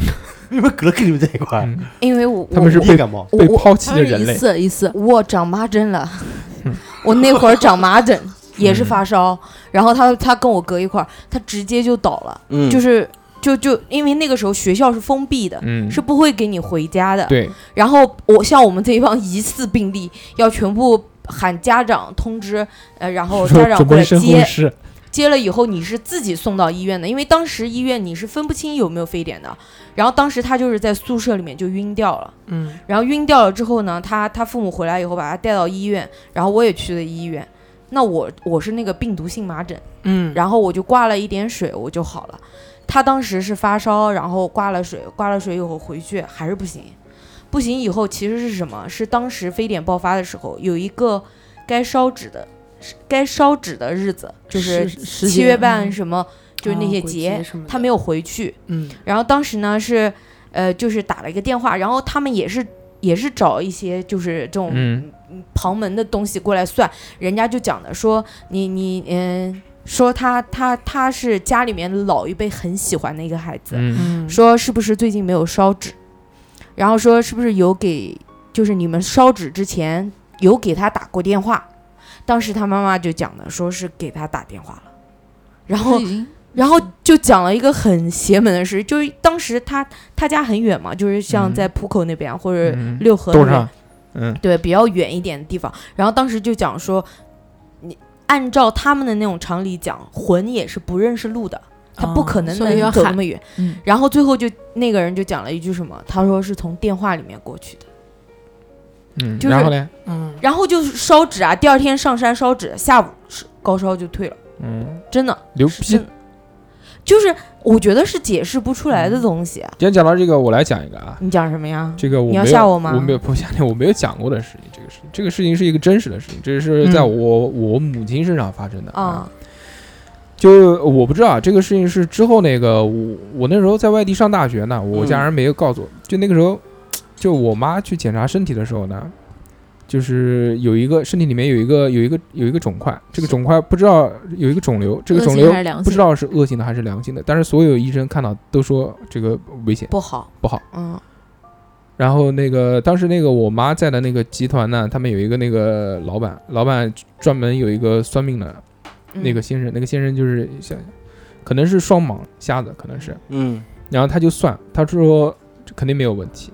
Speaker 6: 你们隔跟你们在一块儿，
Speaker 3: 嗯
Speaker 1: 因为我
Speaker 3: 他们是
Speaker 6: 我也感冒，
Speaker 1: 我
Speaker 3: 被
Speaker 1: 我
Speaker 3: 抛弃
Speaker 5: 他
Speaker 3: 的
Speaker 5: 是
Speaker 3: 人
Speaker 5: 一
Speaker 3: 类，嗯
Speaker 5: 次一次，
Speaker 1: 我长麻疹 了，我那会儿长麻疹也是发烧，然后他他跟我隔一块儿，他直接就倒了，
Speaker 4: 嗯，
Speaker 1: 就是就就因为那个时候学校是封闭的。
Speaker 3: 嗯，
Speaker 1: 是不会给你回家的。
Speaker 3: 对，
Speaker 1: 然后我像我们这一帮疑似病例，要全部喊家长通知，呃，然后
Speaker 3: 说
Speaker 1: 家长
Speaker 3: 准
Speaker 1: 过
Speaker 3: 备
Speaker 1: 来
Speaker 3: 深呼
Speaker 1: 接，
Speaker 3: 吸，
Speaker 1: 接了以后你是自己送到医院的，因为当时医院你是分不清有没有非典的。然后当时他就是在宿舍里面就晕掉了，
Speaker 7: 嗯
Speaker 1: 然后晕掉了之后呢，他他父母回来以后把他带到医院，然后我也去了医院。那我我是那个病毒性麻疹，
Speaker 7: 嗯，
Speaker 1: 然后我就挂了一点水，我就好了。他当时是发烧，然后挂了水，挂了水以后回去还是不行，不行以后其实是什么？是当时非典爆发的时候，有一个该烧纸的，是该烧纸的日子，就是
Speaker 5: 十十
Speaker 1: 七
Speaker 5: 节
Speaker 1: 月半
Speaker 5: 嗯
Speaker 1: 什么，就是那
Speaker 7: 哦
Speaker 1: 些
Speaker 7: 鬼
Speaker 1: 节，
Speaker 7: 什么的
Speaker 1: 他没有回去。
Speaker 7: 嗯
Speaker 1: 然后当时呢是，呃，就是打了一个电话，然后他们也是也是找一些就是这种
Speaker 3: 嗯
Speaker 1: 旁门的东西过来算，人家就讲的说你你嗯，说他他他是家里面老一辈很喜欢的一个孩子，
Speaker 3: 嗯，
Speaker 7: 嗯
Speaker 1: 说是不是最近没有烧纸，然后说是不是有给就是你们烧纸之前有给他打过电话，当时他妈妈就讲的说是给他打电话了，然后
Speaker 5: 是已经嗯
Speaker 1: 然后就讲了一个很邪门的事，就是当时他他家很远嘛，就是像
Speaker 3: 嗯
Speaker 1: 在浦口那边或者
Speaker 3: 嗯
Speaker 1: 六合那
Speaker 3: 都
Speaker 1: 边，
Speaker 3: 上，嗯
Speaker 1: 对比较远一点的地方。然后当时就讲说，你按照他们的那种常理讲，魂也是不认识路的，他不
Speaker 7: 哦
Speaker 1: 可能
Speaker 5: 所以要
Speaker 1: 能走那
Speaker 5: 喊
Speaker 1: 么远。
Speaker 5: 嗯
Speaker 1: 然后最后就那个人就讲了一句什么，他说是从电话里面过去的。
Speaker 3: 嗯，
Speaker 1: 就是
Speaker 3: 然后呢，
Speaker 7: 嗯
Speaker 1: 然后就是烧纸啊，第二天上山烧纸，下午是高烧就退了，
Speaker 3: 嗯，
Speaker 1: 真的
Speaker 3: 牛
Speaker 1: 是
Speaker 3: 逼
Speaker 1: 真，的。就是我觉得是解释不出来的东西。
Speaker 3: 既然讲到这个，我来讲一个啊，
Speaker 1: 你讲什么呀？
Speaker 3: 这个我
Speaker 1: 你要
Speaker 3: 没有
Speaker 1: 吓我吗
Speaker 3: 没有不吓你，我没有讲过的事情。这个事情，这个事情是一个真实的事情，这是在
Speaker 1: 嗯
Speaker 3: 我、我母亲身上发生的
Speaker 1: 啊，
Speaker 3: 就我不知道啊这个事情是之后那个我我那时候在外地上大学呢，我家人没有告诉我。就那个时候，就我妈去检查身体的时候呢，就是有一个身体里面有一个有一个有一个肿块，这个肿块不知道有一个肿瘤，这个
Speaker 5: 恶
Speaker 3: 肿
Speaker 5: 性
Speaker 3: 瘤
Speaker 5: 还是良性
Speaker 3: 不知道是恶性的还是良性的，但是所有医生看到都说这个危险
Speaker 1: 不好，
Speaker 3: 不好。
Speaker 1: 嗯
Speaker 3: 然后那个当时那个我妈在的那个集团呢，他们有一个那个老板，老板专门有一个算命的
Speaker 1: 嗯
Speaker 3: 那个先生，那个先生就是像可能是双盲瞎子，可能是，
Speaker 4: 嗯，
Speaker 3: 然后他就算，他说这肯定没有问题，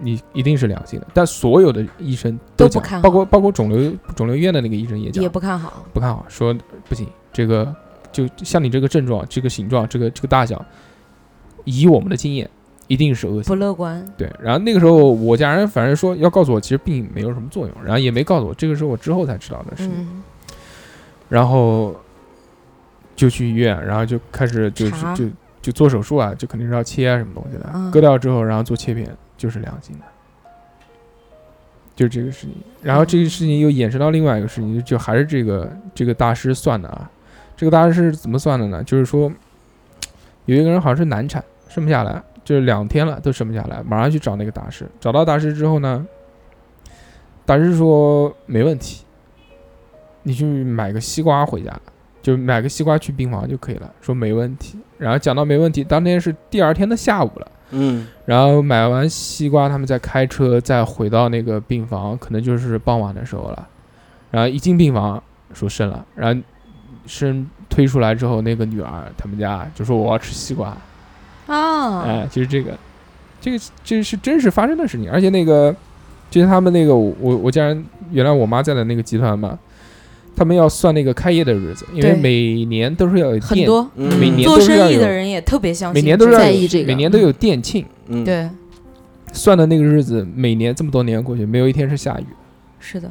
Speaker 3: 你一定是良性的。但所有的医生
Speaker 1: 都不
Speaker 3: 讲
Speaker 1: 看好
Speaker 3: 包括包括肿瘤肿瘤医院的那个医生也讲
Speaker 1: 也不看好，
Speaker 3: 不看好，说不行，这个就像你这个症状、这个形状、这个这个大小，以我们的经验，一定是恶性
Speaker 1: 不。乐观。
Speaker 3: 对，然后那个时候我家人反正说要告诉我，其实并没有什么作用，然后也没告诉我，这个是我之后才知道的事情。
Speaker 1: 嗯，
Speaker 3: 然后就去医院，然后就开始就
Speaker 1: 查
Speaker 3: 就就做手术啊，就肯定是要切啊什么东西的，
Speaker 1: 嗯
Speaker 3: 割掉之后，然后做切片，就是良性的，就这个事情。然后这个事情又衍生到另外一个事情，就就还是这个这个大师算的啊，这个大师是怎么算的呢？就是说有一个人好像是难产，生不下来，就是两天了都生不下来，马上去找那个大师。找到大师之后呢，大师说没问题，你去买个西瓜回家，就买个西瓜去病房就可以了。说没问题，然后讲到没问题，当天是第二天的下午了。
Speaker 4: 嗯，
Speaker 3: 然后买完西瓜，他们再开车再回到那个病房，可能就是傍晚的时候了。然后一进病房，说生了，然后生推出来之后，那个女儿他们家就说我要吃西瓜，
Speaker 1: 啊，
Speaker 3: 哎，就是这个，这个这是真实发生的事情，而且那个就是他们那个我我我家人原来我妈在的那个集团嘛，他们要算那个开业的日子，因为
Speaker 1: 对
Speaker 3: 每年都是要有
Speaker 1: 很
Speaker 3: 店，
Speaker 1: 多
Speaker 4: 嗯
Speaker 3: 每年
Speaker 1: 做
Speaker 3: 都是要
Speaker 1: 生意
Speaker 3: 有
Speaker 1: 的人也特别相信，
Speaker 3: 每年都是要
Speaker 5: 在
Speaker 3: 有
Speaker 5: 意这个
Speaker 3: 每年都有店庆，
Speaker 4: 嗯，
Speaker 1: 对，
Speaker 3: 算的那个日子，每年这么多年过去，没有一天是下雨的。
Speaker 1: 是的，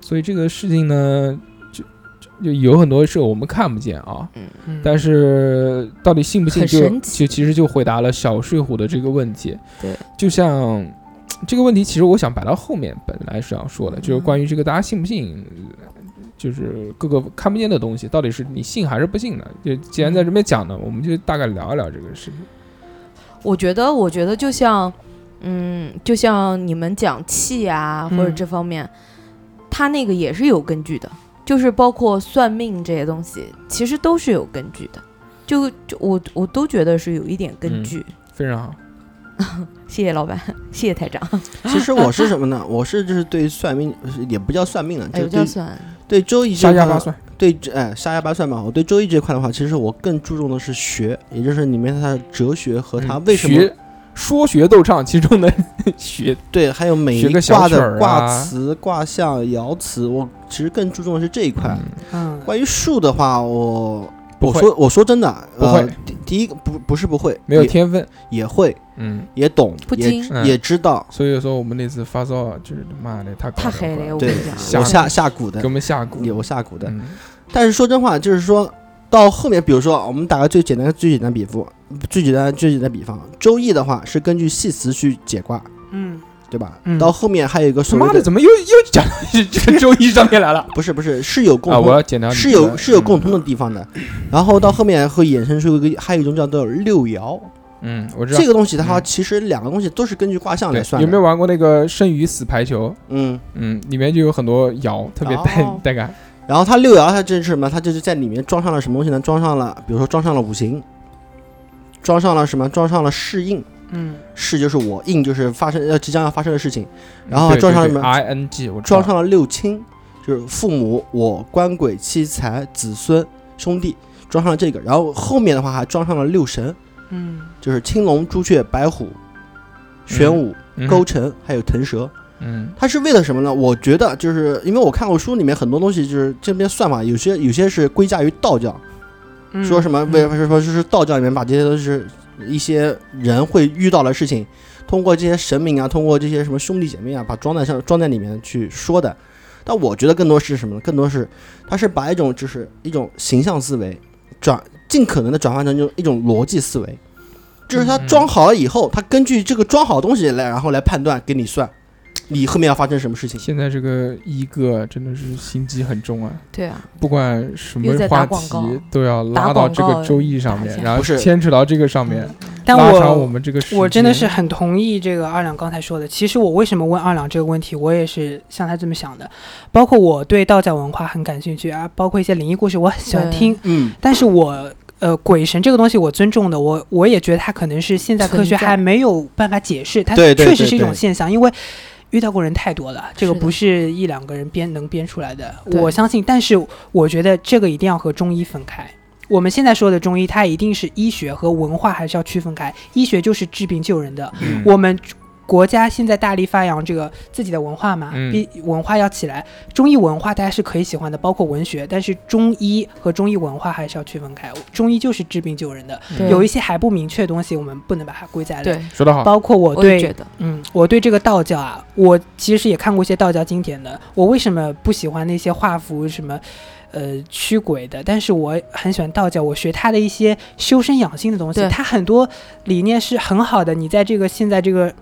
Speaker 3: 所以这个事情呢，就就就有很多是我们看不见啊，
Speaker 7: 嗯
Speaker 3: 但是到底信不信
Speaker 1: 很
Speaker 3: 就，
Speaker 1: 神
Speaker 3: 就
Speaker 1: 奇
Speaker 3: 其实就回答了小睡虎的这个问题。
Speaker 1: 对，
Speaker 3: 就像这个问题，其实我想摆到后面，本来是想
Speaker 1: 嗯
Speaker 3: 说的，就是关于这个大家信不信，就是各个看不见的东西，到底是你信还是不信呢？就既然在这边讲呢，我们就大概聊一聊这个事情。
Speaker 1: 我觉得，我觉得就像，嗯，就像你们讲气啊，或者
Speaker 7: 嗯
Speaker 1: 这方面，他那个也是有根据的，就是包括算命这些东西，其实都是有根据的。就就我我都觉得是有一点根
Speaker 3: 嗯
Speaker 1: 据。
Speaker 3: 非常好，
Speaker 1: 谢谢老板，谢谢台长。
Speaker 4: 其实我是什么呢？ 我是就是对算命，也不叫算命了，
Speaker 1: 哎，
Speaker 4: 就
Speaker 1: 我这样
Speaker 4: 对
Speaker 1: 算，
Speaker 4: 对周易这
Speaker 3: 瞎
Speaker 4: 一块
Speaker 3: 压八
Speaker 4: 呢，
Speaker 3: 算。
Speaker 4: 对哎瞎压八算嘛。我对周易这块的话，其实我更注重的是学，也就是里面它的哲学和它
Speaker 3: 嗯
Speaker 4: 为什么
Speaker 3: 学说学逗唱其中的 学
Speaker 4: 对，还有每
Speaker 3: 学
Speaker 4: 一
Speaker 3: 个小
Speaker 4: 卦
Speaker 3: 曲儿
Speaker 4: 的卦
Speaker 3: 啊
Speaker 4: 辞、卦象、爻辞，我其实更注重的是这一块。
Speaker 7: 嗯，
Speaker 4: 关于术的话，我
Speaker 3: 不
Speaker 4: 我
Speaker 3: 会
Speaker 4: 说我说真的，
Speaker 3: 不
Speaker 4: 呃
Speaker 3: 会，
Speaker 4: 第第一个不不是不会，
Speaker 3: 没有
Speaker 4: 也
Speaker 3: 天分，
Speaker 4: 也会
Speaker 3: 嗯，
Speaker 4: 也懂，
Speaker 1: 不
Speaker 4: 也
Speaker 1: 精
Speaker 4: 知
Speaker 3: 嗯
Speaker 4: 也知道，
Speaker 3: 所以说我们那次发烧啊就是他妈的他
Speaker 1: 太黑了，我跟
Speaker 4: 对
Speaker 1: 你讲。
Speaker 3: 吓
Speaker 4: 我
Speaker 3: 唬
Speaker 4: 下下蛊的
Speaker 3: 给我，们下蛊，
Speaker 4: 有下蛊的。
Speaker 3: 嗯
Speaker 4: 但是说真话，就是说到后面，比如说我们打个最简单、最简单比方，最简单、最简单比方，《周易》的话是根据系辞去解卦，
Speaker 7: 嗯
Speaker 4: 对吧？
Speaker 7: 嗯
Speaker 4: 到后面还有一个
Speaker 3: 他
Speaker 4: 所
Speaker 3: 妈
Speaker 4: 谓
Speaker 3: 的怎么又又讲到这 这个周一上面来了
Speaker 4: 不是不是是有共
Speaker 3: 啊？
Speaker 4: 同
Speaker 3: 我要剪掉你嗯
Speaker 4: 是
Speaker 3: 的
Speaker 4: 有是有共，同的地方的，然后到后面会衍生出一个，还有一种叫做六爻，
Speaker 3: 嗯，嗯我知道
Speaker 4: 这。个东西的话，
Speaker 3: 嗯
Speaker 4: 其实两个东西都是根据卦象来
Speaker 3: 对，
Speaker 4: 算
Speaker 3: 有
Speaker 4: 的。
Speaker 3: 没有？玩过那个生与死排球？
Speaker 4: 嗯，
Speaker 3: 嗯，里面就有很多爻，特别带
Speaker 4: 哦
Speaker 3: 带感。
Speaker 4: 然后它六爻它这是什么？它就是在里面装上了什么东西呢？装上了，比如说装上了五行，装上了什么？装上了适应，
Speaker 7: 嗯
Speaker 4: 适就是我，应就是发生呃要即将要发生的事情，然后
Speaker 3: 对啊
Speaker 4: 撞上
Speaker 3: 对
Speaker 4: 什
Speaker 3: 对
Speaker 4: 么
Speaker 3: I N G，我知道
Speaker 4: 装上了六亲，就是父母、我、官鬼、妻财、子孙、兄弟，装上了这个，然后后面的话还装上了六神。
Speaker 7: 嗯
Speaker 4: 就是青龙、朱雀、白虎、玄武、
Speaker 3: 嗯
Speaker 4: 勾陈，还有腾蛇。
Speaker 3: 嗯
Speaker 4: 它是为了什么呢？我觉得就是因为我看过书里面很多东西，就是这边算法有些有些是归嫁于道教，
Speaker 7: 嗯，
Speaker 4: 说什么为
Speaker 7: 嗯
Speaker 4: 什么说就是道教里面把这些都是一些人会遇到的事情，通过这些神明啊，通过这些什么兄弟姐妹啊，把装在上装在里面去说的。但我觉得更多是什么呢？更多是它是把一种就是一种形象思维转尽可能的转换成就一种逻辑思维，就是他
Speaker 7: 嗯
Speaker 4: 装好了以后，他根据这个装好的东西来，然后来判断给你算，你后面要发生什么事情。
Speaker 3: 现在这个一个真的是心机很重啊，
Speaker 1: 对啊，
Speaker 3: 不管什么
Speaker 1: 又在打
Speaker 3: 话
Speaker 1: 广
Speaker 3: 题
Speaker 1: 告
Speaker 3: 都要拉
Speaker 1: 打
Speaker 3: 到
Speaker 1: 广
Speaker 3: 这
Speaker 1: 告
Speaker 3: 个周易上
Speaker 1: 打
Speaker 3: 面，
Speaker 1: 架嗯
Speaker 3: 然后
Speaker 4: 不是
Speaker 3: 牵扯到这个上面，
Speaker 7: 但
Speaker 3: 拉长
Speaker 7: 我
Speaker 3: 我们这个时
Speaker 7: 我真的
Speaker 3: 间
Speaker 7: 是很同意这个二两刚才说的。其实我为什么问二两这个问题，我也是像他这么想的。包括我对道家文化很感兴趣啊，包括一些灵异故事我很喜欢
Speaker 1: 对
Speaker 7: 听，
Speaker 4: 嗯，
Speaker 7: 但是我呃鬼神这个东西我尊重的，我我也觉得它可能是现在科
Speaker 1: 存
Speaker 7: 学
Speaker 1: 在
Speaker 7: 还没有办法解释，它
Speaker 4: 对对
Speaker 7: 确
Speaker 4: 对
Speaker 7: 实是一
Speaker 4: 对
Speaker 7: 种现象，因为。遇到过人太多了，这个
Speaker 1: 是的
Speaker 7: 不是一两个人编能编出来的，
Speaker 1: 对
Speaker 7: 我相信。但是我觉得这个一定要和中医分开。我们现在说的中医，它一定是医学和文化还是要区分开。医学就是治病救人的，
Speaker 1: 嗯
Speaker 3: 嗯
Speaker 7: 我们国家现在大力发扬这个自己的文化嘛，
Speaker 3: 嗯
Speaker 7: 比文化要起来。中医文化大家是可以喜欢的，包括文学，但是中医和中医文化还是要区分开。中医就是治病救人的，
Speaker 1: 对
Speaker 7: 有一些还不明确的东西，我们不能把它归
Speaker 3: 哎
Speaker 7: 在类。
Speaker 1: 对，
Speaker 3: 嗯说得好，
Speaker 7: 包括我
Speaker 1: 我也
Speaker 7: 对
Speaker 1: 觉得
Speaker 7: 嗯，我对这个道教啊，我其实也看过一些道教经典的。我为什么不喜欢那些画符什么，呃，驱鬼的？但是我很喜欢道教，我学它的一些修身养性的东西。
Speaker 1: 对
Speaker 7: 它很多理念是很好的，你在这个现在这个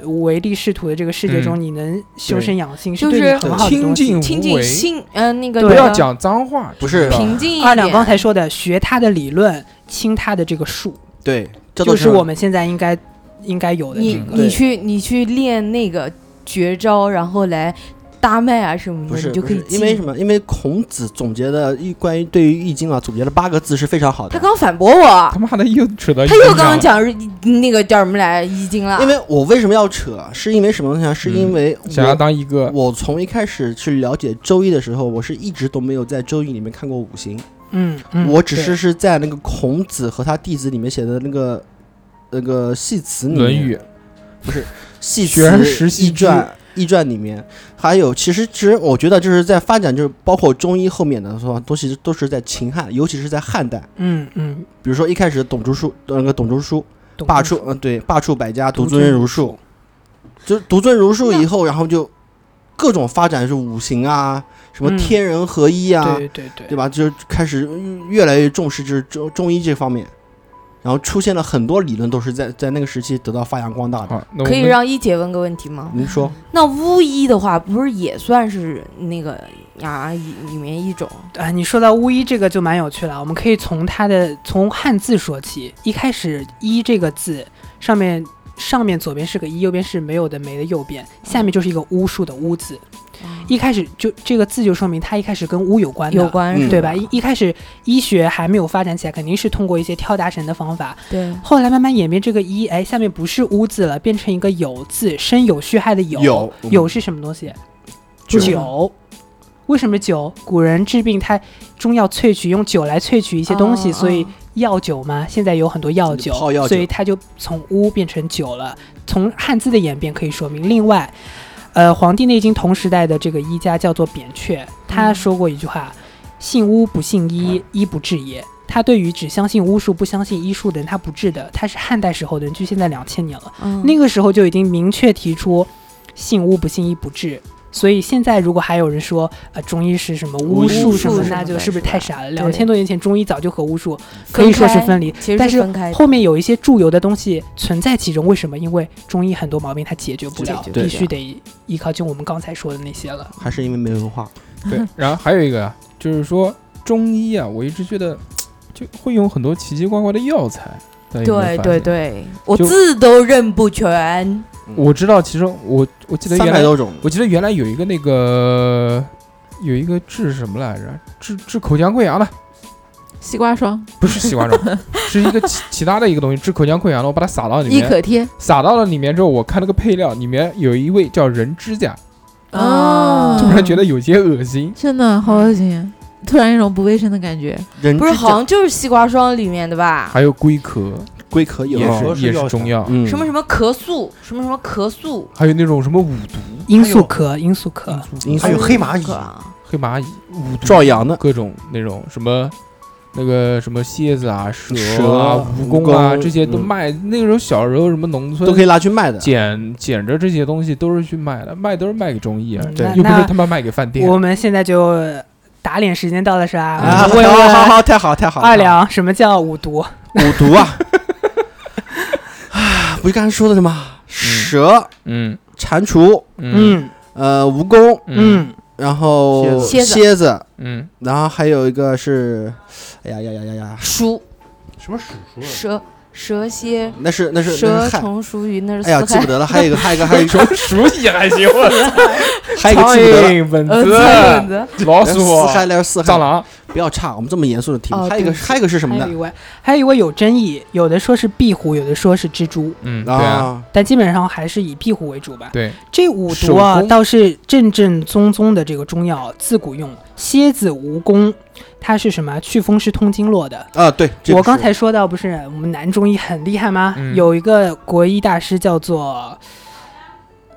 Speaker 7: 呃唯利是图的这个世界
Speaker 4: 嗯
Speaker 7: 中，你能修身养性
Speaker 1: 就
Speaker 7: 对
Speaker 1: 是
Speaker 7: 你很好的
Speaker 3: 清
Speaker 7: 东西。
Speaker 3: 静
Speaker 1: 亲
Speaker 3: 无
Speaker 1: 近
Speaker 3: 为，
Speaker 1: 心，嗯、那个
Speaker 7: 对
Speaker 3: 不
Speaker 1: 那
Speaker 3: 要
Speaker 1: 个
Speaker 3: 讲啊脏话，
Speaker 4: 不是
Speaker 3: 知道吧
Speaker 1: 平静一
Speaker 7: 二两
Speaker 1: 点
Speaker 7: 刚才说的，学它的理论，清它的这个术，
Speaker 4: 对，这
Speaker 7: 就
Speaker 4: 都
Speaker 7: 是我们现在应该应该有的这
Speaker 1: 你
Speaker 7: 个。
Speaker 1: 你去你去练那个绝招，然后来搭麦啊什么
Speaker 4: 不
Speaker 1: 的，
Speaker 4: 是
Speaker 1: 你就
Speaker 4: 不
Speaker 1: 可以
Speaker 4: 是，
Speaker 1: 记
Speaker 4: 因为什么？因为孔子总结的一关于对于易经啊，总结了八个字是非常好的
Speaker 1: 他。刚反驳我
Speaker 3: 他，妈的又扯到
Speaker 1: 他又
Speaker 3: 硬
Speaker 1: 刚刚
Speaker 3: 上了
Speaker 1: 讲那个叫什么来易经了，
Speaker 4: 因为我为什么要扯？是因为什么东西啊？是因为
Speaker 3: 嗯想要
Speaker 4: 我
Speaker 3: 当一个
Speaker 4: 我从一开始去了解周易的时候，我是一直都没有在周易里面看过五行，
Speaker 7: 嗯，嗯
Speaker 4: 我只是
Speaker 7: 对
Speaker 4: 是在那个孔子和他弟子里面写的那个那个系辞里
Speaker 3: 《
Speaker 4: 面
Speaker 3: 论语》，
Speaker 4: 系
Speaker 3: 学而时
Speaker 4: 辞、
Speaker 3: 习
Speaker 4: 易
Speaker 3: 之
Speaker 4: 传、易传里面，还有其实其实我觉得就是在发展，就是包括中医后面的说东西都是在秦汉，尤其是在汉代，
Speaker 7: 嗯嗯，
Speaker 4: 比如说一开始董仲舒呃那个董仲舒
Speaker 7: 懂
Speaker 4: 罢黜，嗯对，罢黜百家，独
Speaker 7: 独
Speaker 4: 尊
Speaker 7: 尊
Speaker 4: 儒
Speaker 7: 儒
Speaker 4: 术，就是独尊儒术以后，然后就各种发展是五行啊，什么
Speaker 7: 嗯
Speaker 4: 天人合一啊，
Speaker 7: 对对对，
Speaker 4: 对吧？就开始越越来越重视就是中中医这方面，然后出现了很多理论都是在在那个时期得到发扬光大的。
Speaker 3: 好，那我
Speaker 1: 可以
Speaker 3: 们
Speaker 1: 让一姐问个问题吗？
Speaker 4: 您说，
Speaker 1: 那巫医的话，不是也算是那个啊里里面一种？
Speaker 7: 啊，你说到巫医这个就蛮有趣了，我们可以从它的从汉字说起。一开始“医”这个字上面上面左边是个“一”，右边是没有的“没”的右边，下面就是一个巫术的“巫”字。一开始就这个字就说明它一开始跟巫有关的，
Speaker 1: 有关
Speaker 4: 嗯
Speaker 1: 是
Speaker 7: 对吧？一一开始医学还没有发展起来，肯定是通过一些跳大神的方法。
Speaker 1: 对，
Speaker 7: 后来慢慢演变这个“医”，哎，下面不是“巫”字了，变成一个“有”字，生有虚害的“有”。
Speaker 4: 有
Speaker 7: 有是什么东西？
Speaker 4: 酒
Speaker 7: 酒。为什么酒？古人治病，他中药萃取用酒来萃取一些东西，
Speaker 4: 啊
Speaker 1: 哦
Speaker 7: 所以
Speaker 1: 哦
Speaker 7: 药酒嘛。现在有很多药酒，
Speaker 4: 泡药酒
Speaker 7: 所以它就从乌变成酒了。从汉字的演变可以说明。另外，呃，《黄帝内经》同时代的这个医家叫做扁鹊，他
Speaker 1: 嗯
Speaker 7: 说过一句话：“信巫不信医，医不治也。”他对于只相信巫术不相信医术的人，他不治的。他是汉代时候的人，距现在两千年了。
Speaker 1: 嗯
Speaker 7: 那个时候就已经明确提出信巫不信医不治。所以现在如果还有人说呃中医是什么巫术什
Speaker 1: 巫
Speaker 7: 么
Speaker 1: 术，
Speaker 7: 那就是不是太傻了？
Speaker 1: 对
Speaker 7: 两千多年前中医早就和巫术可以说是分离，
Speaker 1: 其实
Speaker 7: 但是
Speaker 1: 分开的
Speaker 7: 后面有一些注油的东西存在其中。为什么？因为中医很多毛病它解决不了
Speaker 1: 解决，不
Speaker 7: 必须
Speaker 1: 了
Speaker 7: 得依靠就我们刚才说的那些了。
Speaker 4: 还是因为没文化，
Speaker 3: 对，然后还有一个啊，就是说中医啊，我一直觉得就会用很多奇奇怪怪的药材。大家有没有
Speaker 1: 对
Speaker 3: 发
Speaker 1: 对
Speaker 3: 现，
Speaker 1: 对，我
Speaker 3: 就
Speaker 1: 字都认不全。
Speaker 3: 我知道，其实我我记得
Speaker 4: 三
Speaker 3: 原
Speaker 4: 百
Speaker 3: 来
Speaker 4: 多种。
Speaker 3: 我记得原来有一个那个有一个治什么来着？治治口腔溃疡的，
Speaker 5: 西瓜霜、
Speaker 3: 不是西瓜霜， 是一个其其他的一个东西治口腔溃疡的。我把它撒到里
Speaker 5: 益
Speaker 3: 面，
Speaker 5: 可贴
Speaker 3: 撒到了里面之后，我看那个配料里面有一味叫人指甲，
Speaker 1: 啊
Speaker 3: 突然觉得有些恶心。
Speaker 5: 真的好恶心，突然一种不卫生的感觉。
Speaker 4: 人
Speaker 1: 不是，
Speaker 4: 之
Speaker 1: 好像就是西瓜霜里面的吧？
Speaker 3: 还有龟壳
Speaker 4: 讲龟壳有
Speaker 3: 也
Speaker 6: 哦
Speaker 3: 是也
Speaker 6: 是药
Speaker 3: 是
Speaker 6: 材
Speaker 3: 中药，
Speaker 4: 嗯
Speaker 1: 什么什么咳素，什么什么咳素，
Speaker 3: 还有那种什么五毒、
Speaker 7: 罂粟壳，罂粟壳，
Speaker 4: 因素
Speaker 6: 还有黑蚂蚁
Speaker 1: 可啊
Speaker 3: 黑蚂蚁、五毒
Speaker 4: 壮阳的
Speaker 3: 各种那种什么。那个什么蝎子啊、蛇啊、
Speaker 4: 蛇
Speaker 3: 蜈蚣啊，
Speaker 4: 蜈蚣
Speaker 3: 这些都
Speaker 4: 嗯
Speaker 3: 卖。那个时候小时候什么农村
Speaker 4: 都可以拉去卖的。
Speaker 3: 捡捡着这些东西都是去卖的，卖都是卖给中医啊，
Speaker 7: 嗯对
Speaker 3: 又不
Speaker 7: 那
Speaker 3: 是他妈卖给饭店。
Speaker 7: 我们现在就打脸时间到了是吧？
Speaker 4: 啊，
Speaker 7: 我们问问
Speaker 4: 好好好，太好太好。
Speaker 7: 二两什么叫五毒？
Speaker 4: 五毒啊！啊，不是刚才说的什么蛇、
Speaker 3: 嗯
Speaker 4: 蟾蜍、
Speaker 3: 嗯
Speaker 7: 嗯
Speaker 4: 呃蜈蚣，
Speaker 7: 嗯，
Speaker 4: 然后
Speaker 1: 蝎子
Speaker 4: 蝎子，
Speaker 3: 嗯
Speaker 4: 然后还有一个是，哎呀呀呀呀呀，
Speaker 1: 鼠、
Speaker 6: 什么鼠鼠？
Speaker 1: 蛇、蛇蝎、
Speaker 4: 那是嗯那是那
Speaker 1: 蛇
Speaker 4: 是害，
Speaker 1: 虫鼠鱼，那是
Speaker 4: 哎呀
Speaker 1: 四
Speaker 4: 记不
Speaker 1: 害。
Speaker 4: 得了，还有一 个还有一个还有一
Speaker 3: 什
Speaker 4: 个
Speaker 3: 么鼠蚁还行，我操
Speaker 4: 还
Speaker 7: 哎
Speaker 4: 有一个
Speaker 3: 苍
Speaker 4: 记不得了。
Speaker 3: 蝇、蚊
Speaker 1: 呃，苍蝇
Speaker 3: 子、
Speaker 1: 子，
Speaker 3: 老
Speaker 4: 四
Speaker 3: 鼠、
Speaker 4: 害那是四害，
Speaker 3: 蟑螂，
Speaker 4: 不要差，我们这么严肃的题目。
Speaker 1: 哦
Speaker 4: 还有一个
Speaker 1: 对不起
Speaker 4: 还有一个是什么
Speaker 7: 还有
Speaker 4: 呢
Speaker 7: 一？位，还有一位有争议，有的说是壁虎，有的说是蜘蛛，
Speaker 3: 嗯，对啊，
Speaker 4: 啊，
Speaker 7: 但基本上还是以壁虎为主吧。
Speaker 3: 对，
Speaker 7: 这五
Speaker 3: 手
Speaker 7: 毒啊，
Speaker 3: 工
Speaker 7: 倒是正正宗宗的这个中药，自古用。蝎子、蜈蚣，它是什么？祛风湿通经络的。
Speaker 4: 啊对，这个
Speaker 7: 我刚
Speaker 4: 是
Speaker 7: 才说到，不是我们男中医很厉害吗？
Speaker 3: 嗯
Speaker 7: 有一个国医大师叫做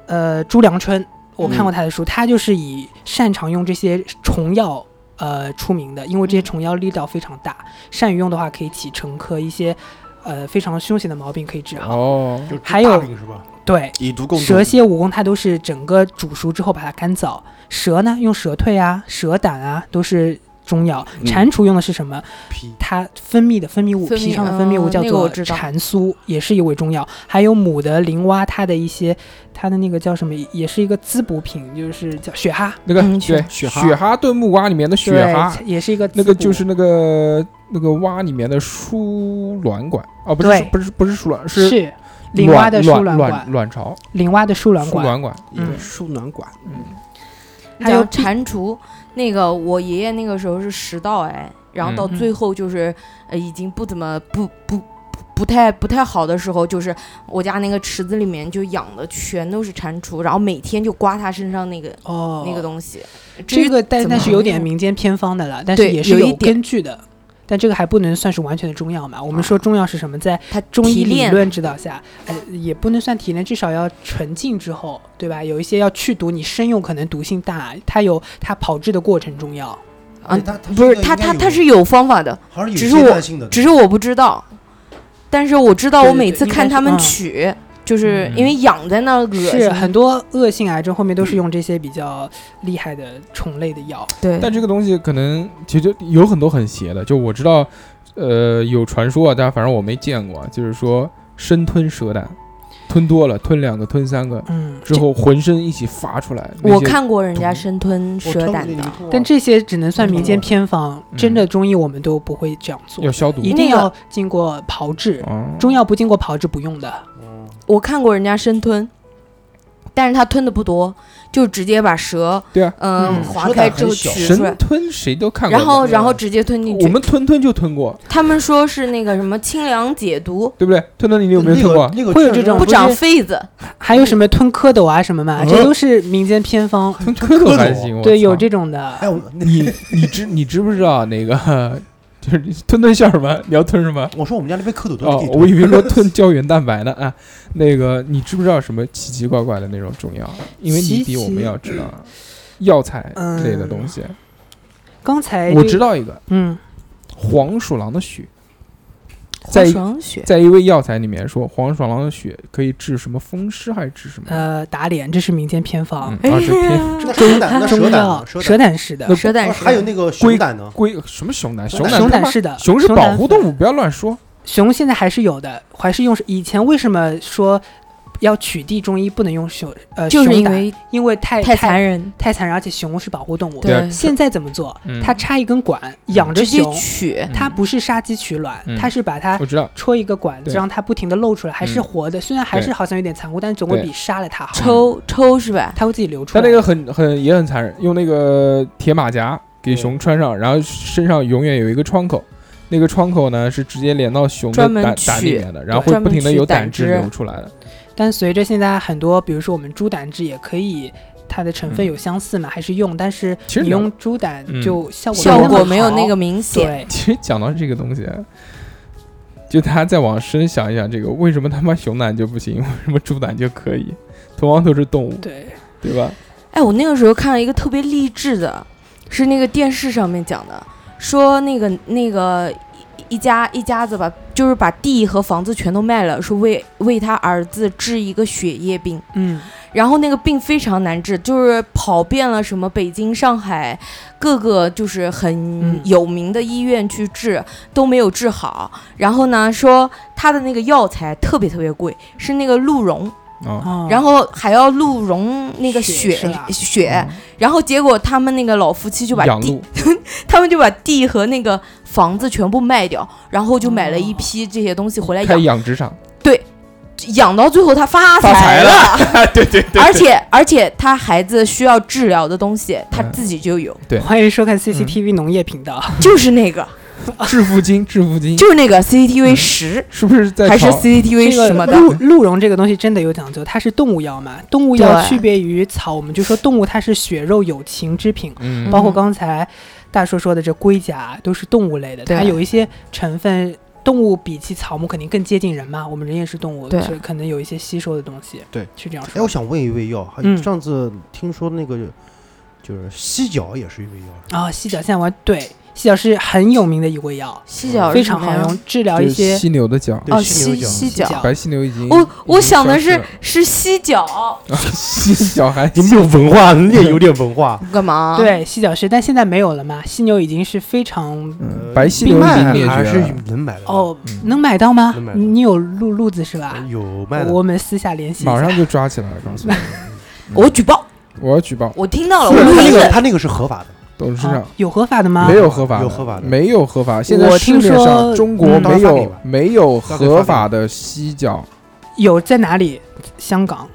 Speaker 7: 呃朱良春，我看
Speaker 4: 嗯
Speaker 7: 过他的书，他就是以擅长用这些虫药。呃，出名的，因为
Speaker 4: 嗯
Speaker 7: 这些虫药力道非常大，善于用的话可以起成科，一些呃非常凶险的毛病可以治好。
Speaker 3: 哦，
Speaker 6: 就是
Speaker 7: 还有
Speaker 6: 大饼是吧？
Speaker 7: 对，
Speaker 4: 以毒攻毒
Speaker 7: 蛇蝎、蜈蚣它都是整个煮熟之后把它干燥。蛇呢，用蛇蜕啊、蛇胆啊，都是中药。
Speaker 4: 嗯
Speaker 7: 蟾蜍用的是什么？
Speaker 6: 皮
Speaker 7: 它分泌的分泌物，
Speaker 1: 分泌
Speaker 7: 皮上的分泌物
Speaker 1: 哦
Speaker 7: 叫
Speaker 1: 那个我
Speaker 7: 做
Speaker 1: 知道
Speaker 7: 蟾酥，也是一味中药。还有母的林蛙，它的一些它的那个叫什么，也是一个滋补品，就是叫雪蛤，
Speaker 3: 那个
Speaker 1: 嗯
Speaker 3: 对
Speaker 4: 雪蛤
Speaker 3: 雪蛤炖木蛙里面的雪蛤，
Speaker 7: 对也是一个
Speaker 3: 啊那
Speaker 7: 滋
Speaker 3: 个
Speaker 7: 补
Speaker 3: 就是那个那个蛙里面的输卵管哦，不是
Speaker 7: 对
Speaker 3: 不是不是输卵是
Speaker 7: 是林蛙的输
Speaker 3: 卵
Speaker 7: 卵
Speaker 3: 卵
Speaker 7: 管，
Speaker 3: 卵巢
Speaker 7: 林蛙的输卵
Speaker 3: 输
Speaker 7: 管，
Speaker 3: 卵管，
Speaker 4: 一个
Speaker 7: 嗯
Speaker 4: 输卵管，
Speaker 7: 还有
Speaker 1: 讲蟾蜍，那个我爷爷那个时候是食道癌，然后到
Speaker 3: 嗯
Speaker 1: 最后就是呃已经不怎么不不不不太不太好的时候，就是我家那个池子里面就养的全都是蟾蜍，然后每天就刮它身上那个
Speaker 7: 哦
Speaker 1: 那个东西。至于
Speaker 7: 这个但
Speaker 1: 怎么
Speaker 7: 但是有点
Speaker 1: 用
Speaker 7: 民间偏方的了，但是
Speaker 1: 对
Speaker 7: 也
Speaker 1: 有
Speaker 7: 是
Speaker 1: 一
Speaker 7: 有
Speaker 1: 点
Speaker 7: 根据的。但这个还不能算是完全的中药嘛？我们
Speaker 1: 啊
Speaker 7: 说中药是什么，在
Speaker 1: 它
Speaker 7: 中
Speaker 1: 提
Speaker 7: 医理
Speaker 1: 炼
Speaker 7: 论指导下，哎，也不能算提炼，至少要纯净之后，对吧？有一些要去毒，你生用可能毒性大，它有它炮制的过程中药。
Speaker 1: 啊
Speaker 6: 它
Speaker 1: 不是它它它是有方法的，
Speaker 6: 好像有
Speaker 1: 只是
Speaker 6: 阶
Speaker 1: 我
Speaker 6: 段性的，
Speaker 1: 只是我不知道，但是我知道
Speaker 7: 对
Speaker 1: 我每
Speaker 7: 对
Speaker 1: 次
Speaker 7: 应
Speaker 1: 看
Speaker 7: 该
Speaker 1: 他
Speaker 7: 是
Speaker 1: 们
Speaker 7: 嗯
Speaker 1: 取，就是
Speaker 3: 嗯
Speaker 1: 因为养在那儿恶心。
Speaker 7: 是啊很多恶性癌症后面都是用这些比较厉害的虫类的药。嗯
Speaker 1: 对，
Speaker 3: 但这个东西可能其实有很多很邪的，就我知道，呃，有传说啊，但反正我没见过啊，就是说生吞蛇胆，吞多了，吞两个，吞三个
Speaker 7: 嗯，
Speaker 3: 之后浑身一起发出来。那
Speaker 1: 我
Speaker 3: 些
Speaker 1: 看过人家
Speaker 3: 毒
Speaker 1: 生吞
Speaker 6: 我
Speaker 1: 蛇
Speaker 6: 吞
Speaker 1: 胆
Speaker 6: 过那
Speaker 1: 的
Speaker 6: 一，通
Speaker 7: 但
Speaker 6: 啊
Speaker 7: 这些只能算民间
Speaker 6: 嗯
Speaker 7: 偏方，
Speaker 3: 嗯
Speaker 7: 真的中医我们都不会这样做
Speaker 3: 要，消毒
Speaker 7: 一定
Speaker 1: 那个
Speaker 7: 要经过炮制。
Speaker 3: 哦，
Speaker 7: 中药不经过炮制不用的。
Speaker 6: 嗯
Speaker 1: 我看过人家生吞，但是他吞的不多，就直接把蛇
Speaker 3: 对啊
Speaker 1: 嗯
Speaker 7: 嗯
Speaker 1: 划
Speaker 6: 蛇胆
Speaker 1: 开
Speaker 6: 很
Speaker 1: 之后
Speaker 6: 小
Speaker 1: 取出来
Speaker 3: 神，吞谁都看过
Speaker 1: 然
Speaker 3: 的，
Speaker 1: 后然后直接吞进
Speaker 3: 我
Speaker 1: 去。
Speaker 3: 们吞吞就吞过，
Speaker 1: 他们说是那个什么清凉解毒，
Speaker 3: 对不对？吞吞你有没有
Speaker 6: 那
Speaker 3: 吞
Speaker 6: 个
Speaker 3: 过？
Speaker 6: 那个
Speaker 7: 会有
Speaker 6: 确
Speaker 7: 这
Speaker 6: 实
Speaker 3: 啊
Speaker 7: 种
Speaker 1: 不
Speaker 7: 不
Speaker 1: 长
Speaker 7: 是
Speaker 1: 痱子。
Speaker 7: 还有什么吞蝌蚪啊什么嘛，
Speaker 6: 嗯
Speaker 7: 这都是民间偏方。
Speaker 3: 吞蝌蚪
Speaker 6: 蚪
Speaker 3: 还哦行，我
Speaker 7: 对，
Speaker 3: 操
Speaker 7: 有这种的。
Speaker 6: 哎，我那
Speaker 3: 你你知你知不知道那个就是吞吞馅儿吗？你要吞什么？
Speaker 6: 我说我们家那边蝌蚪都
Speaker 3: 哦
Speaker 6: 是，
Speaker 3: 我以为说吞胶原蛋白呢啊。那个你知不知道什么奇奇怪怪的那种中药？因为你比我们要知道啊药材
Speaker 7: 嗯
Speaker 3: 类的东西。
Speaker 7: 刚才
Speaker 3: 我
Speaker 7: 这
Speaker 3: 知，道一个
Speaker 7: 嗯，
Speaker 3: 黄鼠狼的血，在一
Speaker 1: 爽血
Speaker 3: 在一味药材里面说黄鼠狼的血可以治什么风湿还是治什么？
Speaker 7: 呃，哎打脸，这是民间偏方
Speaker 3: 嗯，，二十篇
Speaker 6: 那蛇胆，那
Speaker 7: 中
Speaker 6: 蛇胆
Speaker 7: 药
Speaker 6: 呢，
Speaker 7: 蛇
Speaker 6: 蛇
Speaker 7: 胆是的，
Speaker 1: 蛇
Speaker 6: 哦
Speaker 1: 胆
Speaker 6: 还有
Speaker 1: 石，
Speaker 6: 那个
Speaker 3: 龟
Speaker 6: 熊胆呢，
Speaker 3: 龟什么熊胆？熊
Speaker 6: 胆
Speaker 3: 胆
Speaker 7: 熊
Speaker 3: 他
Speaker 7: 胆
Speaker 3: 妈
Speaker 7: 是的，
Speaker 3: 熊是保护动
Speaker 7: 物。
Speaker 3: 物，不要乱说。
Speaker 7: 熊现在还是有的，还是用以前为什么说要取缔中医不能用熊？呃，
Speaker 1: 就是
Speaker 7: 熊
Speaker 1: 因
Speaker 7: 胆
Speaker 1: 为
Speaker 7: 因为太
Speaker 1: 哎太残忍，
Speaker 7: 太残忍，而且熊是保护动物。
Speaker 3: 对啊
Speaker 7: 现在怎么做
Speaker 3: 嗯？
Speaker 7: 它插一根管养着
Speaker 1: 直接
Speaker 7: 熊，
Speaker 1: 取，
Speaker 3: 嗯
Speaker 7: 它不是杀鸡取卵
Speaker 3: 嗯，
Speaker 7: 它是把它
Speaker 3: 我知道，
Speaker 7: 戳一个管子，
Speaker 3: 对
Speaker 7: 让它不停的露出来，还是
Speaker 3: 嗯
Speaker 7: 活的。虽然还
Speaker 3: 对
Speaker 7: 是好像有点残酷，但总归
Speaker 3: 对
Speaker 7: 比杀了它好。
Speaker 3: 嗯
Speaker 1: 抽抽是吧？
Speaker 7: 它会自己流出
Speaker 3: 他
Speaker 7: 来。
Speaker 3: 那个很很也很残忍，用那个铁马甲给熊穿上，然后身上永远有一个窗口，那个窗口呢是直接连到熊的
Speaker 1: 专门
Speaker 3: 胆
Speaker 1: 取
Speaker 3: 胆里面的，然后
Speaker 1: 对
Speaker 3: 会不停的有胆汁
Speaker 1: 专门取胆汁
Speaker 3: 流出来的。
Speaker 7: 但随着现在很多，比如说我们猪胆汁也可以，它的成分
Speaker 3: 嗯
Speaker 7: 有相似嘛，还是用，但是
Speaker 3: 其实
Speaker 7: 你
Speaker 3: 两
Speaker 7: 用猪胆
Speaker 3: 嗯
Speaker 7: 就效果
Speaker 1: 效
Speaker 7: 没那么
Speaker 1: 果没有那
Speaker 7: 好
Speaker 1: 个明显。
Speaker 7: 对。
Speaker 3: 其实讲到这个东西，就大家再往深想一想，这个为什么他妈熊胆就不行， 为什么猪胆就可以？同样都是动物，
Speaker 7: 对，
Speaker 3: 对吧？
Speaker 1: 哎，我那个时候看了一个特别励志的，是那个电视上面讲的，说那个那个一一家一家子把就是把地和房子全都卖了，说为为他儿子治一个血液病。
Speaker 7: 嗯，
Speaker 1: 然后那个病非常难治，就是跑遍了什么北京、上海各个就是很
Speaker 7: 嗯
Speaker 1: 有名的医院去治，都没有治好。然后呢，说他的那个药材特别特别贵，是那个鹿茸，
Speaker 3: 哦，
Speaker 7: 哦
Speaker 1: 然后还要鹿茸那个
Speaker 7: 血
Speaker 1: 血
Speaker 7: 是吧
Speaker 1: 血，然后结果他们那个老夫妻就把
Speaker 3: 嗯养
Speaker 1: 地
Speaker 3: 路，
Speaker 1: 他们就把地和那个房子全部卖掉，然后就买了一批这些东西回来
Speaker 3: 开
Speaker 1: 哎养，
Speaker 3: 养殖场，
Speaker 1: 养到最后他发
Speaker 3: 发财
Speaker 1: 了，
Speaker 3: 对对对，
Speaker 1: 而且而且他孩子需要治疗的东西他自己就有，
Speaker 7: 欢迎收看
Speaker 3: 嗯
Speaker 7: CCTV 农业频 道。
Speaker 1: 就是那个
Speaker 3: 致富经，致富经
Speaker 1: 就是那个 CCTV 十
Speaker 3: 是不嗯是在
Speaker 1: 还是
Speaker 3: 炒
Speaker 1: CCTV
Speaker 7: 这个嗯
Speaker 1: 什么的，
Speaker 7: 鹿鹿茸这个东西真的有讲究，它是动物药嘛？动物药
Speaker 8: 对
Speaker 7: 区别于草，我们就说动物它是血肉有情之品，
Speaker 3: 嗯
Speaker 7: 包括刚才大叔说的这龟甲都是动物类的，
Speaker 8: 对
Speaker 7: 它有一些成分。动物比起草木肯定更接近人嘛，我们人也是动物，
Speaker 8: 对
Speaker 7: 所以可能有一些吸收的东西。
Speaker 6: 对，
Speaker 7: 是这样
Speaker 6: 哎，我
Speaker 7: 说。
Speaker 6: 想问一味药，还
Speaker 7: 嗯
Speaker 6: 上次听说那个就是犀角也是一味药，是吧
Speaker 7: 啊，犀角现在玩对，犀角是很有名的一味药，
Speaker 1: 犀角
Speaker 7: 非
Speaker 1: 是什
Speaker 7: 常
Speaker 1: 么
Speaker 7: 好
Speaker 1: 呀
Speaker 7: 用，治疗
Speaker 3: 就
Speaker 7: 一
Speaker 3: 是
Speaker 7: 些
Speaker 3: 犀牛的角，
Speaker 6: 对
Speaker 1: 哦
Speaker 6: 犀牛角，
Speaker 1: 犀
Speaker 7: 角
Speaker 1: 角。
Speaker 3: 白犀牛已经
Speaker 1: 我我
Speaker 3: 已经
Speaker 1: 想的
Speaker 3: 消失
Speaker 1: 是
Speaker 3: 了
Speaker 1: 是犀角，
Speaker 3: 犀 角还
Speaker 6: 有没有文化？你也有点文化。
Speaker 3: 嗯
Speaker 1: 干嘛？，
Speaker 7: 对犀角是，但现在没有了嘛，犀牛已经是非常
Speaker 3: 嗯
Speaker 6: 呃
Speaker 3: 白犀
Speaker 6: 冰
Speaker 3: 牛已经
Speaker 6: 麦
Speaker 3: 灭
Speaker 6: 还
Speaker 3: 绝
Speaker 6: 是
Speaker 3: 了，
Speaker 6: 能买的
Speaker 7: 哦，
Speaker 3: 嗯
Speaker 7: 能买到吗
Speaker 6: 能买？到嗯
Speaker 7: 你有路路子是吧？
Speaker 6: 有卖的。
Speaker 7: 我们私下联系一下。
Speaker 3: 马上就抓起来了，告诉你，
Speaker 1: 我举报，
Speaker 3: 我要举报
Speaker 1: 我听到了，
Speaker 6: 不
Speaker 1: 我录
Speaker 6: 是他那
Speaker 1: 音
Speaker 6: 个
Speaker 1: 了。
Speaker 6: 他那个是合法的，
Speaker 3: 董事
Speaker 7: 啊
Speaker 3: 长。
Speaker 7: 有合法的吗
Speaker 3: 没？有合法，
Speaker 6: 有合法的
Speaker 3: 没有合法。现在
Speaker 7: 我
Speaker 3: 市
Speaker 7: 听
Speaker 3: 面上
Speaker 7: 说
Speaker 3: 中国
Speaker 6: 嗯到时候
Speaker 3: 没
Speaker 6: 发给你
Speaker 3: 有
Speaker 6: 吧
Speaker 3: 没有
Speaker 6: 到时候发给
Speaker 3: 合
Speaker 6: 你
Speaker 3: 法的犀角。
Speaker 7: 有在哪里？香港。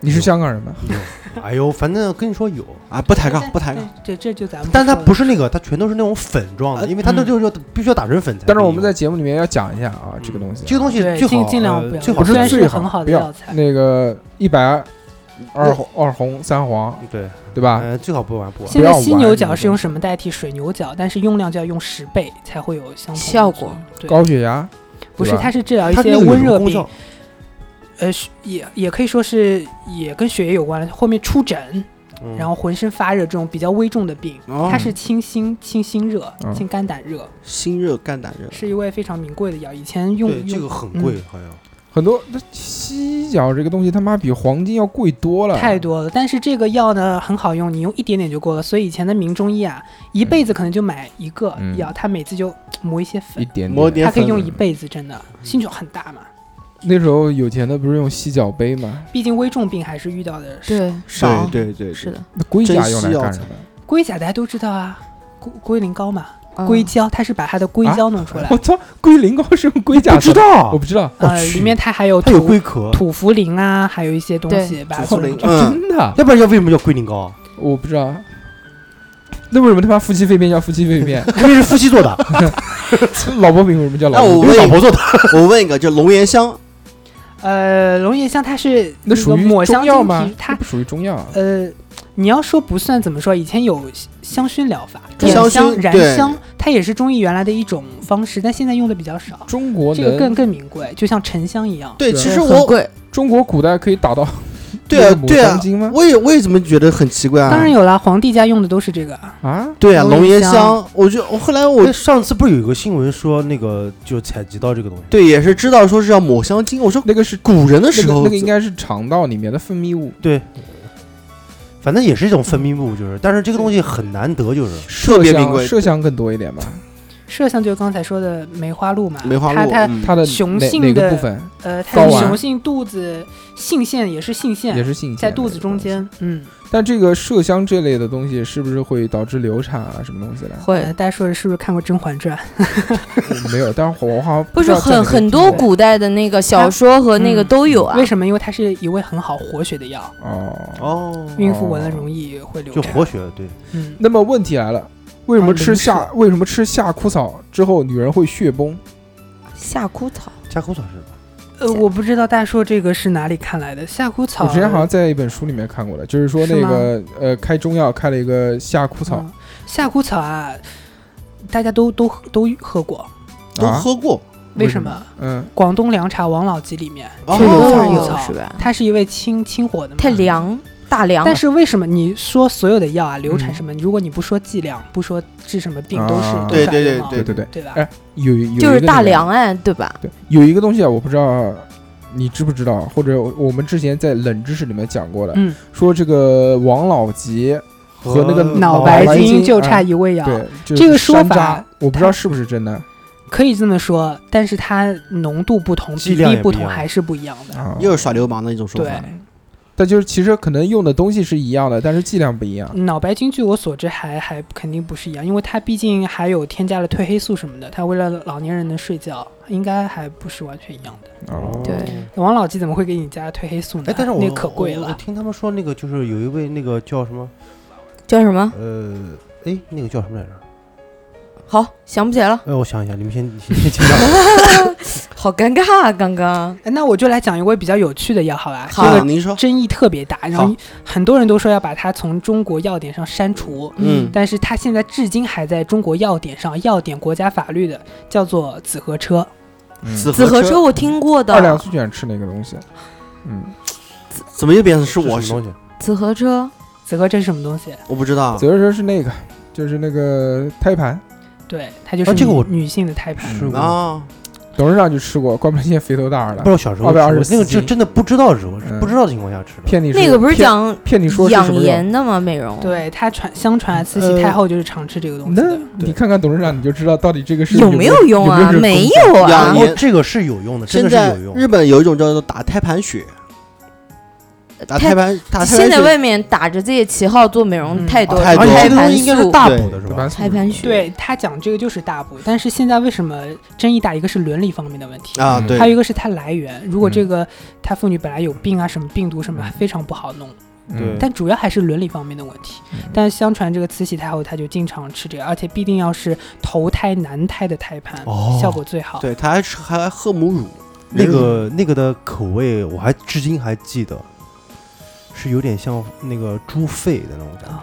Speaker 3: 你是香港人吗？
Speaker 6: 有。哎呦，反正跟你说有，
Speaker 4: 啊，不抬杠，不抬杠。
Speaker 7: 但这这就咱们说了，
Speaker 6: 但它不是那个，它全都是那种粉状的，
Speaker 3: 呃
Speaker 6: 因为它那
Speaker 7: 嗯
Speaker 6: 就就必须要打成粉才可以用。
Speaker 3: 但是我们在节目里面要讲一下啊，这个东西
Speaker 6: 这个东西
Speaker 7: 对
Speaker 6: 最好
Speaker 7: 尽尽量
Speaker 6: 呃
Speaker 7: 不要
Speaker 6: 最好
Speaker 3: 不
Speaker 7: 虽然是
Speaker 3: 最
Speaker 7: 很好的
Speaker 3: 不要
Speaker 7: 药材
Speaker 3: 那个一白二红二红三黄，
Speaker 6: 对，
Speaker 3: 对吧？
Speaker 6: 呃，最好不玩不玩。
Speaker 7: 现
Speaker 3: 不
Speaker 7: 在
Speaker 3: 要
Speaker 7: 犀
Speaker 3: 玩
Speaker 7: 牛
Speaker 3: 这
Speaker 7: 角
Speaker 3: 个
Speaker 7: 是用
Speaker 3: 东西
Speaker 7: 什么代替水牛角？但是用量就要用十倍才会有相同的
Speaker 1: 效果
Speaker 7: 作用。对，
Speaker 3: 高血压
Speaker 7: 不是，
Speaker 3: 对吧
Speaker 7: 它是治疗一
Speaker 6: 它那
Speaker 7: 些
Speaker 6: 个有
Speaker 7: 温
Speaker 6: 什么
Speaker 7: 热
Speaker 6: 功
Speaker 7: 病
Speaker 6: 效，
Speaker 7: 呃，是也也可以说是也跟血液有关，后面出疹，
Speaker 6: 嗯
Speaker 7: 然后浑身发热这种比较危重的病。
Speaker 4: 哦
Speaker 7: 它是清心清心热
Speaker 3: 嗯、
Speaker 7: 清肝胆热，
Speaker 4: 心热干胆热，
Speaker 7: 是一味非常名贵的药。以前用
Speaker 6: 对这个
Speaker 7: 用
Speaker 6: 很
Speaker 7: 嗯
Speaker 6: 贵，好像
Speaker 3: 很多。那犀角这个东西他妈比黄金要贵多了，
Speaker 7: 太多了，但是这个药呢很好用，你用一点点就够了。所以以前的名中医啊，一辈子可能就买一个
Speaker 3: 嗯
Speaker 7: 药，他每次就磨一些粉
Speaker 3: 一，点
Speaker 4: 抹点
Speaker 3: 点。
Speaker 7: 他可以
Speaker 4: 粉
Speaker 7: 用一辈子，真的兴趣很大嘛。
Speaker 3: 那时候有钱的不是用犀角杯吗？
Speaker 7: 毕竟危重病还是遇到的是。
Speaker 1: 对，
Speaker 4: 对对对，
Speaker 1: 是的，
Speaker 3: 那龟甲
Speaker 4: 真
Speaker 3: 用
Speaker 4: 犀
Speaker 3: 来
Speaker 4: 药
Speaker 3: 干什
Speaker 4: 材
Speaker 3: 么？
Speaker 7: 龟甲大家都知道啊，龟龟苓膏嘛，
Speaker 1: 嗯
Speaker 7: 硅胶，它是把它的硅胶弄出来
Speaker 3: 我，操，龟苓膏是用龟甲
Speaker 6: 不知
Speaker 3: 做的，
Speaker 6: 道
Speaker 3: 我，不知道，
Speaker 7: 呃，
Speaker 6: 去
Speaker 7: 里面它还有
Speaker 6: 它有
Speaker 7: 土
Speaker 6: 龟壳，
Speaker 7: 土茯苓啊，还有一些东西把它
Speaker 4: 土茯
Speaker 7: 弄
Speaker 4: 苓
Speaker 7: 出来
Speaker 4: 嗯
Speaker 3: 哦真的。
Speaker 6: 要不然要为什么叫龟苓 膏？啊
Speaker 3: 我不知道，那为什么他妈夫妻肺片叫夫妻肺 片？
Speaker 6: 因为是夫妻做 的，
Speaker 3: 老婆饼为什么叫老
Speaker 4: 那我
Speaker 3: 婆饼？
Speaker 6: 因为
Speaker 4: 问
Speaker 6: 老
Speaker 4: 一
Speaker 6: 婆做 的。
Speaker 4: 我问一个，就龙涎香，
Speaker 7: 呃，龙眼香它是
Speaker 3: 那
Speaker 7: 个
Speaker 3: 属于
Speaker 7: 抹香
Speaker 3: 中药
Speaker 7: 精
Speaker 3: 吗
Speaker 7: 皮？
Speaker 3: 那
Speaker 7: 它
Speaker 3: 不属于中药啊。
Speaker 7: 呃，你要说不算怎么说？以前有香薰疗法，
Speaker 4: 中
Speaker 7: 点
Speaker 4: 香薰对
Speaker 7: 燃香，它也是中医原来的一种方式，但现在用的比较少。
Speaker 3: 中国
Speaker 7: 这个更
Speaker 3: 能，
Speaker 7: 更名贵，就像沉香一样。
Speaker 4: 对，
Speaker 3: 对
Speaker 4: 其实
Speaker 1: 很
Speaker 4: 我
Speaker 1: 贵，
Speaker 3: 中国古代可以打到
Speaker 4: 对
Speaker 3: 那
Speaker 4: 啊
Speaker 3: 个抹
Speaker 4: 对啊
Speaker 3: 香，精吗？
Speaker 4: 我也我也怎么觉得很奇怪啊？
Speaker 7: 当然有啦，皇帝家用的都是这个。
Speaker 3: 啊，
Speaker 4: 对啊，龙
Speaker 7: 龙
Speaker 4: 涎
Speaker 7: 涎
Speaker 4: 香
Speaker 7: 香，
Speaker 4: 我就我后来我
Speaker 6: 那上次不是有一个新闻说那个就采集到这个东西？
Speaker 4: 对也是知道说是要抹香鲸，我说
Speaker 3: 那个是
Speaker 4: 古人的
Speaker 3: 那
Speaker 4: 时
Speaker 3: 个
Speaker 4: 候
Speaker 3: 那个应该是肠道里面的分泌物，
Speaker 6: 对，反正也是一种分泌物，就是，但是这个东西很难得，就是
Speaker 4: 特别名贵
Speaker 3: 麝香麝香更多一点吧。
Speaker 7: 麝香就是刚才说的梅花鹿嘛，
Speaker 4: 梅花鹿，
Speaker 7: 它它
Speaker 4: 嗯
Speaker 3: 它的
Speaker 7: 雄
Speaker 3: 哪
Speaker 7: 性
Speaker 3: 哪个
Speaker 7: 的
Speaker 3: 部分
Speaker 7: 呃，它
Speaker 3: 睾
Speaker 7: 的
Speaker 3: 丸
Speaker 7: 雄性肚子性腺也是性腺，
Speaker 3: 也是性
Speaker 7: 在
Speaker 3: 腺
Speaker 7: 肚
Speaker 3: 类
Speaker 7: 子
Speaker 3: 的
Speaker 7: 中
Speaker 3: 东西。
Speaker 7: 间。嗯，
Speaker 3: 但这个麝香这类的东西是不是会导致流产啊什么东西的？
Speaker 1: 会
Speaker 7: 呃，大家说是不是看过《甄嬛传》？
Speaker 3: 我没有，但是我好像
Speaker 1: 不
Speaker 3: 知
Speaker 1: 是
Speaker 3: 道在
Speaker 1: 很
Speaker 3: 哪个
Speaker 1: 很
Speaker 3: 地
Speaker 1: 多
Speaker 3: 方
Speaker 1: 古代的那个小说和那个
Speaker 7: 嗯
Speaker 1: 都有啊
Speaker 7: 为。什么？因为它是一味很好活血的药，
Speaker 3: 哦。
Speaker 6: 哦
Speaker 7: 孕妇闻了容易会流
Speaker 6: 就
Speaker 7: 产。
Speaker 6: 活血，对，
Speaker 7: 嗯，
Speaker 3: 那么问题来了，为什么
Speaker 7: 啊
Speaker 3: 吃
Speaker 7: 零
Speaker 3: 夏为什么吃夏枯草之后女人会血崩？
Speaker 1: 夏枯草，
Speaker 6: 加工草是吧？
Speaker 7: 呃，我不知道大硕这个是哪里看来的夏枯草。
Speaker 3: 我之前好像在一本书里面看过的，就是说
Speaker 7: 是
Speaker 3: 那
Speaker 7: 吗
Speaker 3: 个呃，开中药开了一个夏枯草
Speaker 7: 嗯，夏枯草啊，大家都都都喝过，
Speaker 4: 都
Speaker 3: 啊，
Speaker 4: 喝过，
Speaker 7: 为
Speaker 3: 什
Speaker 7: 什么？
Speaker 3: 嗯，
Speaker 7: 广东凉茶王老吉里面
Speaker 4: 哦
Speaker 7: 就有夏
Speaker 1: 哦
Speaker 7: 枯草，
Speaker 1: 是吧
Speaker 7: 它是一味清清火的嘛。
Speaker 1: 太凉，大凉。
Speaker 7: 但是为什么你说所有的药啊，流
Speaker 3: 嗯
Speaker 7: 产什么？如果你不说剂量，不说治什么病，都是
Speaker 3: 啊
Speaker 7: 都是
Speaker 4: 对对
Speaker 7: 感冒
Speaker 4: 对
Speaker 3: 对对对，
Speaker 7: 对吧
Speaker 3: 哎？有有
Speaker 1: 就是
Speaker 3: 一个
Speaker 1: 大
Speaker 3: 那个
Speaker 1: 凉哎，对吧？
Speaker 3: 对，有一个东西啊，我不知道你知不知道？或者我们之前在冷知识里面讲过的，
Speaker 7: 嗯，
Speaker 3: 说这个王老吉和那个
Speaker 6: 呃
Speaker 7: 脑
Speaker 3: 白
Speaker 7: 白
Speaker 3: 金
Speaker 7: 金就差
Speaker 3: 哎
Speaker 7: 一味药，
Speaker 3: 对就是
Speaker 7: 啊这个说
Speaker 3: 山楂
Speaker 7: 法
Speaker 3: 我不知道是不是真的
Speaker 7: 可以这么说，但是它浓度不同，
Speaker 6: 剂
Speaker 7: 比
Speaker 6: 量也
Speaker 7: 例
Speaker 6: 不
Speaker 7: 不
Speaker 6: 一样
Speaker 7: 同，还是不一样的。
Speaker 3: 啊。
Speaker 4: 又是耍流氓的一种说
Speaker 7: 对
Speaker 4: 法。，
Speaker 3: 但就是其实可能用的东西是一样的，但是剂量不一样。
Speaker 1: 嗯
Speaker 7: 脑白金据我所知还还肯定不是一样，因为它毕竟还有添加了褪黑素什么的，它为了老年人能睡觉，应该还不是完全一样的。
Speaker 3: 哦，
Speaker 1: 对
Speaker 7: 王老吉怎么会给你加褪黑素呢？
Speaker 6: 哎，但是我
Speaker 7: 那可贵
Speaker 6: 我我
Speaker 7: 了。
Speaker 6: 听他们说那个就是有一位那个叫什么
Speaker 1: 叫什么？
Speaker 6: 呃，哎，那个叫什么来着？
Speaker 1: 好，想不起来了，
Speaker 6: 哎，我想一下，你们先你先听 到。
Speaker 1: 好尴尬啊！刚刚
Speaker 7: 哎那我就来讲一味比较有趣的药，好吧？
Speaker 1: 好
Speaker 7: 这
Speaker 4: 啊，
Speaker 7: 个
Speaker 4: 您说，
Speaker 7: 争议特别大，然
Speaker 4: 好
Speaker 7: 后很多人都说要把它从中国药典上删除，
Speaker 4: 嗯
Speaker 7: 但是它现在至今还在中国药典上，药典国家法律的叫做紫河车。
Speaker 3: 嗯
Speaker 1: 紫河车
Speaker 4: 车
Speaker 1: 我听过
Speaker 3: 二两
Speaker 1: 的，
Speaker 3: 最喜欢吃那个东西。嗯，
Speaker 4: 怎么又变成是
Speaker 6: 什
Speaker 4: 我
Speaker 6: 么
Speaker 4: 是
Speaker 6: 东？西？
Speaker 1: 紫河车
Speaker 7: 紫河车是什么东西？
Speaker 4: 我不知道
Speaker 3: 紫。河车是那个，就是那个胎盘，
Speaker 7: 对，它就是
Speaker 6: 啊这个
Speaker 7: 女
Speaker 6: 我
Speaker 7: 女性的胎盘。
Speaker 6: 吃过，
Speaker 4: 啊，
Speaker 3: 董事长就吃过，怪不得现在肥头大耳
Speaker 6: 不
Speaker 3: 了
Speaker 6: 知。道小时候
Speaker 3: 二百
Speaker 6: 吃
Speaker 3: 二
Speaker 6: 过
Speaker 3: 十四
Speaker 6: 那个就
Speaker 3: 斤
Speaker 6: 真的不知道时候
Speaker 3: 嗯
Speaker 6: 不知道的情况下吃的。
Speaker 3: 骗你说
Speaker 1: 那个不是
Speaker 3: 骗
Speaker 1: 讲
Speaker 3: 骗你说是什
Speaker 1: 养
Speaker 3: 么药？
Speaker 1: 颜的吗？美容，
Speaker 7: 对他传相传啊慈
Speaker 3: 呃
Speaker 7: 禧太后就是常吃这个东西
Speaker 3: 那
Speaker 7: 的。嗯
Speaker 3: 你看看董事长，你就知道到底这个是
Speaker 1: 有
Speaker 3: 没
Speaker 1: 没有用啊？
Speaker 3: 有
Speaker 1: 没
Speaker 3: 有这个
Speaker 1: 有
Speaker 4: 养
Speaker 1: 啊
Speaker 4: 颜，
Speaker 6: 哦，这个是有用的，真
Speaker 4: 现
Speaker 6: 的
Speaker 4: 在
Speaker 6: 是有
Speaker 4: 日
Speaker 6: 用。
Speaker 4: 本有一种叫做打胎盘血，打胎盘打胎
Speaker 1: 啊现
Speaker 4: 盘
Speaker 1: 在
Speaker 4: 血，
Speaker 1: 外面打着这些旗号做美容
Speaker 7: 嗯
Speaker 1: 太多了，
Speaker 4: 太多
Speaker 6: 而且
Speaker 4: 了
Speaker 1: 胎
Speaker 6: 啊这个东
Speaker 1: 盘
Speaker 6: 西应该是
Speaker 1: 素、
Speaker 6: 大补的是
Speaker 3: 功
Speaker 6: 吧？
Speaker 3: 能？
Speaker 1: 胎盘血，
Speaker 7: 对他讲这个就是大补，但是现在为什么争议大？一个是伦理方面的问题，
Speaker 4: 啊，
Speaker 3: 嗯
Speaker 4: 对
Speaker 7: 还有一个是它来源。如果
Speaker 3: 嗯
Speaker 7: 这个她妇女本来有病啊，什么病毒什么，非常不好弄。
Speaker 3: 嗯
Speaker 7: 但主要还是伦理方面的问题。但相传这个慈禧太后她就经常吃这个，而且必定要是头胎男胎的胎盘，
Speaker 6: 哦
Speaker 7: 效果最好。
Speaker 4: 对，他还吃还喝母乳，
Speaker 6: 那个那个的口味我还至今还记得，是有点像那个猪肺的那种感
Speaker 7: 啊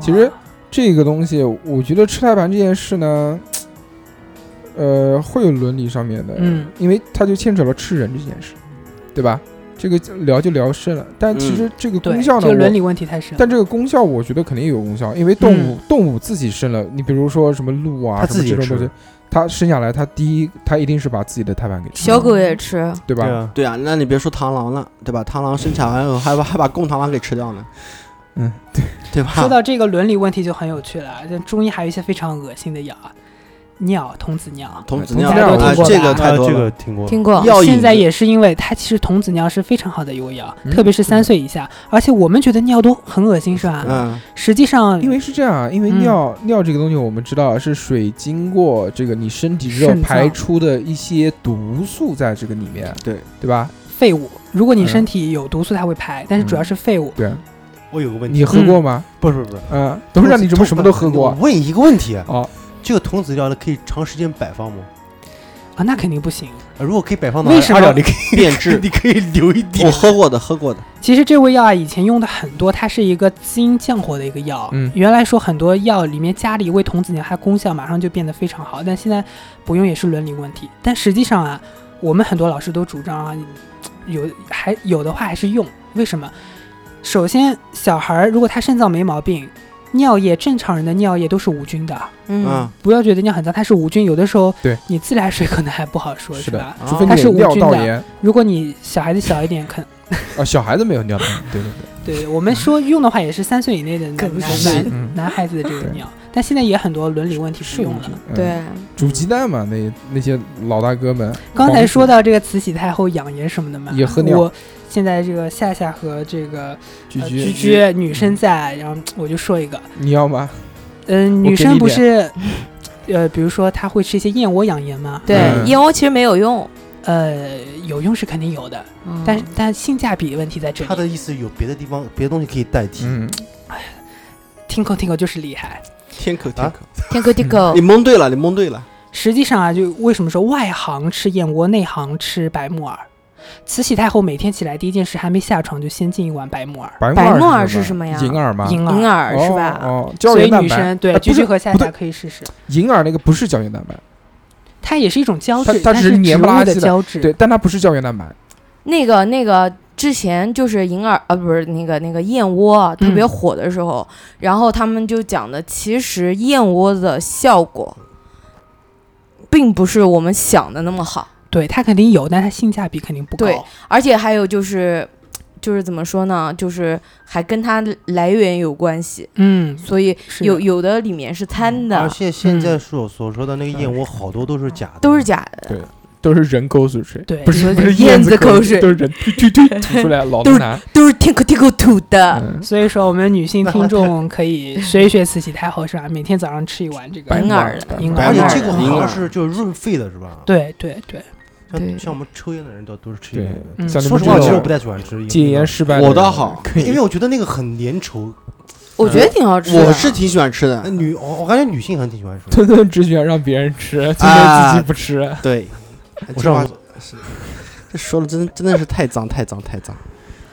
Speaker 6: 觉。
Speaker 3: 其实这个东西，我觉得吃胎盘这件事呢，呃，会有伦理上面的，
Speaker 7: 嗯，
Speaker 3: 因为它就牵扯到吃人这件事，对吧？这个聊就聊深了，但其
Speaker 6: 嗯
Speaker 3: 实这个
Speaker 7: 对
Speaker 3: 功效呢，
Speaker 7: 这个伦
Speaker 3: 我
Speaker 7: 理问题太深了。
Speaker 3: 但这个功效我觉得肯定有功效，因为动物、
Speaker 7: 嗯
Speaker 3: 动物自己生了，你比如说什么鹿啊，
Speaker 6: 它
Speaker 3: 什么
Speaker 6: 自己
Speaker 3: 这种东西
Speaker 6: 吃，
Speaker 3: 它生下来，它第一，它一定是把自己的胎盘给吃，
Speaker 1: 小狗也吃，
Speaker 3: 对吧？
Speaker 6: 对啊，
Speaker 4: 对啊，那你别说螳螂了，对吧？螳螂生产完以后还把还把公螳螂给吃掉呢，
Speaker 3: 嗯，
Speaker 4: 对吧？
Speaker 7: 说到这个伦理问题就很有趣了，这中医还有一些非常恶心的药啊，尿童子尿。
Speaker 4: 童子
Speaker 3: 童
Speaker 4: 尿
Speaker 3: 子
Speaker 4: 啊
Speaker 3: 尿
Speaker 7: 听过，
Speaker 4: 这
Speaker 7: 吧
Speaker 4: 个太
Speaker 6: 啊
Speaker 4: 多
Speaker 6: 这
Speaker 4: 了。
Speaker 6: 个听过。
Speaker 1: 听过
Speaker 4: 药引
Speaker 7: 现在也是因为它其实童子尿是非常好的一味药，
Speaker 3: 嗯
Speaker 7: 特别是三岁以下，而且我们觉得尿都很恶心是吧？
Speaker 4: 嗯，
Speaker 7: 实际上
Speaker 3: 因为是这样，啊，因为
Speaker 7: 嗯
Speaker 3: 尿、尿这个东西，我们知道是水经过这个你身体之后
Speaker 7: 肾脏
Speaker 3: 排出的一些毒素在这个里面，
Speaker 4: 对
Speaker 3: 对吧？
Speaker 7: 废物，如果你
Speaker 3: 嗯
Speaker 7: 身体有毒素它会排，但是主要是废物。
Speaker 3: 对，啊
Speaker 6: 我有个问题，
Speaker 3: 你喝过吗？
Speaker 6: 不是不是不是，
Speaker 3: 嗯，董事长，你怎么什么都喝
Speaker 6: 我
Speaker 3: 过？啊
Speaker 6: 问一个问题，啊
Speaker 3: 哦，
Speaker 6: 这个童子尿呢可以长时间摆放吗？
Speaker 7: 啊，那肯定不行。
Speaker 6: 呃如果可以摆放的话，
Speaker 7: 为什么
Speaker 6: 二两你可
Speaker 4: 变
Speaker 6: 以
Speaker 4: 质，
Speaker 6: 你可以留一
Speaker 4: 我
Speaker 6: 点。
Speaker 4: 喝过的，喝过的，
Speaker 7: 其实这味药啊，以前用的很多，它是一个滋阴降火的一个药。
Speaker 3: 嗯
Speaker 7: 原来说很多药里面加了一味童子尿，它功效马上就变得非常好，但现在不用也是伦理问题。但实际上啊，我们很多老师都主张啊，有还有的话还是用。为什么？首先，小孩儿如果他肾脏没毛病，尿液正常人的尿液都是无菌的，
Speaker 1: 嗯
Speaker 4: 嗯，，
Speaker 7: 不要觉得尿很脏，它是无菌。有的时候，
Speaker 3: 对
Speaker 7: 你自来水可能还不好说，
Speaker 3: 是的
Speaker 7: 吧？，
Speaker 3: 除非
Speaker 7: 它
Speaker 3: 你
Speaker 7: 是
Speaker 3: 有
Speaker 7: 无
Speaker 3: 尿
Speaker 7: 菌
Speaker 3: 道
Speaker 7: 的
Speaker 3: 炎
Speaker 7: 如果你小孩子小一点，肯
Speaker 3: 啊，小孩子没有尿道炎，对对对，
Speaker 7: 对我们说用的话也是三岁以内的 男
Speaker 1: 更
Speaker 7: 男男
Speaker 3: 嗯，
Speaker 7: 男孩子的这个尿，但现在也很多伦理问题不用了。
Speaker 3: 嗯，
Speaker 1: 对，
Speaker 3: 煮鸡蛋嘛，那那些老大哥们，
Speaker 7: 刚才说到这个慈禧太后养颜什么的嘛，
Speaker 3: 也喝尿
Speaker 7: 我现在这个夏夏和这个
Speaker 3: 居
Speaker 7: 呃
Speaker 3: 居嗯
Speaker 7: 居，居女生在，然后我就说一个，
Speaker 3: 你要吗？
Speaker 7: 嗯，
Speaker 3: 我给
Speaker 7: 女生
Speaker 3: 你
Speaker 7: 不是， 呃，比如说她会吃一些燕窝养颜吗？
Speaker 1: 对
Speaker 3: 嗯，
Speaker 1: 燕窝其实没有用，
Speaker 7: 呃，有用是肯定有的，
Speaker 3: 嗯
Speaker 7: 但是但性价比问题在这
Speaker 6: 他
Speaker 7: 里。
Speaker 6: 的意思有别的地方别的东西可以代替。
Speaker 3: 嗯，
Speaker 7: 听口听口就是厉害。
Speaker 4: 天口天
Speaker 6: 啊
Speaker 4: 口，
Speaker 1: 天狗地狗
Speaker 4: 你，蒙对了，你蒙对了，
Speaker 7: 实际上啊，就为什么说外行吃燕窝，内行吃白木耳？慈禧太后每天起来第一件事，还没下床就先进一碗白木耳、
Speaker 3: 白
Speaker 1: 白木
Speaker 3: 耳
Speaker 1: 耳是什么呀
Speaker 3: 银耳吗？
Speaker 7: 银
Speaker 1: 银
Speaker 7: 耳。
Speaker 1: 耳是吧？
Speaker 3: 嗯哦，哦胶
Speaker 7: 所
Speaker 3: 原
Speaker 7: 以
Speaker 3: 蛋
Speaker 7: 女
Speaker 3: 白，
Speaker 7: 生对
Speaker 3: 哎不
Speaker 7: 居
Speaker 3: 是
Speaker 7: 居和夏
Speaker 3: 不对
Speaker 7: 夏可以试试，
Speaker 3: 银耳那个不是胶原蛋白，
Speaker 7: 它也是一种胶质，
Speaker 3: 它它
Speaker 7: 但
Speaker 3: 只是
Speaker 7: 是
Speaker 3: 黏
Speaker 7: 植
Speaker 3: 不拉
Speaker 7: 物
Speaker 3: 几
Speaker 7: 的
Speaker 3: 的
Speaker 7: 胶质。
Speaker 3: 对，但它不是胶原蛋白，
Speaker 1: 那个那个。之前就是银耳啊，不是那个那个燕窝啊特别
Speaker 7: 嗯
Speaker 1: 火的时候，然后他们就讲的，其实燕窝的效果并不是我们想的那么好。
Speaker 7: 对它肯定有，但它性价比肯定不高。
Speaker 1: 对而且还有就是，就是怎么说呢，就是还跟它来源有关系，
Speaker 7: 嗯，
Speaker 1: 所以
Speaker 7: 是
Speaker 1: 有
Speaker 7: 的
Speaker 1: 有的里
Speaker 3: 嗯
Speaker 1: 面是掺
Speaker 6: 而
Speaker 3: 哦
Speaker 1: 的，
Speaker 6: 且现在所所说的那个燕窝，好多都是假的，
Speaker 1: 都是假的。
Speaker 3: 都是人口水水，
Speaker 7: 对
Speaker 3: 不是
Speaker 1: 说
Speaker 3: 不
Speaker 1: 的
Speaker 3: 是
Speaker 1: 燕
Speaker 3: 子
Speaker 1: 子口水
Speaker 3: 都是人吐吐 吐吐出来，老
Speaker 1: 都是啊
Speaker 3: 难。
Speaker 1: 都是天口天口吐的。
Speaker 3: 嗯，
Speaker 7: 所以说我们女性听众可以学一学慈禧太后是吧？每天早上吃一碗这
Speaker 3: 白
Speaker 7: 个。
Speaker 1: 银耳
Speaker 3: 的
Speaker 1: 的，
Speaker 3: 白
Speaker 7: 银
Speaker 3: 马
Speaker 7: 耳
Speaker 6: 而且
Speaker 7: 的
Speaker 6: 这个好
Speaker 4: 银耳
Speaker 6: 像是就是润肺的是吧？，
Speaker 7: 对对对，
Speaker 1: 对
Speaker 6: 像像我们抽烟的人都都是吃
Speaker 3: 对
Speaker 6: 烟的。
Speaker 7: 嗯
Speaker 3: 像你
Speaker 6: 说
Speaker 3: 们
Speaker 6: 实
Speaker 3: 这
Speaker 6: 话，其实我
Speaker 3: 种
Speaker 6: 不太喜欢吃
Speaker 3: 戒烟，失败的人，
Speaker 4: 我倒好
Speaker 3: 可以，
Speaker 6: 因为我觉得那个很粘稠。
Speaker 1: 我觉得挺好吃的。
Speaker 4: 我是挺喜欢吃
Speaker 6: 那
Speaker 4: 的，
Speaker 6: 女，我我感觉女性还挺喜欢吃的。
Speaker 3: 吞吞只喜欢让别人吃，今天自
Speaker 6: 啊
Speaker 3: 己不吃。
Speaker 1: 哎
Speaker 4: 对，哎
Speaker 6: 我
Speaker 4: 这
Speaker 6: 上
Speaker 4: 话
Speaker 6: 午
Speaker 4: 这说的真真的是太脏太脏太脏，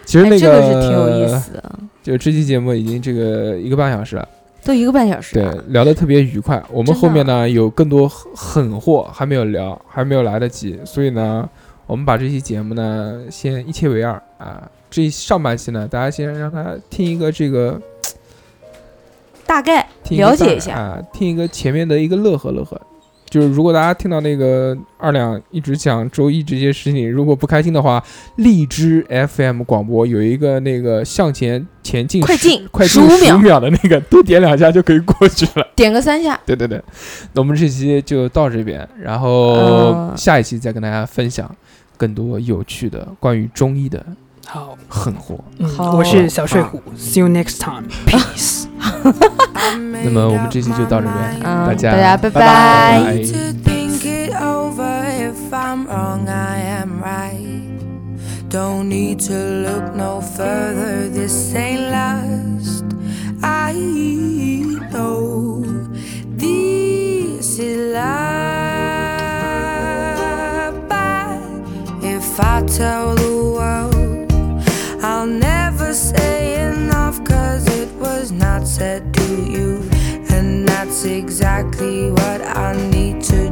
Speaker 3: 其实
Speaker 1: 哎
Speaker 3: 那
Speaker 1: 这个是挺有意，思的，
Speaker 3: 就这期节目已经这个一个半小时了，
Speaker 1: 都一个半小时
Speaker 3: 对
Speaker 1: 了。，
Speaker 3: 聊得特别愉快。我们
Speaker 1: 啊真的啊
Speaker 3: 后面呢有更多狠狠货还没有聊，还没有来得及，所以呢，我们把这期节目呢先一切为二啊。这上半期呢，大家先让他听一个这个，
Speaker 1: 大概
Speaker 3: 听个
Speaker 1: 了解一
Speaker 3: 段
Speaker 1: 下。
Speaker 3: 儿啊，听一个前面的一个乐呵乐呵。就是如果大家听到那个二两一直讲周一这些事情，如果不开心的话，荔枝 FM 广播有一个那个向前前进
Speaker 1: 快
Speaker 3: 10
Speaker 1: 进
Speaker 3: 快进
Speaker 1: 15
Speaker 3: 秒
Speaker 1: 秒
Speaker 3: 秒的那个，多点两下就可以过去了。
Speaker 1: 点个三下，
Speaker 3: 对对对，那我们这期就到这边，然后
Speaker 1: 嗯
Speaker 3: 下一期再跟大家分享更多有趣的关于中医的
Speaker 7: 好，
Speaker 3: 狠货。
Speaker 7: 嗯
Speaker 1: 好
Speaker 7: 我是小
Speaker 4: 啊
Speaker 7: 睡虎，See you next time，peace。
Speaker 3: 那么我们这期就到这边，
Speaker 1: 嗯，
Speaker 3: 大家
Speaker 1: 大家拜
Speaker 4: 拜拜
Speaker 1: 拜
Speaker 3: I-
Speaker 9: to think it over. If I'm wrong, I am right. Don't need to look no further. This ain't last. I know this is life. But if I tell the world, I'll never say enough, cause it was not said to you. And that's exactly what I need to